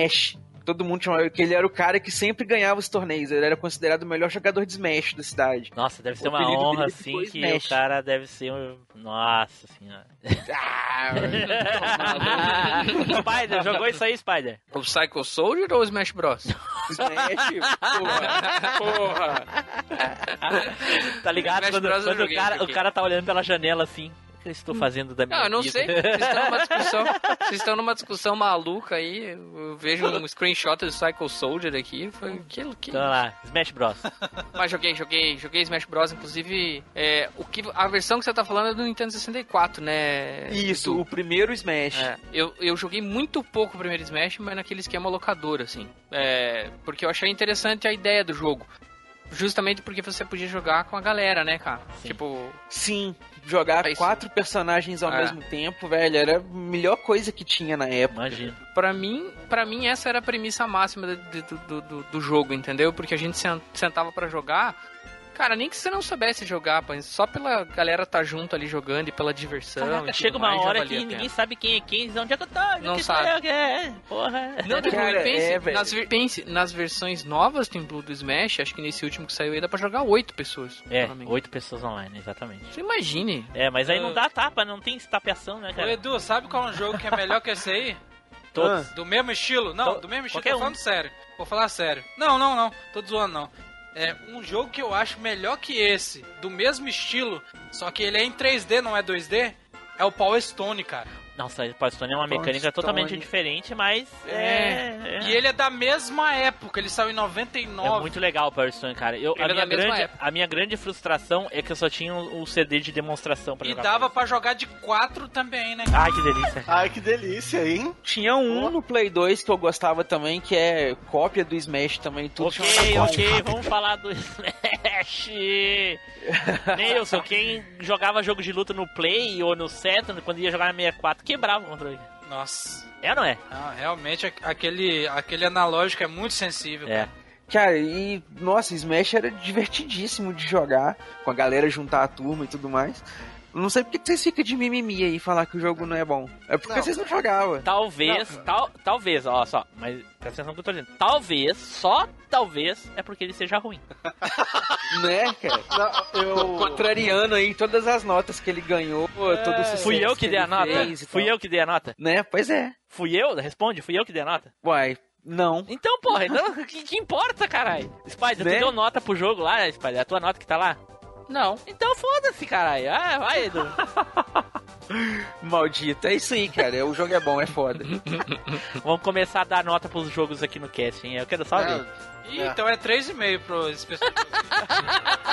Speaker 5: Todo mundo chamava ele, que ele era o cara que sempre ganhava os torneios. Ele era considerado o melhor jogador de Smash da cidade.
Speaker 1: Nossa, deve ser
Speaker 5: O
Speaker 1: uma
Speaker 5: apelido dele
Speaker 1: honra, assim,
Speaker 5: ficou
Speaker 1: que
Speaker 5: Smash.
Speaker 1: o cara deve ser um... Nossa senhora. Spider, jogou isso aí, Spider?
Speaker 3: O Psycho Soldier ou o Smash Bros?
Speaker 5: Smash, porra.
Speaker 3: Porra!
Speaker 1: Tá ligado?
Speaker 3: Smash
Speaker 1: Quando,
Speaker 3: Bros eu
Speaker 1: quando o,
Speaker 3: joguei,
Speaker 1: cara, o
Speaker 3: joguei.
Speaker 1: cara tá olhando pela janela, assim, o que eu estou fazendo da minha
Speaker 3: Não, eu não
Speaker 1: vida?
Speaker 3: sei. Vocês estão numa discussão. Vocês estão numa discussão maluca aí. Eu vejo um screenshot do Psycho Soldier aqui. Foi que, que
Speaker 1: Então lá, Smash Bros.
Speaker 3: Mas joguei, joguei, joguei Smash Bros. Inclusive, é, o que, a versão que você tá falando é do Nintendo 64, né?
Speaker 5: Isso, o primeiro Smash.
Speaker 3: É, eu, eu joguei muito pouco o primeiro Smash, mas naquele esquema locador, assim. É, porque eu achei interessante a ideia do jogo. Justamente porque você podia jogar com a galera, né, cara? Tipo,
Speaker 5: Sim, jogar
Speaker 1: É
Speaker 3: Aí sim.
Speaker 5: quatro personagens ao
Speaker 3: É.
Speaker 5: mesmo tempo, velho, era a melhor coisa que tinha na época.
Speaker 1: Imagina.
Speaker 3: pra mim, pra mim essa era a premissa máxima do, do, do- do- do jogo, entendeu? Porque a gente sen- sentava pra jogar. Cara, nem que você não soubesse jogar, pô, só pela galera tá junto ali jogando e pela diversão. e
Speaker 1: Caraca,
Speaker 3: tudo
Speaker 1: chega uma
Speaker 3: mais, já
Speaker 1: hora
Speaker 3: valia
Speaker 1: Então, que
Speaker 3: a pena.
Speaker 1: ninguém sabe quem é quem, onde é que eu tô, onde
Speaker 3: Não
Speaker 1: é que
Speaker 3: sabe.
Speaker 1: eu tô, é, porra.
Speaker 3: Não, tipo,
Speaker 5: Cara,
Speaker 3: pense,
Speaker 5: é, velho.
Speaker 3: nas ver- pense, nas versões novas do Blue do Smash, acho que nesse último que saiu aí dá pra jogar oito pessoas.
Speaker 1: É,
Speaker 3: provavelmente.
Speaker 1: oito pessoas online, exatamente.
Speaker 3: Você imagine.
Speaker 1: É, mas aí
Speaker 2: Eu-
Speaker 1: não dá tapa, não tem estapeação, né,
Speaker 2: Ô,
Speaker 1: cara?
Speaker 2: Edu, sabe qual é um jogo que é melhor que esse aí?
Speaker 1: Todos.
Speaker 2: Do mesmo estilo? Não,
Speaker 1: Qual-
Speaker 2: do mesmo estilo,
Speaker 1: qualquer
Speaker 2: tô
Speaker 1: um.
Speaker 2: falando sério. Vou falar sério. Não, não, não. Tô zoando, não. É um jogo que eu acho melhor que esse, do mesmo estilo, só que ele é em 3D, não é 2D, é o Power Stone, cara.
Speaker 1: Nossa, o Powerstone é uma mecânica
Speaker 5: Powerstone.
Speaker 1: totalmente diferente, mas é... é...
Speaker 2: E ele é da mesma época, ele saiu em 99.
Speaker 1: É muito legal o Powerstone, cara. Eu,
Speaker 3: Ele
Speaker 1: a,
Speaker 3: é
Speaker 1: minha
Speaker 3: da mesma
Speaker 1: grande,
Speaker 3: época.
Speaker 1: a minha grande frustração é que eu só tinha o um CD de demonstração pra
Speaker 2: E
Speaker 1: jogar.
Speaker 2: dava
Speaker 1: Power
Speaker 2: pra jogar de 4 também, né?
Speaker 1: Stone. Ai, que delícia.
Speaker 4: Ai, que delícia, hein?
Speaker 5: Tinha um no Play 2 que eu gostava também, que é cópia do Smash também, tudo um
Speaker 1: Ok,
Speaker 5: chamado-
Speaker 1: ok, vamos falar do Smash. Neilson, quem jogava jogo de luta no Play ou no Saturn, quando ia jogar na 64, quebrava o controle.
Speaker 2: Nossa.
Speaker 1: É ou não é?
Speaker 2: Não, realmente a- aquele, aquele analógico é muito sensível.
Speaker 1: É.
Speaker 5: Cara, e nossa, Smash era divertidíssimo de jogar, com a galera juntar a turma e tudo mais. Não sei porque vocês ficam de mimimi aí falar que o jogo não é bom. É porque
Speaker 4: Não.
Speaker 5: vocês não jogavam.
Speaker 1: Talvez, tal, talvez, ó só, mas presta atenção no que eu tô dizendo. Talvez, só talvez, é porque ele seja ruim.
Speaker 5: Né, cara?
Speaker 4: Não, eu...
Speaker 5: Contrariando aí todas as notas que ele ganhou, todo o sucesso.
Speaker 1: Fui eu que dei a
Speaker 5: é ele
Speaker 1: nota?
Speaker 5: fez e
Speaker 1: Fui
Speaker 5: tal.
Speaker 1: eu que dei a nota?
Speaker 5: Né, pois é.
Speaker 1: Fui eu? Responde, fui eu que dei a nota?
Speaker 5: Uai, não.
Speaker 1: Então, porra, então, o que, que importa, caralho? Spider,
Speaker 5: Né?
Speaker 1: tu deu nota pro jogo lá, Spider, a tua nota que tá lá?
Speaker 3: Não.
Speaker 1: Então foda-se, caralho. Ah, vai, Edu.
Speaker 5: Maldito. É isso aí, cara. O jogo é bom, é foda.
Speaker 1: Vamos começar a dar nota pros jogos aqui no cast, hein? Eu quero só ver.
Speaker 2: Ih, então é 3,5 pro esse pessoal.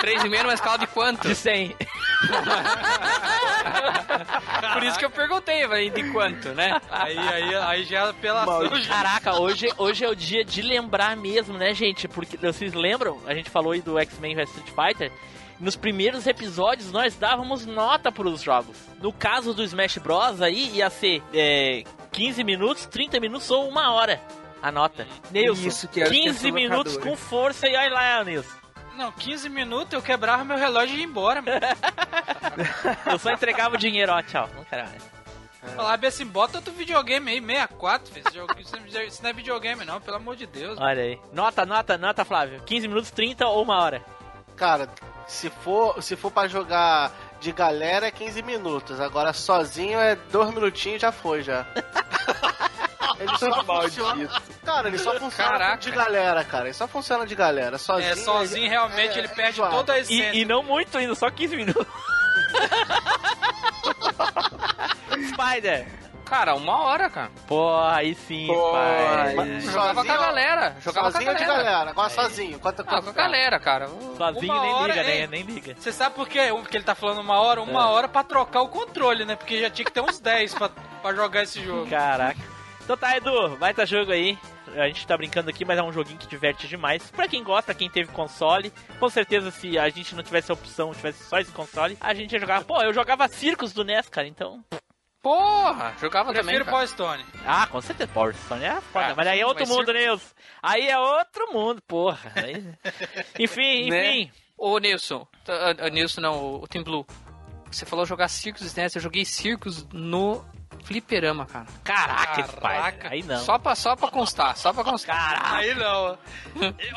Speaker 3: 3,5 numa escala de quanto?
Speaker 1: De 100.
Speaker 3: Por isso que eu perguntei, velho, de quanto, né?
Speaker 2: aí, aí, aí já é apelação.
Speaker 5: Maldito.
Speaker 1: Caraca, hoje, hoje é o dia de lembrar mesmo, né, gente? Porque vocês lembram? A gente falou aí do X-Men vs Street Fighter. Nos primeiros episódios nós dávamos nota pros jogos. No caso do Smash Bros aí ia ser é, 15 minutos, 30 minutos ou uma hora a nota. Nilson,
Speaker 5: Isso que é era o
Speaker 1: 15
Speaker 5: tempo
Speaker 1: minutos
Speaker 5: locador.
Speaker 1: com força e olha lá, Nilson.
Speaker 2: Não, 15 minutos eu quebrava meu relógio e ia embora, mano.
Speaker 1: Eu só entregava o dinheiro, ó, tchau. Não quero mais.
Speaker 2: Falava assim, bota outro videogame aí, 64, filho. Esse jogo- Isso não é vide- isso não é videogame não, pelo amor de Deus.
Speaker 4: Ah,
Speaker 1: Olha aí. Nota, nota, nota, Flávio. 15 minutos, 30 ou uma hora?
Speaker 4: Cara, se for, se for pra jogar de galera é 15 minutos. Agora sozinho é dois minutinhos e já foi já. Ele só funciona. Cara, ele só funciona
Speaker 2: Caraca.
Speaker 4: de galera, cara. Ele só funciona de galera. Sozinho.
Speaker 2: É, sozinho realmente
Speaker 4: é,
Speaker 2: ele
Speaker 4: é
Speaker 2: perde
Speaker 4: zoado.
Speaker 2: toda a
Speaker 1: E,
Speaker 2: essência.
Speaker 1: e não muito ainda, só 15 minutos. Spider!
Speaker 3: Cara, uma hora, cara.
Speaker 1: Pô, aí sim,
Speaker 4: Mas
Speaker 1: Spider.
Speaker 3: Jogava
Speaker 4: sozinho-
Speaker 3: com a galera. Jogava com a
Speaker 4: sozinho é de
Speaker 3: galera.
Speaker 4: galera. Agora sozinho. Quanto, tá?
Speaker 3: Ah, com a galera, cara.
Speaker 1: Sozinho
Speaker 2: Uma
Speaker 1: nem
Speaker 2: hora,
Speaker 1: liga, né?
Speaker 2: hein?
Speaker 1: Nem liga.
Speaker 2: Você sabe por quê? Porque ele tá falando uma hora?
Speaker 1: É.
Speaker 2: Uma hora pra trocar o controle, né? Porque já tinha que ter uns 10 pra, pra jogar esse jogo.
Speaker 1: Caraca. Então tá, Edu, vai tá jogo aí. A gente tá brincando aqui, mas é um joguinho que diverte demais. Pra quem gosta, pra quem teve console, com certeza se a gente não tivesse a opção, tivesse só esse console, a gente ia jogar. Pô, eu jogava Circos do NES, cara, então.
Speaker 3: Porra, jogava também,
Speaker 2: Prefiro
Speaker 3: cara.
Speaker 2: Power Stone.
Speaker 1: Ah, com certeza, Power Stone é foda.
Speaker 3: Ah,
Speaker 1: mas aí é outro
Speaker 3: mas
Speaker 1: mundo, Nilson. Aí é outro mundo, porra. Aí- enfim,
Speaker 3: Né?
Speaker 1: enfim.
Speaker 3: Ô, Nilson. T- ah, ah, Nilson, não. O Tim Blue. Você falou jogar circos, né? Eu joguei circos no fliperama, cara.
Speaker 1: Caraca,
Speaker 2: Caraca.
Speaker 1: Spider. Aí não.
Speaker 3: Só pra, só pra constar, só pra constar.
Speaker 1: Caraca.
Speaker 2: Aí não.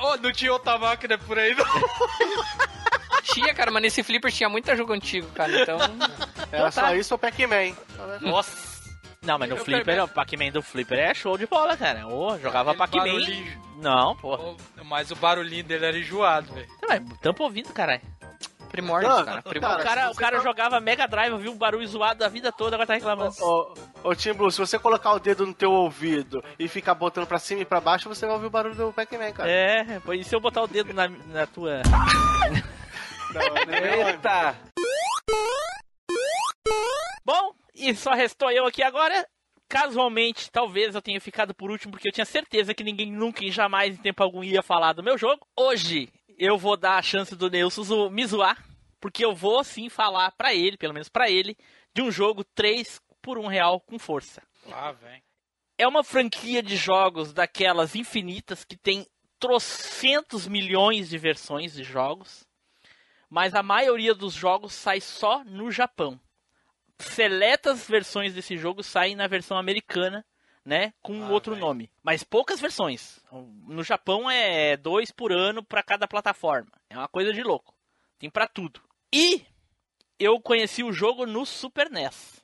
Speaker 2: oh, não tinha outra máquina por aí, não.
Speaker 3: Tinha, cara, mas nesse flipper tinha muita jogo antigo, cara. Então,
Speaker 4: Era É
Speaker 3: Tá.
Speaker 4: só isso ou Pac-Man.
Speaker 1: Nossa. Não, mas no
Speaker 2: Eu
Speaker 1: Flipper,
Speaker 2: pergunto.
Speaker 1: o Pac-Man do Flipper é show de bola, cara. Ô, jogava
Speaker 2: Aquele
Speaker 1: Pac-Man.
Speaker 2: barulhinho.
Speaker 1: Não, porra.
Speaker 2: Oh, Mas o barulhinho dele era enjoado, velho.
Speaker 1: Mas tampa ouvindo, caralho.
Speaker 3: primórdios,
Speaker 4: Não,
Speaker 3: cara.
Speaker 4: cara,
Speaker 3: Primórdios.
Speaker 1: O cara,
Speaker 4: se
Speaker 1: o
Speaker 4: você
Speaker 1: cara
Speaker 4: tá-
Speaker 1: jogava Mega Drive, ouviu um barulho zoado a vida toda, agora tá reclamando.
Speaker 4: Ô, ô Tim Blue, se você colocar o dedo no teu ouvido e ficar botando pra cima e pra baixo, você vai ouvir o barulho do Pac-Man, cara.
Speaker 1: É, pois e se eu botar o dedo na, na tua.
Speaker 4: né?
Speaker 5: Eita!
Speaker 1: Bom, e só restou eu aqui agora. Casualmente, talvez eu tenha ficado por último, porque eu tinha certeza que ninguém nunca e jamais em tempo algum ia falar do meu jogo. Hoje eu vou dar a chance do Nelson zo- me zoar, porque eu vou sim falar pra ele, pelo menos pra ele, de um jogo 3 por 1 real com força.
Speaker 2: Ah, velho.
Speaker 1: É uma franquia de jogos daquelas infinitas que tem trocentos milhões de versões de jogos, mas a maioria dos jogos sai só no Japão. Seletas versões desse jogo saem na versão americana, né, com
Speaker 2: Ah,
Speaker 1: outro
Speaker 2: vai.
Speaker 1: nome, mas poucas versões. No Japão é dois por ano pra cada plataforma. É uma coisa de louco. Tem pra tudo. E eu conheci o jogo no Super NES.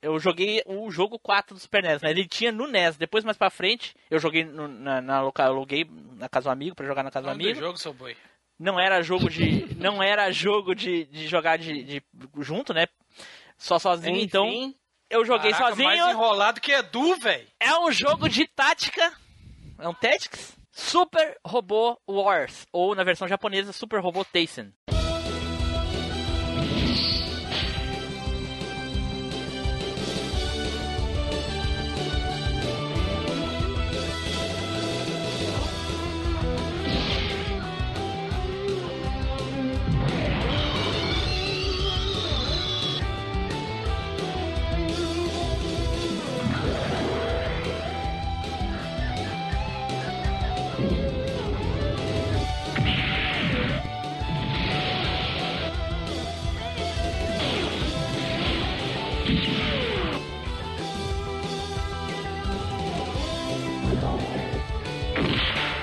Speaker 1: Eu joguei o jogo 4 do Super NES, mas né? ele tinha no NES. Depois, mais pra frente, eu joguei no- na, na loca- aluguei na casa do amigo pra jogar na casa do
Speaker 2: Nome do
Speaker 1: amigo.
Speaker 2: jogo, seu boi.
Speaker 1: Não era jogo de. não era jogo de, de jogar de, de- junto, né? Só sozinho, então. Eu joguei
Speaker 2: Caraca,
Speaker 1: sozinho.
Speaker 2: mais enrolado que Edu, velho.
Speaker 1: É um jogo de tática. É um Tactics? Super Robô Wars. Ou na versão japonesa, Super Robô Tyson.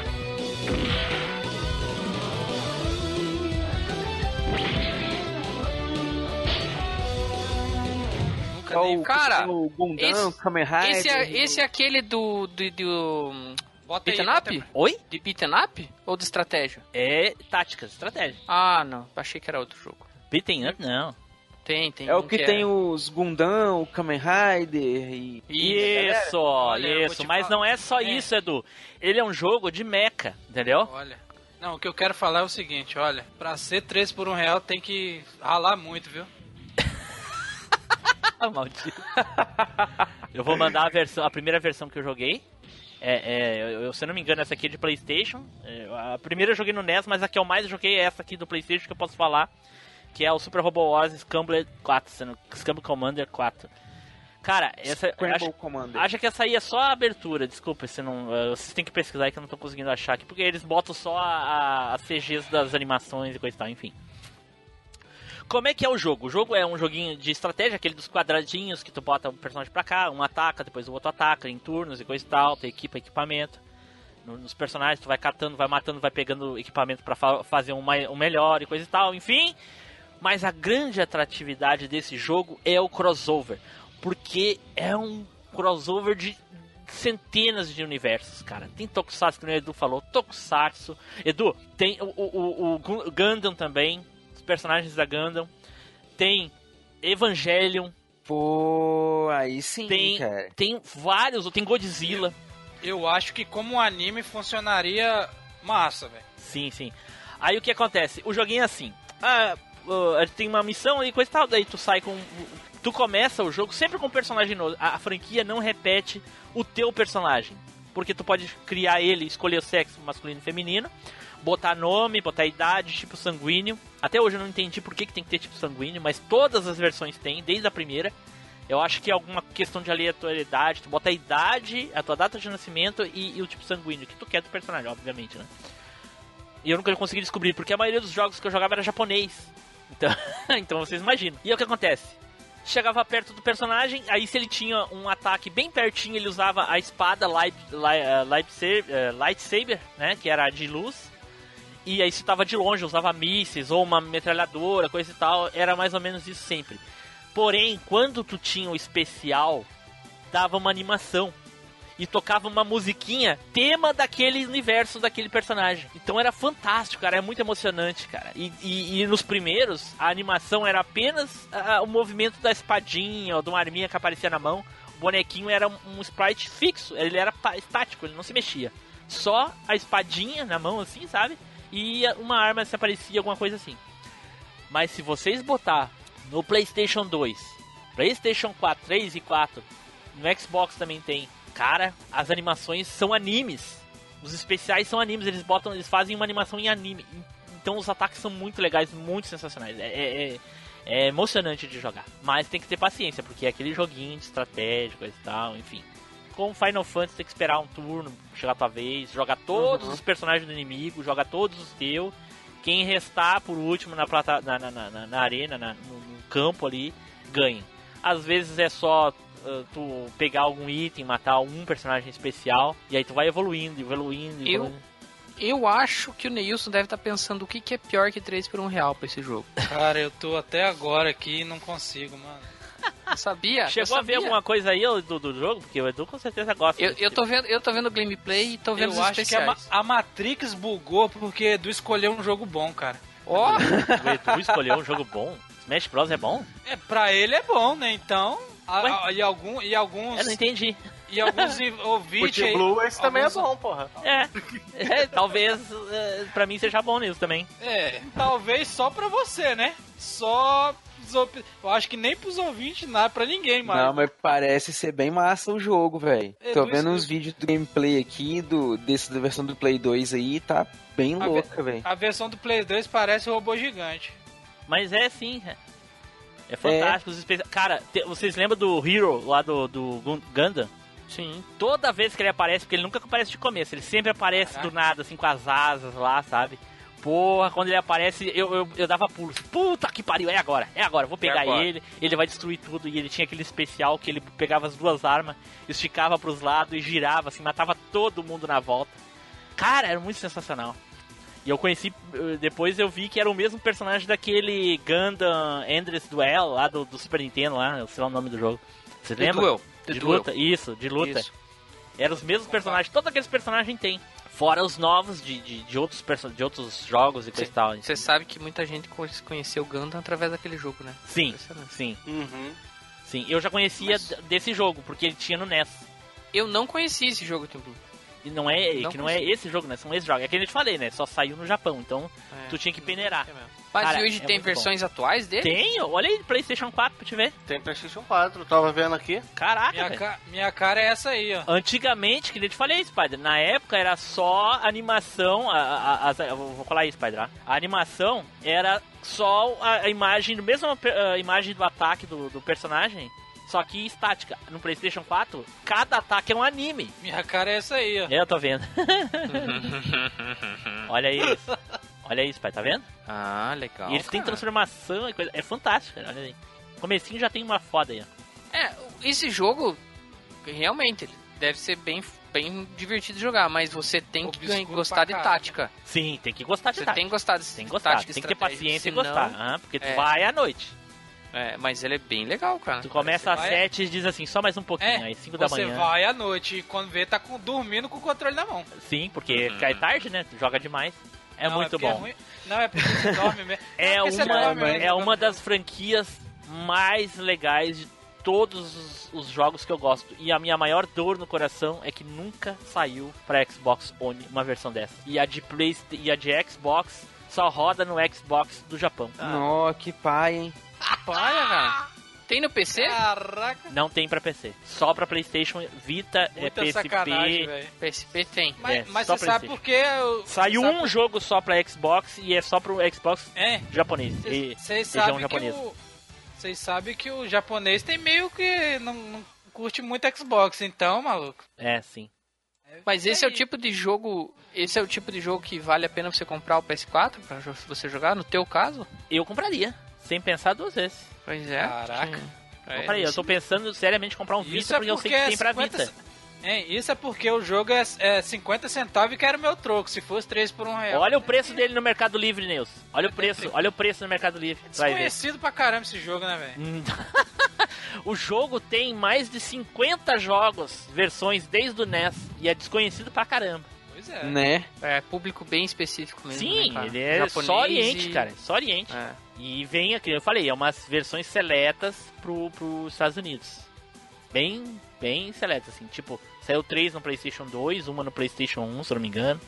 Speaker 2: Nunca
Speaker 5: É
Speaker 2: nem...
Speaker 5: o,
Speaker 3: Cara,
Speaker 5: o Gundam,
Speaker 3: esse-
Speaker 5: o Kamen Rider.
Speaker 3: Esse é, esse é aquele do. do, do
Speaker 2: Bota aí,
Speaker 3: beaten
Speaker 2: bota
Speaker 3: up?
Speaker 2: aí.
Speaker 1: Oi?
Speaker 3: De beaten up? Ou de estratégia?
Speaker 1: É táticas, estratégia.
Speaker 3: Ah, não. Achei que era outro jogo.
Speaker 1: Beating up, não.
Speaker 3: Tem, tem.
Speaker 5: É o
Speaker 3: um
Speaker 5: que
Speaker 3: é-
Speaker 5: tem os Gundam, o Kamen Rider e.
Speaker 3: galera,
Speaker 1: Isso,
Speaker 2: olha, eu vou
Speaker 1: isso.
Speaker 2: te
Speaker 1: Mas
Speaker 2: falar.
Speaker 1: não é só
Speaker 2: É.
Speaker 1: isso, Edu. Ele é um jogo de mecha, entendeu?
Speaker 2: Olha. Não, o que eu quero falar é o seguinte, olha. Pra ser 3 por 1 real tem que ralar muito, viu?
Speaker 1: Ah, maldito. eu vou mandar a versão, a primeira versão que eu joguei. É, é, eu- eu- se eu não me engano, essa aqui é de Playstation. É, a primeira eu joguei no NES, mas a que eu mais joguei é essa aqui do Playstation que eu posso falar. Que é o Super Robo Wars Scramble 4, sendo Scramble Commander 4. Cara, essa.
Speaker 5: Scramble
Speaker 1: acho-
Speaker 5: Commander.
Speaker 1: Acha que essa aí é só a abertura, desculpa, se não, eh, vocês têm que pesquisar aí que eu não tô conseguindo achar aqui, porque eles botam só a- a- as CGs das animações e coisa e tal, enfim. Como é que é o jogo? O jogo é um joguinho de estratégia, aquele dos quadradinhos que tu bota um personagem pra cá, um ataca, depois o outro ataca, em turnos e coisa e tal, tu equipa equipamento. No- Nos personagens tu vai catando, vai matando, vai pegando equipamento pra fa- fazer um, mai- um melhor e coisa e tal, enfim. Mas a grande atratividade desse jogo é o crossover. Porque é um crossover de centenas de universos, cara. Tem Tokusatsu, que o Edu falou, Tokusatsu. Edu, tem o, o, o- o Gu- Gundam também, os personagens da Gundam. Tem Evangelion,
Speaker 5: Pô, aí sim,
Speaker 1: Tem-
Speaker 5: cara.
Speaker 1: tem vários, tem Godzilla.
Speaker 2: Eu acho que como um anime funcionaria massa, velho.
Speaker 1: Sim, sim. Aí o que acontece? O joguinho é assim. Ah, ah, tem uma missão e coisa e tal, daí tu sai com. Tu começa o jogo sempre com um personagem novo. A, a franquia não repete o teu personagem. Porque tu pode criar ele, escolher o sexo masculino e feminino, botar nome, botar idade, tipo sanguíneo. Até hoje eu não entendi por que, que tem que ter tipo sanguíneo, mas todas as versões tem, desde a primeira. Eu acho que é alguma questão de aleatoriedade. Tu bota a idade, a tua data de nascimento e, e o tipo sanguíneo, que tu quer do personagem, obviamente, né? E eu nunca consegui descobrir, porque a maioria dos jogos que eu jogava era japonês. Então, então vocês imaginam. E é o que acontece? Chegava perto do personagem, aí se ele tinha um ataque bem pertinho, ele usava a espada light, light, eh, lightsaber, eh, lightsaber, né? Que era de luz. E aí se tava de longe, usava mísseis ou uma metralhadora, coisa e tal. Era mais ou menos isso sempre. Porém, quando tu tinha o especial, dava uma animação e tocava uma musiquinha tema daquele universo daquele personagem. Então era fantástico, cara, é muito emocionante, cara. E, e- e nos primeiros, a animação era apenas ah, o movimento da espadinha ou de uma arminha que aparecia na mão. O bonequinho era um, um sprite fixo, ele era pa- estático, ele não se mexia. Só a espadinha na mão, assim, sabe? E a- uma arma se aparecia, alguma coisa assim. Mas se vocês botar no PlayStation 2, PlayStation 4, 3 e 4, no Xbox também tem. Cara, as animações são animes. Os especiais são animes, eles botam, eles fazem uma animação em anime. Então os ataques são muito legais, muito sensacionais. É, é- é- é emocionante de jogar. Mas tem que ter paciência, porque é aquele joguinho de estratégia, coisa e tal, enfim. Com Final Fantasy tem que esperar um turno, chegar a tua vez, jogar todos os personagens do inimigo, joga todos os teus. Quem restar por último na, plata, na, na- na- na- na arena, na- no- no campo ali, ganha. Às vezes é só Uh, tu pegar algum item, matar um personagem especial, e aí tu vai evoluindo, evoluindo,
Speaker 3: Eu-
Speaker 1: evoluindo.
Speaker 3: Eu acho que o Neilson deve estar pensando o que, que é pior que 3 por 1 real pra esse jogo.
Speaker 2: Cara, eu tô até agora aqui e não consigo, mano.
Speaker 3: Eu sabia? eu
Speaker 1: Chegou a ver
Speaker 3: sabia.
Speaker 1: alguma coisa aí ô, do, do jogo? Porque o Edu com certeza gosta.
Speaker 3: Eu,
Speaker 1: desse
Speaker 3: eu,
Speaker 1: tipo.
Speaker 3: tô vendo, eu tô vendo o gameplay e tô vendo os
Speaker 2: Eu
Speaker 1: é
Speaker 2: acho que a, Ma-
Speaker 3: especiais.
Speaker 2: a Matrix bugou porque Edu escolheu um jogo bom, cara.
Speaker 3: Ó,
Speaker 1: O Edu escolheu um jogo bom. Smash Bros é bom?
Speaker 2: É, pra ele é bom, né? Então. a-
Speaker 1: Ué?
Speaker 2: a- e, algum, e alguns.
Speaker 1: Eu não entendi.
Speaker 2: E alguns e-
Speaker 4: O
Speaker 2: ouvintes
Speaker 4: Team
Speaker 2: aí.
Speaker 4: Blue, esse também é
Speaker 2: alguns-
Speaker 4: bom, porra.
Speaker 1: É. É, talvez eh, pra mim seja bom nisso também.
Speaker 2: É, talvez só pra você, né? Só. pros ouvi- Eu acho que nem pros ouvintes, nada pra ninguém, mas.
Speaker 5: Não, mas parece ser bem massa o jogo, velho.
Speaker 2: É,
Speaker 5: Tô
Speaker 2: do
Speaker 5: vendo
Speaker 2: estúdio.
Speaker 5: uns vídeos do gameplay aqui, do, desse, da versão do Play 2 aí, tá bem
Speaker 2: ve-
Speaker 5: louca, velho.
Speaker 2: A versão do Play 2 parece um robô gigante.
Speaker 1: Mas é sim. é. É fantástico. Os especiais. Cara, te- vocês lembram do Hero lá do, do Gun- Gundam?
Speaker 3: sim.
Speaker 1: toda vez que ele aparece, porque ele nunca aparece de começo, ele sempre aparece do nada, assim, com as asas lá, sabe? Porra, quando ele aparece, eu, eu, eu dava pulo. assim, Puta que pariu, é agora, é agora, vou pegar
Speaker 2: agora.
Speaker 1: ele, ele vai destruir tudo. E ele tinha aquele especial que ele pegava as duas armas, esticava pros lados e girava, assim, matava todo mundo na volta. Cara, era muito sensacional. E eu conheci, eh, depois eu vi que era o mesmo personagem daquele Gundam Endless Duel lá do, do Super Nintendo, lá, sei lá o nome do jogo. Você
Speaker 3: The
Speaker 1: lembra?
Speaker 3: Duel. The
Speaker 1: De
Speaker 3: Duel.
Speaker 1: luta, isso, de luta.
Speaker 3: Isso.
Speaker 1: Eram os mesmos personagens, todos aqueles personagens tem. Fora os novos de, de, de outros, perso- de outros jogos e coisa e tal.
Speaker 3: Você sabe que muita gente con- conheceu o Gundam através daquele jogo, né?
Speaker 1: Sim,
Speaker 3: Impressionante.
Speaker 1: sim,
Speaker 4: Uhum.
Speaker 1: sim. Eu já conhecia
Speaker 3: Mas-
Speaker 1: d- desse jogo, porque ele tinha no NES.
Speaker 3: Eu não conhecia esse jogo, Tim Blue.
Speaker 1: E não é,
Speaker 3: Não
Speaker 1: que não é esse jogo, né? São esses jogos. É que eu te falei, né? Só saiu no Japão, então
Speaker 3: É.
Speaker 1: tu tinha que peneirar.
Speaker 3: Mas
Speaker 1: Cara,
Speaker 3: e hoje
Speaker 1: é
Speaker 3: tem
Speaker 1: muito bom.
Speaker 3: versões atuais dele?
Speaker 1: Tem, olha aí, Playstation 4 pra te ver.
Speaker 4: Tem PlayStation 4, eu tava vendo aqui.
Speaker 1: Caraca,
Speaker 2: Minha,
Speaker 1: velho.
Speaker 2: ca- minha cara é essa aí, ó.
Speaker 1: Antigamente, que nem eu te falei, Spider, na época era só animação. A, a- as- eu vou vou colar aí, Spider. ah. A animação era só a, a imagem, mesmo a, pe- a imagem do ataque do, do personagem, só que estática. No PlayStation 4, cada ataque é um anime. É,
Speaker 2: Minha cara é essa aí, ó.
Speaker 1: Eu tô vendo. Olha isso. Olha isso, pai, tá vendo?
Speaker 3: Ah, legal.
Speaker 1: e eles têm
Speaker 3: cara.
Speaker 1: transformação, é, coisa, é fantástico, cara, olha aí. Comecinho já tem uma foda aí, ó.
Speaker 3: É, esse jogo, realmente, ele deve ser bem, bem divertido de jogar, mas você tem que
Speaker 2: Obscuro
Speaker 3: ganhar-
Speaker 2: pra
Speaker 3: gostar de
Speaker 2: caralho.
Speaker 3: tática.
Speaker 1: Sim, tem que gostar de
Speaker 3: Você
Speaker 1: tática.
Speaker 3: tem que gostar de
Speaker 1: Tem que gostar,
Speaker 3: tática,
Speaker 1: tem que ter
Speaker 3: estratégia,
Speaker 1: paciência e
Speaker 3: senão-
Speaker 1: gostar. aham, porque tu
Speaker 3: é.
Speaker 1: vai à noite.
Speaker 3: É, mas ele é bem legal, cara.
Speaker 1: Tu começa às
Speaker 2: vai-
Speaker 1: 7 e diz assim, só mais um pouquinho,
Speaker 2: É,
Speaker 1: aí 5 da
Speaker 2: Você
Speaker 1: manhã.
Speaker 2: vai à noite e quando vê, tá com- dormindo com o controle na mão.
Speaker 1: Sim, porque cai tarde, né? Tu joga demais. É
Speaker 2: Não,
Speaker 1: muito
Speaker 2: porque
Speaker 1: bom.
Speaker 2: ruim- Não, é porque você dorme mesmo. Não,
Speaker 1: É
Speaker 2: porque você dorme
Speaker 1: uma,
Speaker 2: mesmo
Speaker 1: é uma
Speaker 2: jogando
Speaker 1: das franquias mais legais de todos os- os jogos que eu gosto. E a minha maior dor no coração é que nunca saiu pra Xbox One uma versão dessa. E a de Play, e a de Xbox só roda no Xbox do Japão.
Speaker 5: Nó, que pai, hein?
Speaker 3: Para, cara. Tem no PC?
Speaker 2: Caraca,
Speaker 1: Não tem pra PC. Só pra PlayStation Vita, é
Speaker 2: muita
Speaker 1: PSP.
Speaker 2: sacanagem, velho.
Speaker 3: PSP tem.
Speaker 2: Mas,
Speaker 1: É,
Speaker 2: mas
Speaker 1: só
Speaker 2: você sabe
Speaker 1: PlayStation.
Speaker 2: por quê? Eu-
Speaker 1: Saiu
Speaker 2: você sabe
Speaker 1: um jogo só pra Xbox e é só pro Xbox
Speaker 2: por- É,
Speaker 1: japonês. E-
Speaker 2: vocês
Speaker 1: região
Speaker 2: sabem que
Speaker 1: japonesa.
Speaker 2: o... Vocês sabem que o japonês tem meio que... Não, não curte muito Xbox, então, maluco.
Speaker 1: é, sim.
Speaker 3: Mas esse é o
Speaker 2: Aí.
Speaker 3: tipo de jogo. Esse é o tipo de jogo que vale a pena você comprar o PS4 pra jo- você jogar, no teu caso?
Speaker 1: Eu compraria, sem pensar duas vezes.
Speaker 3: Pois é.
Speaker 2: Caraca.
Speaker 3: É,
Speaker 1: compraria. Então, Eu tô pensando seriamente em comprar um Vita porque, eu sei que tem pra Vita.
Speaker 2: É, isso é porque o jogo é, é 50 centavos e que era o meu troco. Se fosse 3 por 1
Speaker 3: é,
Speaker 2: real.
Speaker 1: Olha o preço dele no Mercado Livre, Neus. Olha o preço, olha o preço no Mercado Livre. Vai ver.
Speaker 2: Desconhecido pra caramba esse jogo, né, velho?
Speaker 1: Hum. o jogo tem mais de 50 jogos, versões desde o NES e é desconhecido pra caramba.
Speaker 2: Pois é.
Speaker 5: Né?
Speaker 3: É público bem específico mesmo.
Speaker 1: Sim,
Speaker 3: né, cara?
Speaker 1: ele é
Speaker 3: Japonês
Speaker 1: só Oriente,
Speaker 3: e-
Speaker 1: cara, só Oriente.
Speaker 3: É.
Speaker 1: E vem aqui, eu falei, é umas versões seletas pro, pros Estados Unidos. Bem, bem seletas, assim. Tipo, saiu três no PlayStation 2, uma no PlayStation 1, se eu não me engano.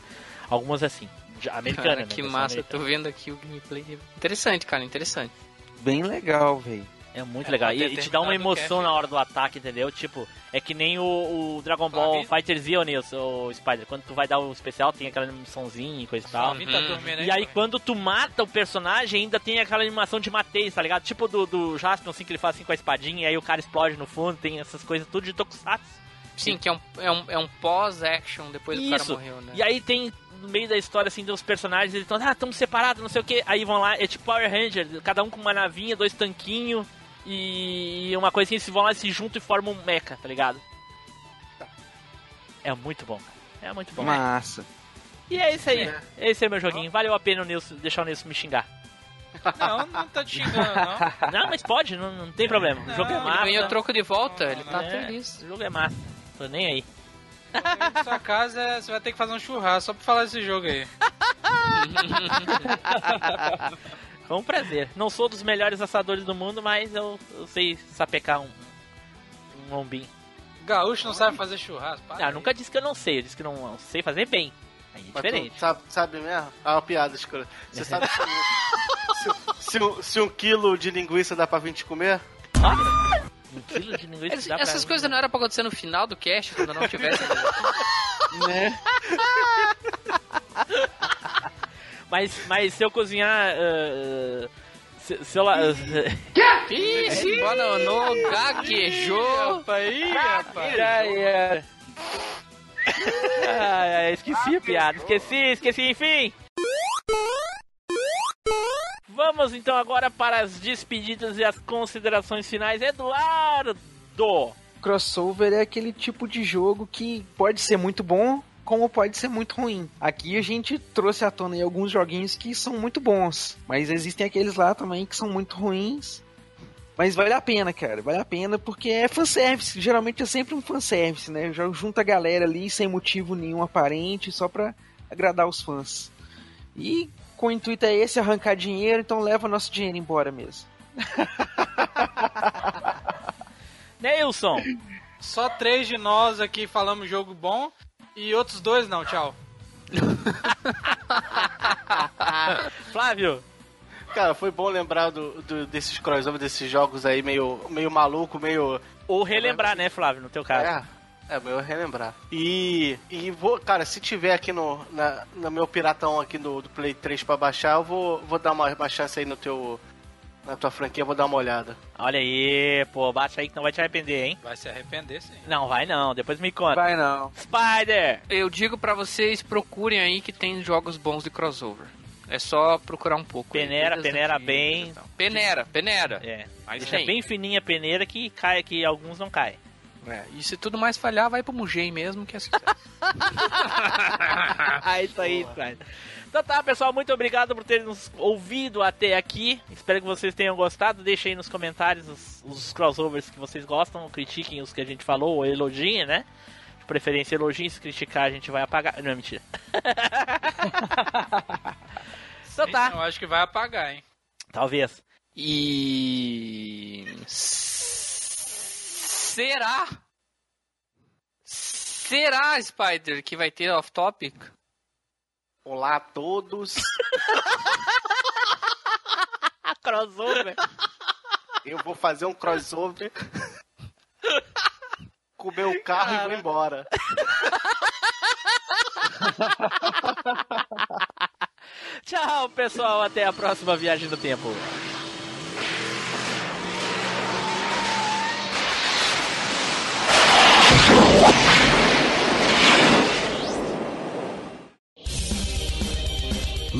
Speaker 1: Algumas assim, de- americana,
Speaker 3: Cara,
Speaker 1: né,
Speaker 3: que
Speaker 1: versão
Speaker 3: massa, eu
Speaker 1: americana.
Speaker 3: tô vendo aqui o gameplay. Interessante, cara, interessante.
Speaker 5: Bem legal, velho.
Speaker 1: É muito
Speaker 2: É,
Speaker 1: legal.
Speaker 2: pode
Speaker 1: E,
Speaker 2: ter
Speaker 1: e te dá uma
Speaker 2: terminado o
Speaker 1: emoção
Speaker 2: cast,
Speaker 1: na hora do ataque, entendeu? Tipo, é que nem o, o Dragon Ball
Speaker 2: Flavinho.
Speaker 1: Fighter Z, ô Nils, ô Spider. Quando tu vai dar o especial, tem aquela animaçãozinha e coisa e tal.
Speaker 2: Flavinho tá dormindo
Speaker 1: Uhum. E aí,
Speaker 2: velho.
Speaker 1: quando tu mata o personagem, ainda tem aquela animação de matei, tá ligado? Tipo do, do Jaspion, assim, que ele faz assim com a espadinha, e aí o cara explode no fundo, tem essas coisas tudo de tokusatsu.
Speaker 3: Sim, que é um, é um, é um pós-action depois do cara
Speaker 1: Isso.
Speaker 3: morreu, né?
Speaker 1: E aí tem, no meio da história, assim, dos personagens, eles estão, ah, estamos separados, não sei o que. Aí vão lá, é tipo Power Ranger, cada um com uma navinha, dois tanquinhos e e uma coisinha, se vão lá, se juntam e formam um mecha, tá ligado? É muito bom, cara. é muito bom.
Speaker 5: Massa.
Speaker 1: E é isso aí, esse é o meu joguinho. Valeu a pena o Nilson, deixar o Nilson me xingar.
Speaker 2: Não, não tô te xingando, não.
Speaker 1: Não, mas pode, não, não tem problema. O jogo é
Speaker 2: Não,
Speaker 3: Ele
Speaker 1: massa.
Speaker 3: ganhou troco de volta, ele tá
Speaker 1: É,
Speaker 3: feliz.
Speaker 1: O jogo é massa. Tô nem aí.
Speaker 2: Na sua casa, você vai ter que fazer um churrasco só pra falar desse jogo aí.
Speaker 1: Foi um prazer. Não sou dos melhores assadores do mundo, mas eu, eu sei sapecar um, um lombinho.
Speaker 2: Gaúcho não sabe fazer churrasco. para
Speaker 1: Ah,
Speaker 2: aí.
Speaker 1: nunca disse que eu não sei, eu disse que não, não sei fazer bem. Aí é
Speaker 4: Mas tu tá-
Speaker 1: diferente.
Speaker 4: sabe, sabe mesmo? Ah, uma piada escura. Você sabe se, se, um- se um quilo de linguiça dá pra 20 comer?
Speaker 1: Um quilo de linguiça
Speaker 3: Ess-
Speaker 1: dá pra- né?
Speaker 3: Essas coisas não era pra acontecer no final do cast, quando não tivesse.
Speaker 1: Mas, mas se eu cozinhar. ah, ah, se, se eu lá.
Speaker 3: Ixi, bananou, gaguejou.
Speaker 1: Ah, esqueci a piada, esqueci, esqueci, enfim. Vamos então agora para as despedidas e as considerações finais. Eduardo!
Speaker 5: Crossover é aquele tipo de jogo que pode ser muito bom, como pode ser muito ruim. Aqui a gente trouxe à tona aí alguns joguinhos que são muito bons, mas existem aqueles lá também que são muito ruins. Mas vale a pena, cara. Vale a pena porque é fanservice. Geralmente é sempre um fanservice, né? Já junta a galera ali sem motivo nenhum aparente, só pra agradar os fãs. E com o intuito é esse, arrancar dinheiro, então leva nosso dinheiro embora mesmo.
Speaker 1: Neilson!
Speaker 2: Só três de nós aqui falamos jogo bom e outros dois não, tchau.
Speaker 1: Flávio!
Speaker 4: Cara, foi bom lembrar do, do- desses crossover, desses jogos aí meio, meio maluco, meio.
Speaker 1: Ou relembrar, né, Flávio, no teu caso.
Speaker 4: É, é meu relembrar. E. E vou, cara, se tiver aqui no, na, no meu piratão aqui do, do Play 3 pra baixar, eu vou, vou dar uma, uma chance aí no teu. Na tua franquia, eu vou dar uma olhada.
Speaker 1: Olha aí, pô, baixa aí que não vai te arrepender, hein?
Speaker 2: Vai se arrepender, sim.
Speaker 1: Não, vai não, depois me conta.
Speaker 5: Vai não.
Speaker 1: Spider!
Speaker 3: Eu digo pra vocês, procurem aí que tem jogos bons de crossover. É só procurar um pouco. aí,
Speaker 1: Peneira,
Speaker 3: todas as
Speaker 1: peneira
Speaker 3: dicas
Speaker 1: bem.
Speaker 3: e tal. Peneira, peneira.
Speaker 1: É.
Speaker 3: Mas
Speaker 1: Deixa
Speaker 3: tem.
Speaker 1: bem fininha a peneira que cai que alguns não caem.
Speaker 3: É, e se tudo mais falhar, vai pro Mugei mesmo, que é sucesso.
Speaker 1: Ah, isso aí, Stride. Então tá, pessoal, muito obrigado por terem nos ouvido até aqui. Espero que vocês tenham gostado. Deixem aí nos comentários os, os crossovers que vocês gostam, critiquem os que a gente falou, ou elogiem, né? De preferência, elogiem. Se criticar, a gente vai apagar. Não, mentira. então tá,
Speaker 2: Eu acho que vai apagar, hein?
Speaker 1: talvez.
Speaker 3: E. Será? Será, Spider, que vai ter off-topic?
Speaker 4: Olá a todos.
Speaker 1: Ah, crossover.
Speaker 4: Eu vou fazer um crossover com o meu carro e vou embora.
Speaker 1: Tchau, pessoal. Até a próxima viagem do tempo.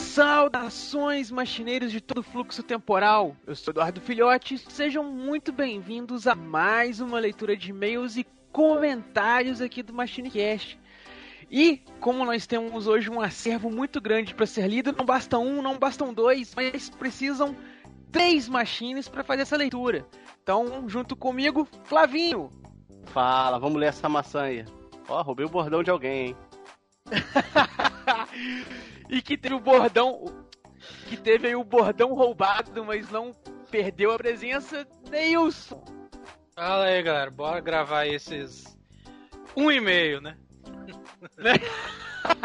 Speaker 5: Saudações, machineiros de todo fluxo temporal! Eu sou Eduardo Filhote, sejam muito bem-vindos a mais uma leitura de e-mails e comentários aqui do MachineCast. E, como nós temos hoje um acervo muito grande para ser lido, não basta um, não bastam dois, mas precisam três machines para fazer essa leitura. Então, junto comigo, Flavinho!
Speaker 4: Fala, vamos ler essa maçã aí. Ó, roubei o bordão de alguém, hein?
Speaker 5: e que teve o bordão. Que teve aí o bordão roubado, mas não perdeu a presença, Neilson!
Speaker 2: Fala aí, galera. Bora gravar esses. Um e meio, né?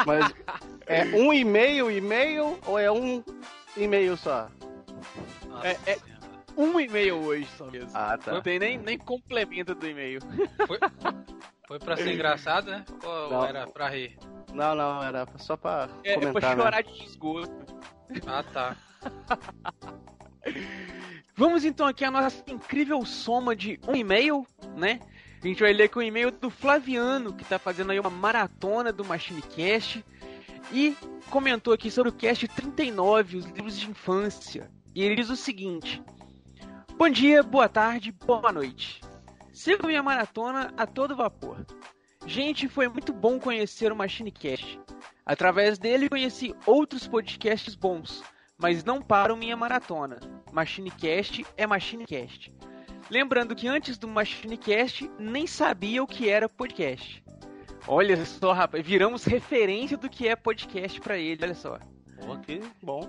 Speaker 4: Mas é um e-mail, e-mail ou é um e-mail só?
Speaker 2: Nossa
Speaker 5: É- é-
Speaker 2: Senhora.
Speaker 5: um e-mail hoje só mesmo.
Speaker 4: Ah,
Speaker 1: tá.
Speaker 5: Não tem nem, nem complemento do e-mail.
Speaker 2: Foi pra ser engraçado, né? Ou
Speaker 4: Não.
Speaker 2: era pra rir?
Speaker 4: Não, não, era só pra
Speaker 5: É, é pra
Speaker 4: comentar, né?
Speaker 5: chorar de desgosto.
Speaker 2: Ah, tá.
Speaker 5: Vamos então aqui a nossa incrível soma de um e-mail, né? A gente vai ler com o e-mail do Flaviano, que tá fazendo aí uma maratona do MachineCast. E comentou aqui sobre o cast 39, os livros de infância. E ele diz o seguinte: Bom dia, boa tarde, boa noite. Sigo minha maratona a todo vapor. Gente, foi muito bom conhecer o MachineCast. Através dele conheci outros podcasts bons, mas não param minha maratona. MachineCast é MachineCast. Lembrando que antes do MachineCast, nem sabia o que era podcast. Olha só, rapaz, viramos referência do que é podcast pra ele, olha só.
Speaker 4: Pô, que bom.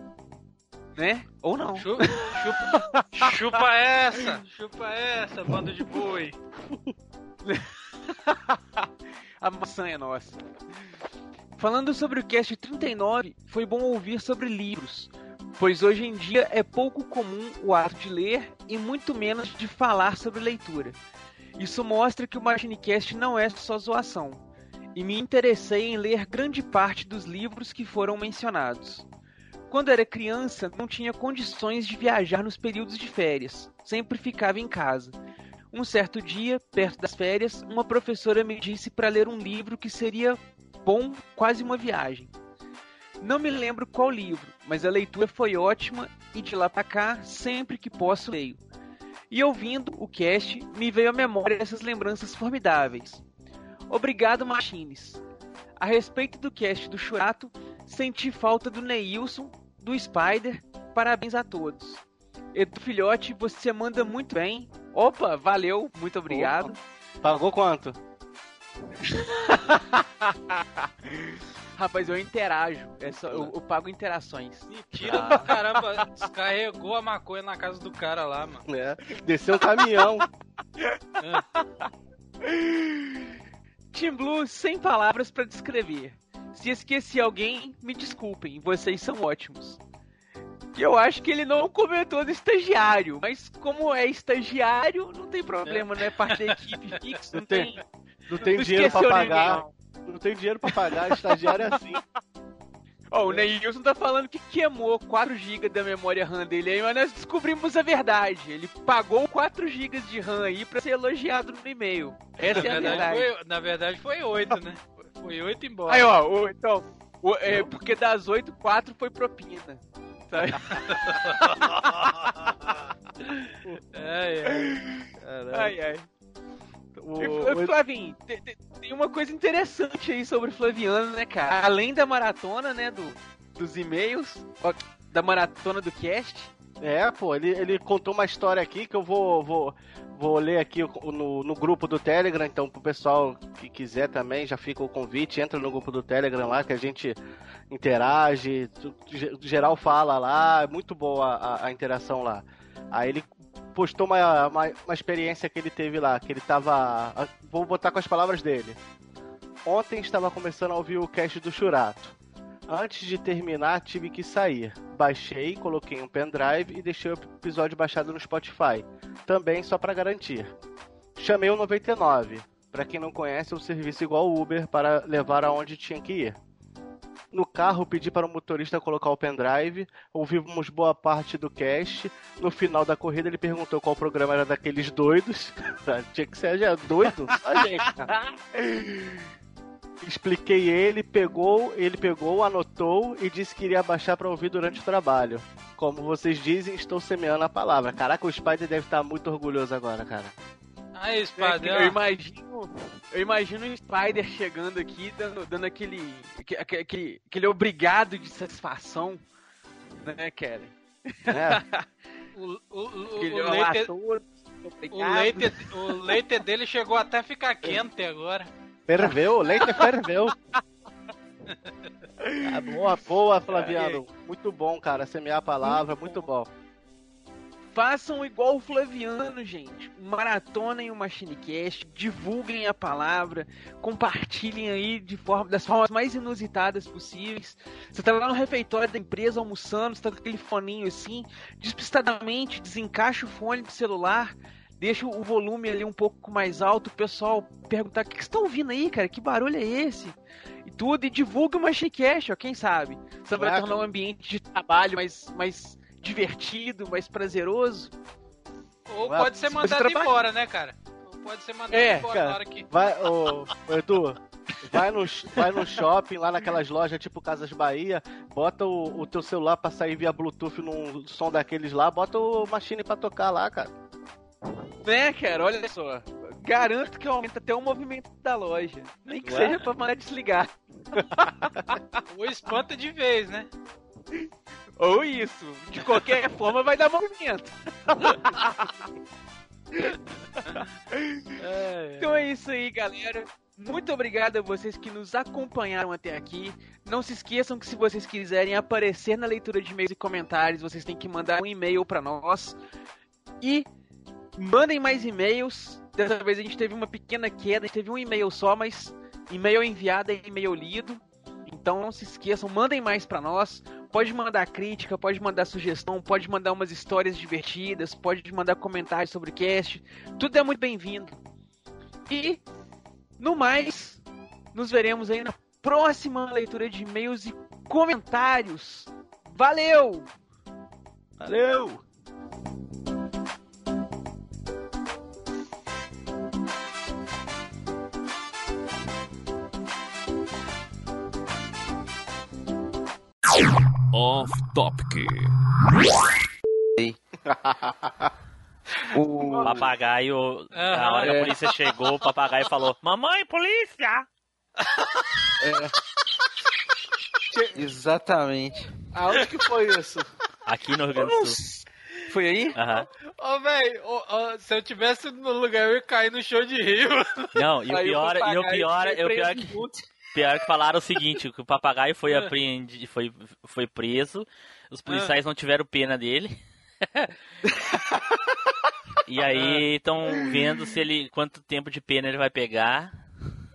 Speaker 5: Né? Ou não.
Speaker 2: Chu- Chupa, chupa, essa! Chupa essa, bando de boi!
Speaker 5: A maçã é nossa. Falando sobre o cast 39, foi bom ouvir sobre livros, pois hoje em dia é pouco comum o ato de ler e muito menos de falar sobre leitura. Isso mostra que o Machinecast não é só zoação, e me interessei em ler grande parte dos livros que foram mencionados. Quando era criança, não tinha condições de viajar nos períodos de férias, sempre ficava em casa. Um certo dia, perto das férias, uma professora me disse para ler um livro que seria bom, quase uma viagem. Não me lembro qual livro, mas a leitura foi ótima e de lá pra cá, sempre que posso, leio. E ouvindo o cast, me veio à memória essas lembranças formidáveis. Obrigado, Machines. A respeito do cast do Churato, senti falta do Neilson, do Spider. Parabéns a todos. Edu Filhote, você manda muito bem. Opa, valeu, muito obrigado.
Speaker 4: Pagou quanto?
Speaker 5: Rapaz, eu interajo. É só- eu, eu pago interações.
Speaker 2: Mentira do caramba, descarregou a maconha na casa do cara lá, mano.
Speaker 4: É. Desceu um caminhão.
Speaker 5: Team Blue, sem palavras pra descrever. Se esqueci alguém, me desculpem, vocês são ótimos. que eu acho que ele não comentou do estagiário. Mas como é estagiário, não tem problema, né? Parte da equipe fixa, não tem.
Speaker 4: Não tem
Speaker 5: Não
Speaker 4: dinheiro pra
Speaker 5: esqueceu
Speaker 4: pagar. Não tem dinheiro pra pagar, estagiário é assim.
Speaker 5: Ó, o Neilson tá falando que queimou 4GB da memória RAM dele aí, mas nós descobrimos a verdade. Ele pagou 4GB de RAM aí pra ser elogiado no e-mail. Essa é a verdade.
Speaker 2: foi, na verdade foi 8, né? Foi 8 embora.
Speaker 5: Aí, ó, o- então, o- é, porque das 8, 4 foi propina. Sabe?
Speaker 2: É, é.
Speaker 5: Ai, ai.
Speaker 4: O-
Speaker 5: E,
Speaker 4: o-
Speaker 5: Flavinho, te- te- tem uma coisa interessante aí sobre o Flaviano, né, cara? Além da maratona, né, do, dos e-mails, ó, da maratona do cast,
Speaker 4: É, pô, ele, ele contou uma história aqui que eu vou, vou, vou ler aqui o- no, no grupo do Telegram, então pro pessoal que quiser também, já fica o convite, entra no grupo do Telegram lá que a gente interage, tu- ge- geral fala lá, é muito boa a, a interação lá. Aí ele postou uma, uma, uma experiência que ele teve lá, que ele tava. a- Vou botar com as palavras dele. Ontem estava começando a ouvir o cast do Churato. Antes de terminar, tive que sair. Baixei, coloquei um pendrive e deixei o episódio baixado no Spotify. Também só pra garantir. Chamei o 99. Pra quem não conhece, é um serviço igual o Uber para levar aonde tinha que ir. No carro, pedi para o motorista colocar o pendrive, ouvimos boa parte do cast. No final da corrida, ele perguntou qual programa era daqueles doidos. tinha que ser já é doido? Só a gente, cara. Expliquei ele, pegou, ele pegou, anotou e disse que iria baixar pra ouvir durante o trabalho. Como vocês dizem, estou semeando a palavra. Caraca, o Spider deve estar muito orgulhoso agora, cara.
Speaker 2: Aí,
Speaker 5: eu
Speaker 2: espadão.
Speaker 5: imagino, eu imagino o Spider chegando aqui, dando, dando aquele, aque- aque- aquele, aquele obrigado de satisfação, né, Kelly?
Speaker 4: Né?
Speaker 2: O, o, o,
Speaker 5: Aquele
Speaker 2: o,
Speaker 5: olá a
Speaker 2: leite,
Speaker 5: todos,
Speaker 2: o,
Speaker 5: obrigado.
Speaker 2: leite, o leite dele chegou até a ficar quente agora.
Speaker 4: ferveu, leite ferveu. Ah, boa, boa, Flaviano. Muito bom, cara. Semear a palavra, muito bom.
Speaker 5: Façam igual o Flaviano, gente. Maratonem o Machinecast, divulguem a palavra, compartilhem aí de forma, das formas mais inusitadas possíveis. Você tá lá no refeitório da empresa almoçando, você tá com aquele foninho assim, despistadamente desencaixa o fone do celular, deixa o volume ali um pouco mais alto, o pessoal perguntar: o que que você tá ouvindo aí, cara? Que barulho é esse? E tudo, e divulgue o Machinecast, ó, quem sabe? Você vai
Speaker 4: Claro.
Speaker 5: tornar um ambiente de trabalho mais. mais divertido, mais prazeroso.
Speaker 2: Ou
Speaker 4: Ué,
Speaker 2: pode ser
Speaker 5: você
Speaker 2: mandado
Speaker 5: trabalha.
Speaker 2: embora, né, cara? Ou pode ser mandado
Speaker 5: É,
Speaker 2: embora
Speaker 4: cara.
Speaker 2: na hora que.
Speaker 4: Vai, ô, ô, Edu, vai no, vai no shopping, lá naquelas lojas tipo Casas Bahia, bota o, o teu celular pra sair via Bluetooth num som daqueles lá, bota o Machine pra tocar lá, cara.
Speaker 5: Né, cara? Olha só. Garanto que aumenta até o movimento da loja. Nem que
Speaker 4: Ué?
Speaker 5: seja pra mandar desligar.
Speaker 2: Ou espanta de vez, né?
Speaker 5: Ou isso. De qualquer forma, vai dar movimento. Então é isso aí, galera. Muito obrigado a vocês que nos acompanharam até aqui. Não se esqueçam que se vocês quiserem aparecer na leitura de e-mails e comentários, vocês têm que mandar um e-mail pra nós. E mandem mais e-mails. Dessa vez a gente teve uma pequena queda, a gente teve um e-mail só, mas e-mail enviado é e-mail lido. Então não se esqueçam, mandem mais pra nós. Pode mandar crítica, pode mandar sugestão, pode mandar umas histórias divertidas, pode mandar comentários sobre o cast. Tudo é muito bem-vindo. E, no mais, nos veremos aí na próxima leitura de e-mails e comentários. Valeu!
Speaker 4: Valeu!
Speaker 6: Off Topic.
Speaker 1: O papagaio, na
Speaker 2: Aham.
Speaker 1: hora
Speaker 5: É.
Speaker 1: que a polícia chegou, o papagaio falou: Mamãe, polícia!
Speaker 5: Exatamente.
Speaker 4: Aonde que foi isso?
Speaker 1: Aqui no Rio Grande do Sul.
Speaker 5: Foi aí?
Speaker 1: Aham.
Speaker 2: Ô, velho, ô, ô, se eu tivesse no lugar, eu ia cair no show de rio.
Speaker 1: Não, e o
Speaker 5: Aí
Speaker 1: pior, e o
Speaker 5: papagaio
Speaker 1: pior, é-
Speaker 5: foi
Speaker 1: e o pior
Speaker 5: preso Ah.
Speaker 1: que
Speaker 5: junto.
Speaker 1: Pior que falaram o seguinte, que o papagaio foi apreendi, foi, foi preso,
Speaker 5: Ah.
Speaker 1: os policiais não tiveram pena dele. e aí estão vendo se ele quanto tempo de pena ele vai pegar.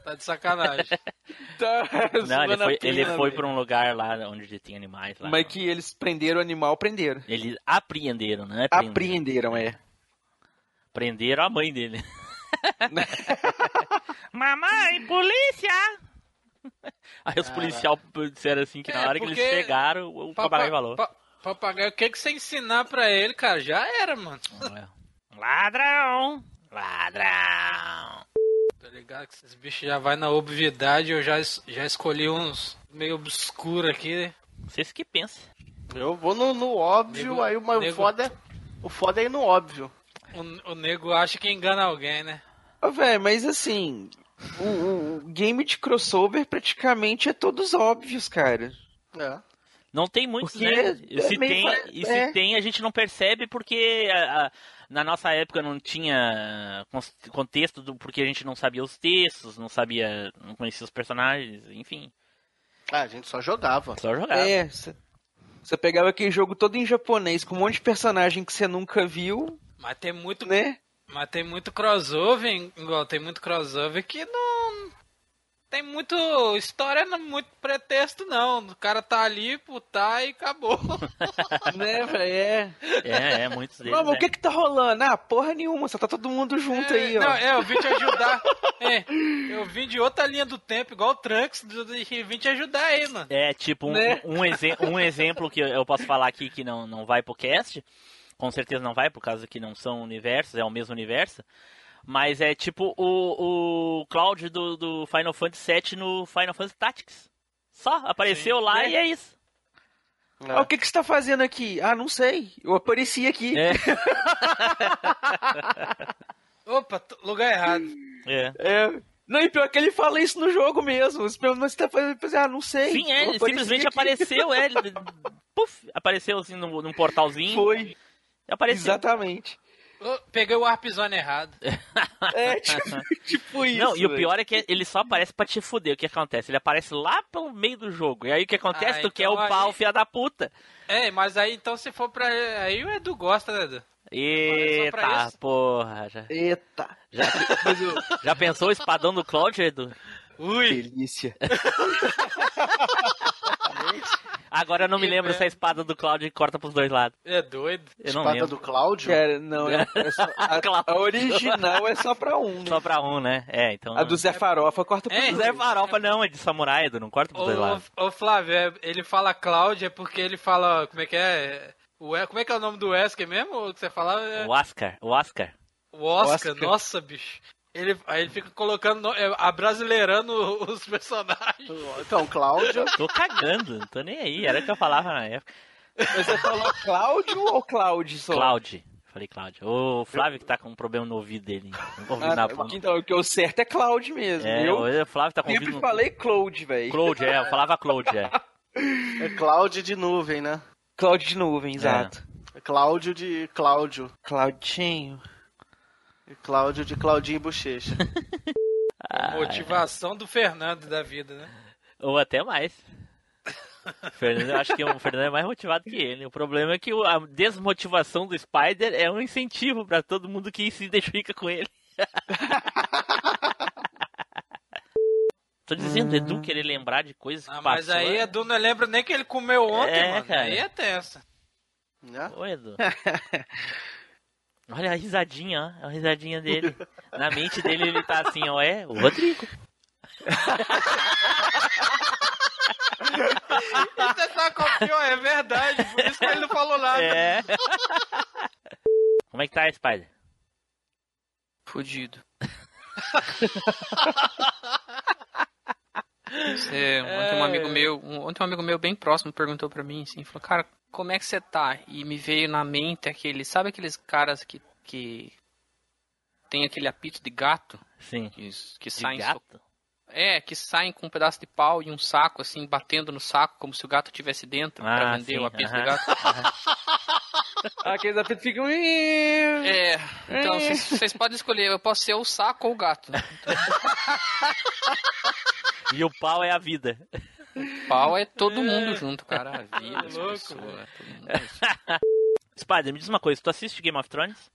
Speaker 2: Tá de sacanagem.
Speaker 5: Tá
Speaker 1: Não, ele
Speaker 5: zoando a
Speaker 1: foi, ele
Speaker 5: pena,
Speaker 1: foi
Speaker 5: velho.
Speaker 1: pra um lugar lá onde tem animais. Lá,
Speaker 5: Mas
Speaker 1: não.
Speaker 5: que eles prenderam o animal, prenderam.
Speaker 1: Eles apreenderam, né?
Speaker 5: Apreenderam, é.
Speaker 1: Prenderam a mãe dele. Mamãe, polícia! Aí os policiais disseram assim que na
Speaker 2: É,
Speaker 1: hora que eles
Speaker 2: porque
Speaker 1: chegaram, o
Speaker 2: Papa-
Speaker 1: papagaio falou.
Speaker 2: pa- papagaio, o que, que você ensinar pra ele, cara? Já era, mano.
Speaker 1: é. Ladrão! Ladrão!
Speaker 2: Tá ligado? Que esses bichos já vai na obviedade. Eu já, es- já escolhi uns meio obscuro aqui.
Speaker 1: Vocês que pensam.
Speaker 4: Eu vou no, no óbvio,
Speaker 2: Nego-
Speaker 4: aí uma, o
Speaker 2: nego-
Speaker 4: foda é. O foda é ir no óbvio.
Speaker 2: O, o nego acha que engana alguém, né?
Speaker 5: Ô, velho, mas assim, o, o- o game de crossover praticamente é todos óbvios, cara.
Speaker 4: É.
Speaker 1: Não tem muitos,
Speaker 5: Porque
Speaker 1: né?
Speaker 5: é
Speaker 1: E se,
Speaker 5: meio
Speaker 1: tem,
Speaker 5: fa-
Speaker 1: e se
Speaker 5: é.
Speaker 1: tem, a gente não percebe porque a- a- na nossa época não tinha cons- contexto, do, porque a gente não sabia os textos, não sabia, não conhecia os personagens, enfim.
Speaker 4: Ah, a gente só jogava.
Speaker 1: Só jogava.
Speaker 5: É, cê- você pegava aquele jogo todo em japonês, com um monte de personagem que você nunca viu,
Speaker 2: Mas tem muito,
Speaker 5: né?
Speaker 2: mas tem muito crossover, hein? igual tem muito crossover que não. Tem muito. História, não muito pretexto, não. O cara tá ali, putar e acabou.
Speaker 5: né, velho? É.
Speaker 1: É, é, muitos deles.
Speaker 5: Mano,
Speaker 1: é.
Speaker 5: o que que tá rolando? Ah, porra nenhuma, só tá todo mundo junto
Speaker 2: É,
Speaker 5: aí, ó.
Speaker 2: Não, é, eu vim te ajudar. É, eu vim de outra linha do tempo, igual o Trunks, do- e vim te ajudar aí, mano.
Speaker 1: É, tipo, um,
Speaker 5: Né?
Speaker 1: um, exe- um exemplo que eu posso falar aqui que não, não vai pro cast, com certeza não vai, por causa que não são universos, é o mesmo universo, mas é tipo o, o Cloud do, do Final Fantasy VII no Final Fantasy Tactics. Só, apareceu
Speaker 2: Sim.
Speaker 1: lá
Speaker 2: É.
Speaker 1: e é isso.
Speaker 5: Ah, o que que você tá fazendo aqui? Ah, não sei. Eu apareci aqui.
Speaker 1: É.
Speaker 2: Opa, t- lugar errado.
Speaker 1: É.
Speaker 5: É. Não, e pior que ele fala isso no jogo mesmo. Você pergunta, mas você tá fazendo. ele fala, Ah, não sei.
Speaker 1: Sim, é,
Speaker 5: eu
Speaker 1: ele
Speaker 5: apareci
Speaker 1: simplesmente
Speaker 5: aqui.
Speaker 1: apareceu, é, ele, puf, apareceu assim num, num portalzinho,
Speaker 5: Foi,
Speaker 1: apareceu.
Speaker 5: exatamente.
Speaker 2: Ô, peguei o Warp Zone errado.
Speaker 5: É, tipo, tipo isso.
Speaker 1: Não, e o
Speaker 5: velho.
Speaker 1: pior é que ele só aparece pra te fuder. O que acontece? Ele aparece lá pelo meio do jogo. E aí o que acontece?
Speaker 2: Ah,
Speaker 1: tu quer
Speaker 2: então
Speaker 1: o pau,
Speaker 2: aí-
Speaker 1: filha da puta.
Speaker 2: É, mas aí então se for pra. Aí o Edu gosta, né, Edu? Olha, só pra
Speaker 1: Eita,
Speaker 2: isso?
Speaker 1: porra. Já,
Speaker 5: Eita,
Speaker 1: já, já pensou o espadão do Cláudio, Edu?
Speaker 2: Ui!
Speaker 5: delícia.
Speaker 1: Agora eu não me
Speaker 2: Que
Speaker 1: lembro
Speaker 2: merda.
Speaker 1: se é a espada do Cláudio corta pros dois lados.
Speaker 2: É doido.
Speaker 1: Eu não
Speaker 4: Espada
Speaker 1: lembro.
Speaker 4: do Cláudio?
Speaker 5: Cara, não, é, é só,
Speaker 1: Claro.
Speaker 5: a, a original é só pra um. né?
Speaker 1: Só pra um, né? É, então...
Speaker 5: A do Zé Farofa corta pro
Speaker 2: É.
Speaker 5: dois.
Speaker 1: Zé Farofa não, é de samurai, Edu. Não corta
Speaker 2: Ô,
Speaker 1: pros dois lados.
Speaker 2: ô, ô, Flávio, é- ele fala Cláudio é porque ele fala. Como é que é? O, E- como é que é o nome do Wesker mesmo? O que você fala? É,
Speaker 1: O Oscar, o Oscar.
Speaker 2: o Oscar.
Speaker 5: Oscar.
Speaker 2: Nossa, bicho. Ele, aí ele fica colocando. no- É, abrasileirando os personagens.
Speaker 4: Então, Cláudio.
Speaker 1: Tô cagando, não tô nem aí. Era o que eu falava na época.
Speaker 5: Mas Você falou Cláudio ou Cláudio só?
Speaker 1: Cláudio. Falei Cláudio. O Flávio que tá com um problema no ouvido dele. Não vou ouvir
Speaker 5: Ah,
Speaker 1: na
Speaker 5: tá, porque então, o que é o certo é Cláudio mesmo.
Speaker 1: É,
Speaker 5: eu
Speaker 1: o Flávio tá com
Speaker 5: sempre
Speaker 1: ouvido no-
Speaker 5: falei Cloud, velho.
Speaker 1: Cloud, é, eu falava Cloud, é.
Speaker 4: É Cláudio de nuvem, né?
Speaker 5: Cláudio de nuvem, exato.
Speaker 4: É Cláudio de Cláudio.
Speaker 5: Claudinho.
Speaker 4: E Cláudio de Claudinho e Bochecha.
Speaker 1: Ah, é.
Speaker 2: Motivação do Fernando da vida, né?
Speaker 1: Ou até mais. O Fernando, eu acho que o Fernando é mais motivado que ele. O problema é que o- a desmotivação do Spider é um incentivo pra todo mundo que se identifica com ele. Tô dizendo, Edu, querer lembrar de coisas que
Speaker 2: Ah, mas
Speaker 1: passou.
Speaker 2: aí
Speaker 1: é-
Speaker 2: Edu não lembra nem que ele comeu ontem,
Speaker 1: É,
Speaker 2: mano.
Speaker 1: cara.
Speaker 2: Aí é tensa.
Speaker 5: é
Speaker 4: né?
Speaker 1: Ô, Edu. Olha a risadinha, ó. A risadinha dele. Na mente dele ele tá assim, ó, é o Rodrigo.
Speaker 2: Você tá copiou, é verdade. Por isso que ele não falou nada.
Speaker 1: É. Como é que tá, Spider?
Speaker 3: Fudido. É, ontem, um amigo meu, um- ontem um amigo meu bem próximo perguntou pra mim assim, falou, cara, como é que você tá? E me veio na mente aquele, sabe aqueles caras que, que tem aquele apito de gato
Speaker 1: Sim.
Speaker 3: que, que
Speaker 1: De
Speaker 3: saem so-
Speaker 1: gato?
Speaker 3: é, que saem com um pedaço de pau e um saco assim, batendo no saco como se o gato tivesse dentro pra
Speaker 1: Ah,
Speaker 3: vender
Speaker 1: sim,
Speaker 3: o apito
Speaker 1: aham.
Speaker 3: de gato.
Speaker 2: Ah,
Speaker 5: Aqueles apetos ficam.
Speaker 3: É, então vocês vocês podem escolher, eu posso ser o saco ou o gato.
Speaker 1: E o pau é a vida.
Speaker 3: pau é todo mundo junto, cara. A vida, as
Speaker 2: Louco,
Speaker 3: pessoas,
Speaker 2: velho.
Speaker 3: todo mundo.
Speaker 1: Spider, me diz uma coisa, tu assiste Game of Thrones?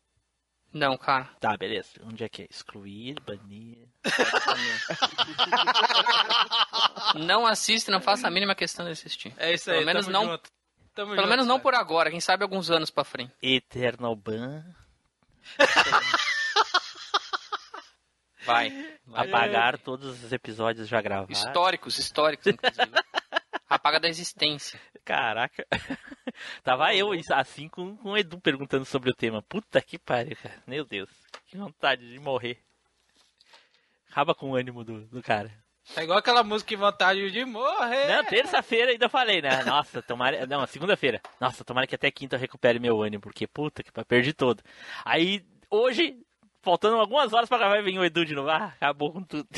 Speaker 3: Não, cara.
Speaker 1: Tá, beleza. Onde é que é? Excluir, banir.
Speaker 3: Não assista, não faça a mínima questão de assistir.
Speaker 2: É isso aí,
Speaker 3: Pelo menos
Speaker 2: tamo
Speaker 3: não,
Speaker 2: junto. Tamo
Speaker 3: pelo
Speaker 2: junto, né?
Speaker 3: menos não
Speaker 2: cara.
Speaker 3: por agora, quem sabe alguns anos pra frente.
Speaker 1: Eternal ban.
Speaker 3: Vai. Vai.
Speaker 1: Apagar todos os episódios já gravados.
Speaker 3: Históricos, históricos, inclusive. Apaga da existência.
Speaker 1: Caraca. Tava eu assim com, com o Edu perguntando sobre o tema. Puta que pariu, cara. Meu Deus. Que vontade de morrer. Acaba com o ânimo do, do cara.
Speaker 2: É igual aquela música em vantagem de morrer. Tá
Speaker 1: Não, terça-feira ainda falei, né? Nossa, tomara. Não, segunda-feira. Nossa, tomara que até quinta eu recupere meu ânimo, porque puta que pariu, perdi todo. Aí, hoje, faltando algumas horas pra gravar, vem o Edu de novo. Ah, acabou com tudo.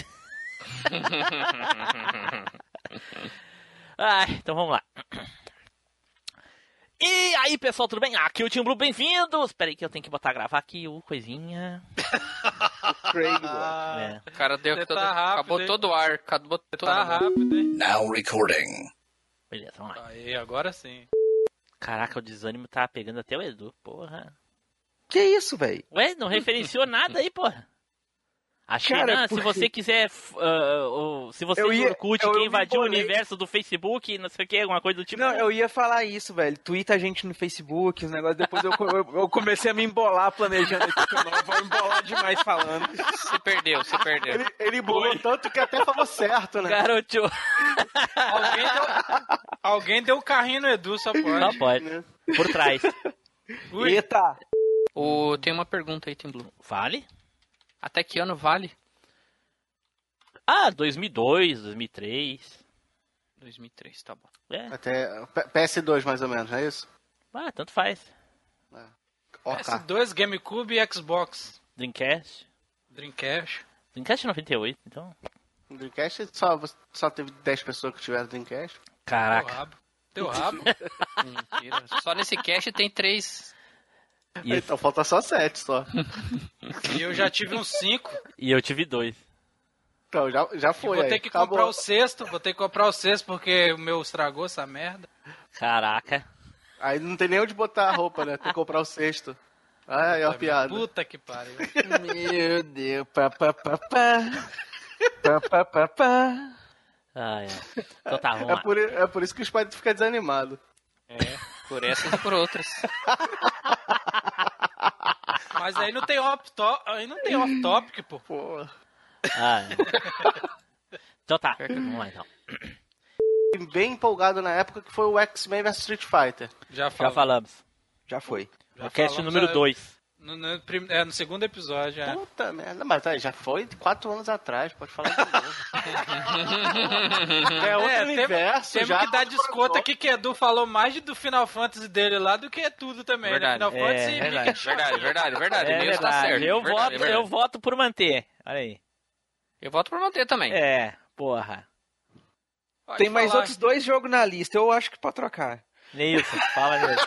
Speaker 1: Ah, então vamos lá. E aí, pessoal, tudo bem? Aqui é o Tim Blue, bem-vindos! Peraí que eu tenho que botar gravar aqui o coisinha.
Speaker 5: Craig, mano.
Speaker 1: É.
Speaker 3: O cara deu
Speaker 2: Você
Speaker 3: todo,
Speaker 2: tá rápido,
Speaker 3: acabou
Speaker 2: hein?
Speaker 3: todo o ar, acabou todo
Speaker 2: Tá
Speaker 3: o ar.
Speaker 2: rápido, hein?
Speaker 1: Beleza, vamos lá.
Speaker 2: Aí, agora sim.
Speaker 1: Caraca, o desânimo tá pegando até o Edu, porra.
Speaker 5: Que isso, velho?
Speaker 1: Ué, não referenciou nada aí, porra. A China,
Speaker 5: Cara,
Speaker 1: se
Speaker 5: porque-
Speaker 1: você quiser. f- ah, ou- se você
Speaker 5: Eu ia-
Speaker 1: Orkut,
Speaker 5: eu- eu
Speaker 1: quer
Speaker 5: me
Speaker 1: invadir o
Speaker 5: embolei.
Speaker 1: universo do Facebook, não sei o que, alguma coisa do tipo.
Speaker 5: Não, eu ia falar isso, velho. Twitta a gente no Facebook, os negócios. Depois eu, eu- eu comecei a me embolar planejando aqui, eu não vou embolar demais falando.
Speaker 3: Se perdeu, se perdeu.
Speaker 4: Ele, ele bolou
Speaker 2: então.
Speaker 4: tanto que até falou certo, né?
Speaker 1: Garoto,
Speaker 2: Alguém deu, alguém deu um carrinho no Edu, só
Speaker 1: não
Speaker 2: pode.
Speaker 1: pode. Por trás.
Speaker 2: Ui.
Speaker 5: Eita!
Speaker 3: O, tem uma pergunta aí, Tim Blue.
Speaker 1: Vale?
Speaker 3: Até que ano vale?
Speaker 1: Ah, 2002, 2003.
Speaker 3: 2003, tá bom.
Speaker 1: É,
Speaker 4: Até P- PS2, mais ou menos, não é isso?
Speaker 1: ah, tanto faz.
Speaker 4: Ok.
Speaker 2: PS2, GameCube e Xbox.
Speaker 1: Dreamcast.
Speaker 2: Dreamcast.
Speaker 1: Dreamcast 98, então.
Speaker 4: Dreamcast só, só teve 10 pessoas que tiveram Dreamcast.
Speaker 2: Teu
Speaker 1: Caraca.
Speaker 2: rabo. Teu rabo.
Speaker 3: Mentira. Só nesse cast tem três.
Speaker 1: E,
Speaker 4: Então falta só 7 só.
Speaker 2: E eu já tive uns cinco.
Speaker 1: e eu tive dois.
Speaker 4: Então já, já
Speaker 2: E
Speaker 4: foi.
Speaker 2: vou
Speaker 4: aí.
Speaker 2: ter que
Speaker 4: Acabou.
Speaker 2: comprar o sexto. Vou ter que comprar o sexto porque o meu estragou essa merda.
Speaker 1: Caraca.
Speaker 4: Aí não tem nem onde botar a roupa, né? Tem que comprar o sexto. Ah, é uma piada.
Speaker 2: Puta que pariu.
Speaker 5: Meu Deus, pá, pá, pá, pá. Pá, pá, pá, pá.
Speaker 1: Ah, é. Então tá, vamos
Speaker 4: É
Speaker 1: lá.
Speaker 4: por, é por isso que os pais ficam desanimados.
Speaker 3: Por essas e por outras.
Speaker 2: Mas aí não tem off top, aí não tem off topic, pô.
Speaker 4: Pô.
Speaker 1: Ah, é. Então tá, vamos lá então.
Speaker 4: Bem empolgado na época que foi o X-Men vs Street Fighter.
Speaker 2: Já
Speaker 1: Já
Speaker 2: falo.
Speaker 1: falamos.
Speaker 5: Já foi.
Speaker 2: já
Speaker 1: o cast
Speaker 2: falamos,
Speaker 1: número
Speaker 2: é,
Speaker 1: 2.
Speaker 2: No, no prim- é, no segundo episódio, é.
Speaker 4: Puta merda. Mas aí já foi 4 anos atrás, pode falar de novo. é outro
Speaker 2: É, tem-
Speaker 4: universo
Speaker 2: Temos
Speaker 4: já.
Speaker 2: que dar desconto aqui que Edu falou mais do Final Fantasy dele lá do que tudo também.
Speaker 3: Verdade.
Speaker 2: Né?
Speaker 1: É,
Speaker 2: Final Fantasy e
Speaker 3: Verdade, verdade, verdade, verdade.
Speaker 1: É
Speaker 3: o Nils tá
Speaker 1: verdade.
Speaker 3: certo.
Speaker 1: Eu,
Speaker 3: Verdade,
Speaker 1: voto,
Speaker 2: é
Speaker 3: verdade.
Speaker 1: eu voto por manter. Olha aí.
Speaker 3: Eu voto por manter também.
Speaker 1: É, porra.
Speaker 2: Pode
Speaker 5: Tem mais
Speaker 2: falar.
Speaker 5: outros dois jogos na lista, eu acho que pode trocar.
Speaker 1: Nilson, fala, Nilson.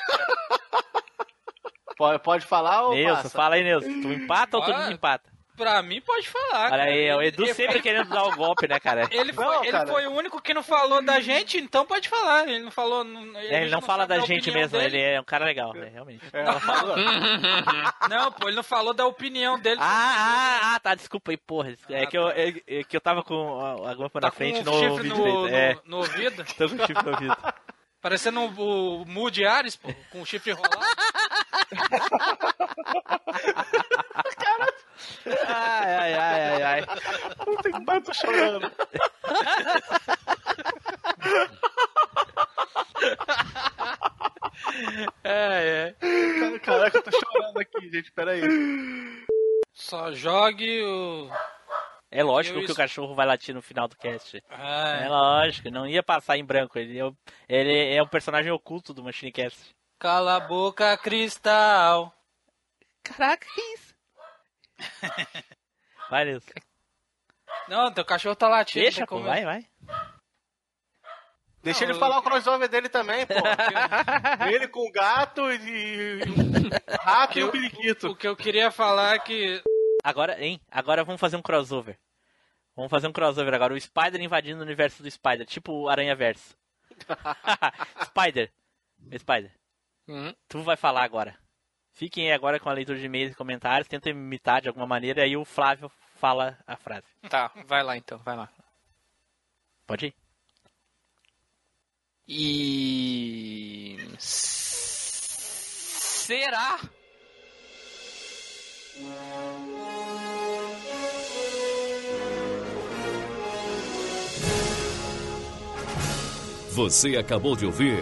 Speaker 4: Pode, pode falar ou
Speaker 1: Nilson,
Speaker 4: passa?
Speaker 1: fala aí, Nilson. Tu empata ou tu
Speaker 3: Ah.
Speaker 1: desempata?
Speaker 2: Pra mim pode falar.
Speaker 1: Olha
Speaker 2: cara.
Speaker 1: aí, o
Speaker 2: Ele-
Speaker 1: Edu
Speaker 2: ele-
Speaker 1: sempre querendo dar o golpe, né, cara?
Speaker 2: Ele, foi,
Speaker 4: Não,
Speaker 2: ele
Speaker 4: cara.
Speaker 2: foi o único que não falou
Speaker 5: Hum.
Speaker 2: da gente, então pode falar. Ele não falou. não- a
Speaker 1: É, Ele
Speaker 2: gente
Speaker 1: não fala
Speaker 2: sabe
Speaker 1: da
Speaker 2: a
Speaker 1: gente
Speaker 2: opinião
Speaker 1: mesmo,
Speaker 2: dele.
Speaker 1: ele é um cara legal, né, realmente.
Speaker 4: É, ela falou.
Speaker 2: Não, pô, ele não falou da opinião dele.
Speaker 1: Ah, ah, ah, tá, desculpa aí, porra. É
Speaker 2: Ah,
Speaker 1: que eu, é, é que eu tava com a, a guampa
Speaker 2: tá
Speaker 1: na frente no
Speaker 2: com um chifre
Speaker 1: ouvi
Speaker 2: no,
Speaker 1: direito.
Speaker 2: no-
Speaker 1: É,
Speaker 2: no ouvido.
Speaker 1: tô com o chifre no ouvido.
Speaker 2: Parecendo o, o Moody Ares, pô, com o chifre rolado.
Speaker 1: Ai, ai, ai, ai, ai.
Speaker 4: Puta que pariu, tô chorando.
Speaker 2: É, é.
Speaker 4: Caraca, eu tô chorando aqui, gente. Peraí.
Speaker 2: Só jogue o.
Speaker 1: É lógico
Speaker 2: Eu
Speaker 1: que
Speaker 2: isso-
Speaker 1: o cachorro vai latir no final do cast. É
Speaker 2: Ai,
Speaker 1: lógico, não ia passar em branco. Ele é, o- ele é um personagem oculto do Machine Cast.
Speaker 2: cala a boca, cristal.
Speaker 1: Caraca, que isso? Vai, Nilson.
Speaker 2: Não, teu cachorro tá latindo.
Speaker 1: Deixa,
Speaker 2: tá
Speaker 1: pô,
Speaker 2: comendo.
Speaker 1: vai, vai.
Speaker 4: Deixa
Speaker 2: Não,
Speaker 4: ele
Speaker 2: eu-
Speaker 4: falar o crossover dele também, pô. ele com o gato e. e- rato e o periquito.
Speaker 2: O que eu queria falar é que.
Speaker 1: Agora, hein? Agora vamos fazer um crossover. Vamos fazer um crossover agora. O Spider invadindo o universo do Spider, tipo o Aranha Verso. Spider. Spider,
Speaker 3: Hum,
Speaker 1: tu vai falar agora. Fiquem aí agora com a leitura de e-mails e comentários, tentem imitar de alguma maneira, aí o Flávio fala a frase.
Speaker 2: Tá, vai lá então, vai lá.
Speaker 1: Pode ir?
Speaker 2: E. Será?
Speaker 6: Você acabou de ouvir